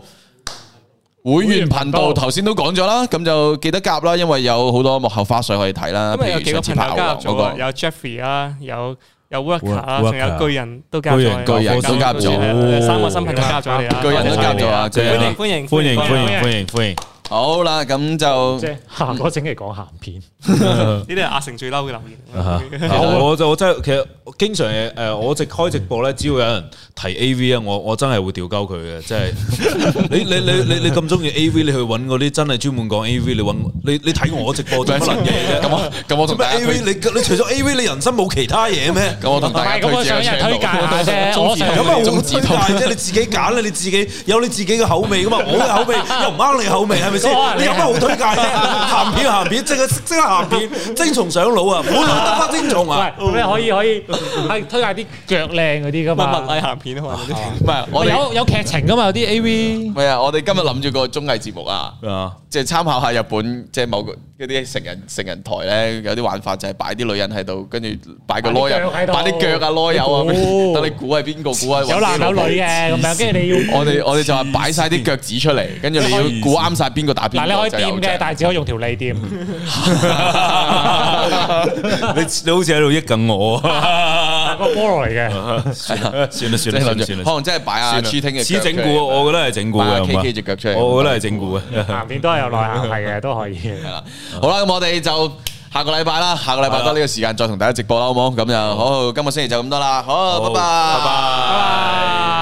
[SPEAKER 1] 會員頻道
[SPEAKER 4] 會員頻道
[SPEAKER 1] 頭先都講咗啦，咁就記得夾啦，因為有好多幕後花絮可以睇啦，
[SPEAKER 3] 咁啊
[SPEAKER 1] 譬
[SPEAKER 3] 有
[SPEAKER 1] 如
[SPEAKER 3] 幾個
[SPEAKER 1] 上次
[SPEAKER 3] 朋友
[SPEAKER 1] 拍牛
[SPEAKER 3] 加
[SPEAKER 1] 郎
[SPEAKER 3] 入
[SPEAKER 1] 嗰
[SPEAKER 3] 咗啊，
[SPEAKER 1] 個，
[SPEAKER 3] 有 Jeffrey 啊，有有 Worker 啊，
[SPEAKER 2] Worker
[SPEAKER 3] 仲有巨人都加入咗啊，
[SPEAKER 2] 巨哦
[SPEAKER 1] 人
[SPEAKER 3] 有
[SPEAKER 1] 都加入咗
[SPEAKER 3] 係啊三個新朋友加入咗嚟啦，
[SPEAKER 1] 巨人都夾咗啊，巨人
[SPEAKER 3] 歡
[SPEAKER 1] 都
[SPEAKER 3] 迎歡
[SPEAKER 2] 歡
[SPEAKER 3] 迎
[SPEAKER 2] 迎歡迎
[SPEAKER 3] 歡迎，
[SPEAKER 2] 歡迎歡迎，
[SPEAKER 1] 好啦，咁就
[SPEAKER 4] 即係下個星期講鹹片，
[SPEAKER 3] 呢啲係阿成最嬲嘅留
[SPEAKER 2] 啊
[SPEAKER 3] 言。
[SPEAKER 2] 我我就我真係其實我經常誒、呃我直開直播咧，只要有人提 A V 啊，我我真係會屌鳩佢嘅，即 係你你你你你咁中意 A V，你去揾嗰啲真係專門講 A V，你揾你你睇我直播做乜撚嘢啫？
[SPEAKER 1] 咁我咁我同
[SPEAKER 2] 咩
[SPEAKER 1] 大家推
[SPEAKER 2] A V？你你除咗 A V，你人生冇其他嘢咩？
[SPEAKER 1] 咁我同
[SPEAKER 4] 唔
[SPEAKER 1] 大家
[SPEAKER 4] 係
[SPEAKER 1] 推
[SPEAKER 4] 咁我
[SPEAKER 1] 薦
[SPEAKER 4] 想
[SPEAKER 1] 個
[SPEAKER 4] 人推介
[SPEAKER 1] channel
[SPEAKER 4] 下啫，我
[SPEAKER 1] 中指圖
[SPEAKER 4] 想
[SPEAKER 2] 咁啊，
[SPEAKER 1] 中
[SPEAKER 2] 我
[SPEAKER 1] 指
[SPEAKER 2] 推
[SPEAKER 1] 圖
[SPEAKER 2] 介啫，你自己揀啦，你自己有你自己嘅口味噶 嘛，我嘅口味又唔啱你口味，係咪先
[SPEAKER 4] 哇？你
[SPEAKER 2] 你有乜好推介啫？鹹片鹹片，即刻即刻 鹹片，精蟲上腦啊！唔好得得精蟲
[SPEAKER 4] 喂，
[SPEAKER 2] 啊！
[SPEAKER 4] 咁你 可以可以係推介啲腳靚嗰啲噶
[SPEAKER 3] 乜乜
[SPEAKER 4] 嘛？
[SPEAKER 3] 禮鹹片啊嘛，嗰啲
[SPEAKER 1] 唔係我哋
[SPEAKER 4] 有有劇情噶嘛？有啲 A V
[SPEAKER 1] 唔係啊！我哋今日諗住個綜藝節目啊，
[SPEAKER 2] 啊！
[SPEAKER 1] 即係參考下日本即係某個嗰啲成人成人台咧，有啲玩法就係擺啲女人喺度，跟住擺個
[SPEAKER 4] 擺啲
[SPEAKER 1] 籮柚，
[SPEAKER 4] 腳喺度
[SPEAKER 1] 擺啲腳啊籮柚啊，
[SPEAKER 4] 你估
[SPEAKER 1] 等你估係邊個估啊？
[SPEAKER 4] 有男有女嘅咁樣，跟住你要
[SPEAKER 1] 我哋我哋就話擺晒啲腳趾出嚟，跟住你要估啱晒邊個打邊個
[SPEAKER 4] 嗱，你可以
[SPEAKER 1] 就有
[SPEAKER 4] 掂嘅，
[SPEAKER 1] 獎
[SPEAKER 4] 但係只可以用條 脷掂。
[SPEAKER 2] 你你好似喺度益緊我啊！
[SPEAKER 4] 個菠蘿嚟嘅，
[SPEAKER 2] 算啦算
[SPEAKER 1] 即
[SPEAKER 2] 啦算
[SPEAKER 1] 係
[SPEAKER 2] 啦算
[SPEAKER 1] 諗
[SPEAKER 2] 啦
[SPEAKER 1] 住
[SPEAKER 2] 算啦
[SPEAKER 1] 可，能真係擺阿 Cheating 嘅
[SPEAKER 2] 似
[SPEAKER 1] 腳
[SPEAKER 2] 整
[SPEAKER 1] 出
[SPEAKER 2] 蠱，
[SPEAKER 1] 嚟
[SPEAKER 2] 我覺得係整蠱
[SPEAKER 1] 擺
[SPEAKER 2] 嘅，
[SPEAKER 1] 阿
[SPEAKER 2] 好嘛
[SPEAKER 1] K K 隻腳出嚟，
[SPEAKER 2] 我覺得係整蠱嘅。
[SPEAKER 4] 鹹片都係有內涵係嘅，都可以嘅。
[SPEAKER 1] 啦。好啦，咁我哋就下個禮拜啦，下個禮拜得呢個時間再同大家直播啦，好唔好？咁就好，今個星期就咁多啦，好，拜拜，
[SPEAKER 2] 拜拜。
[SPEAKER 4] 拜拜。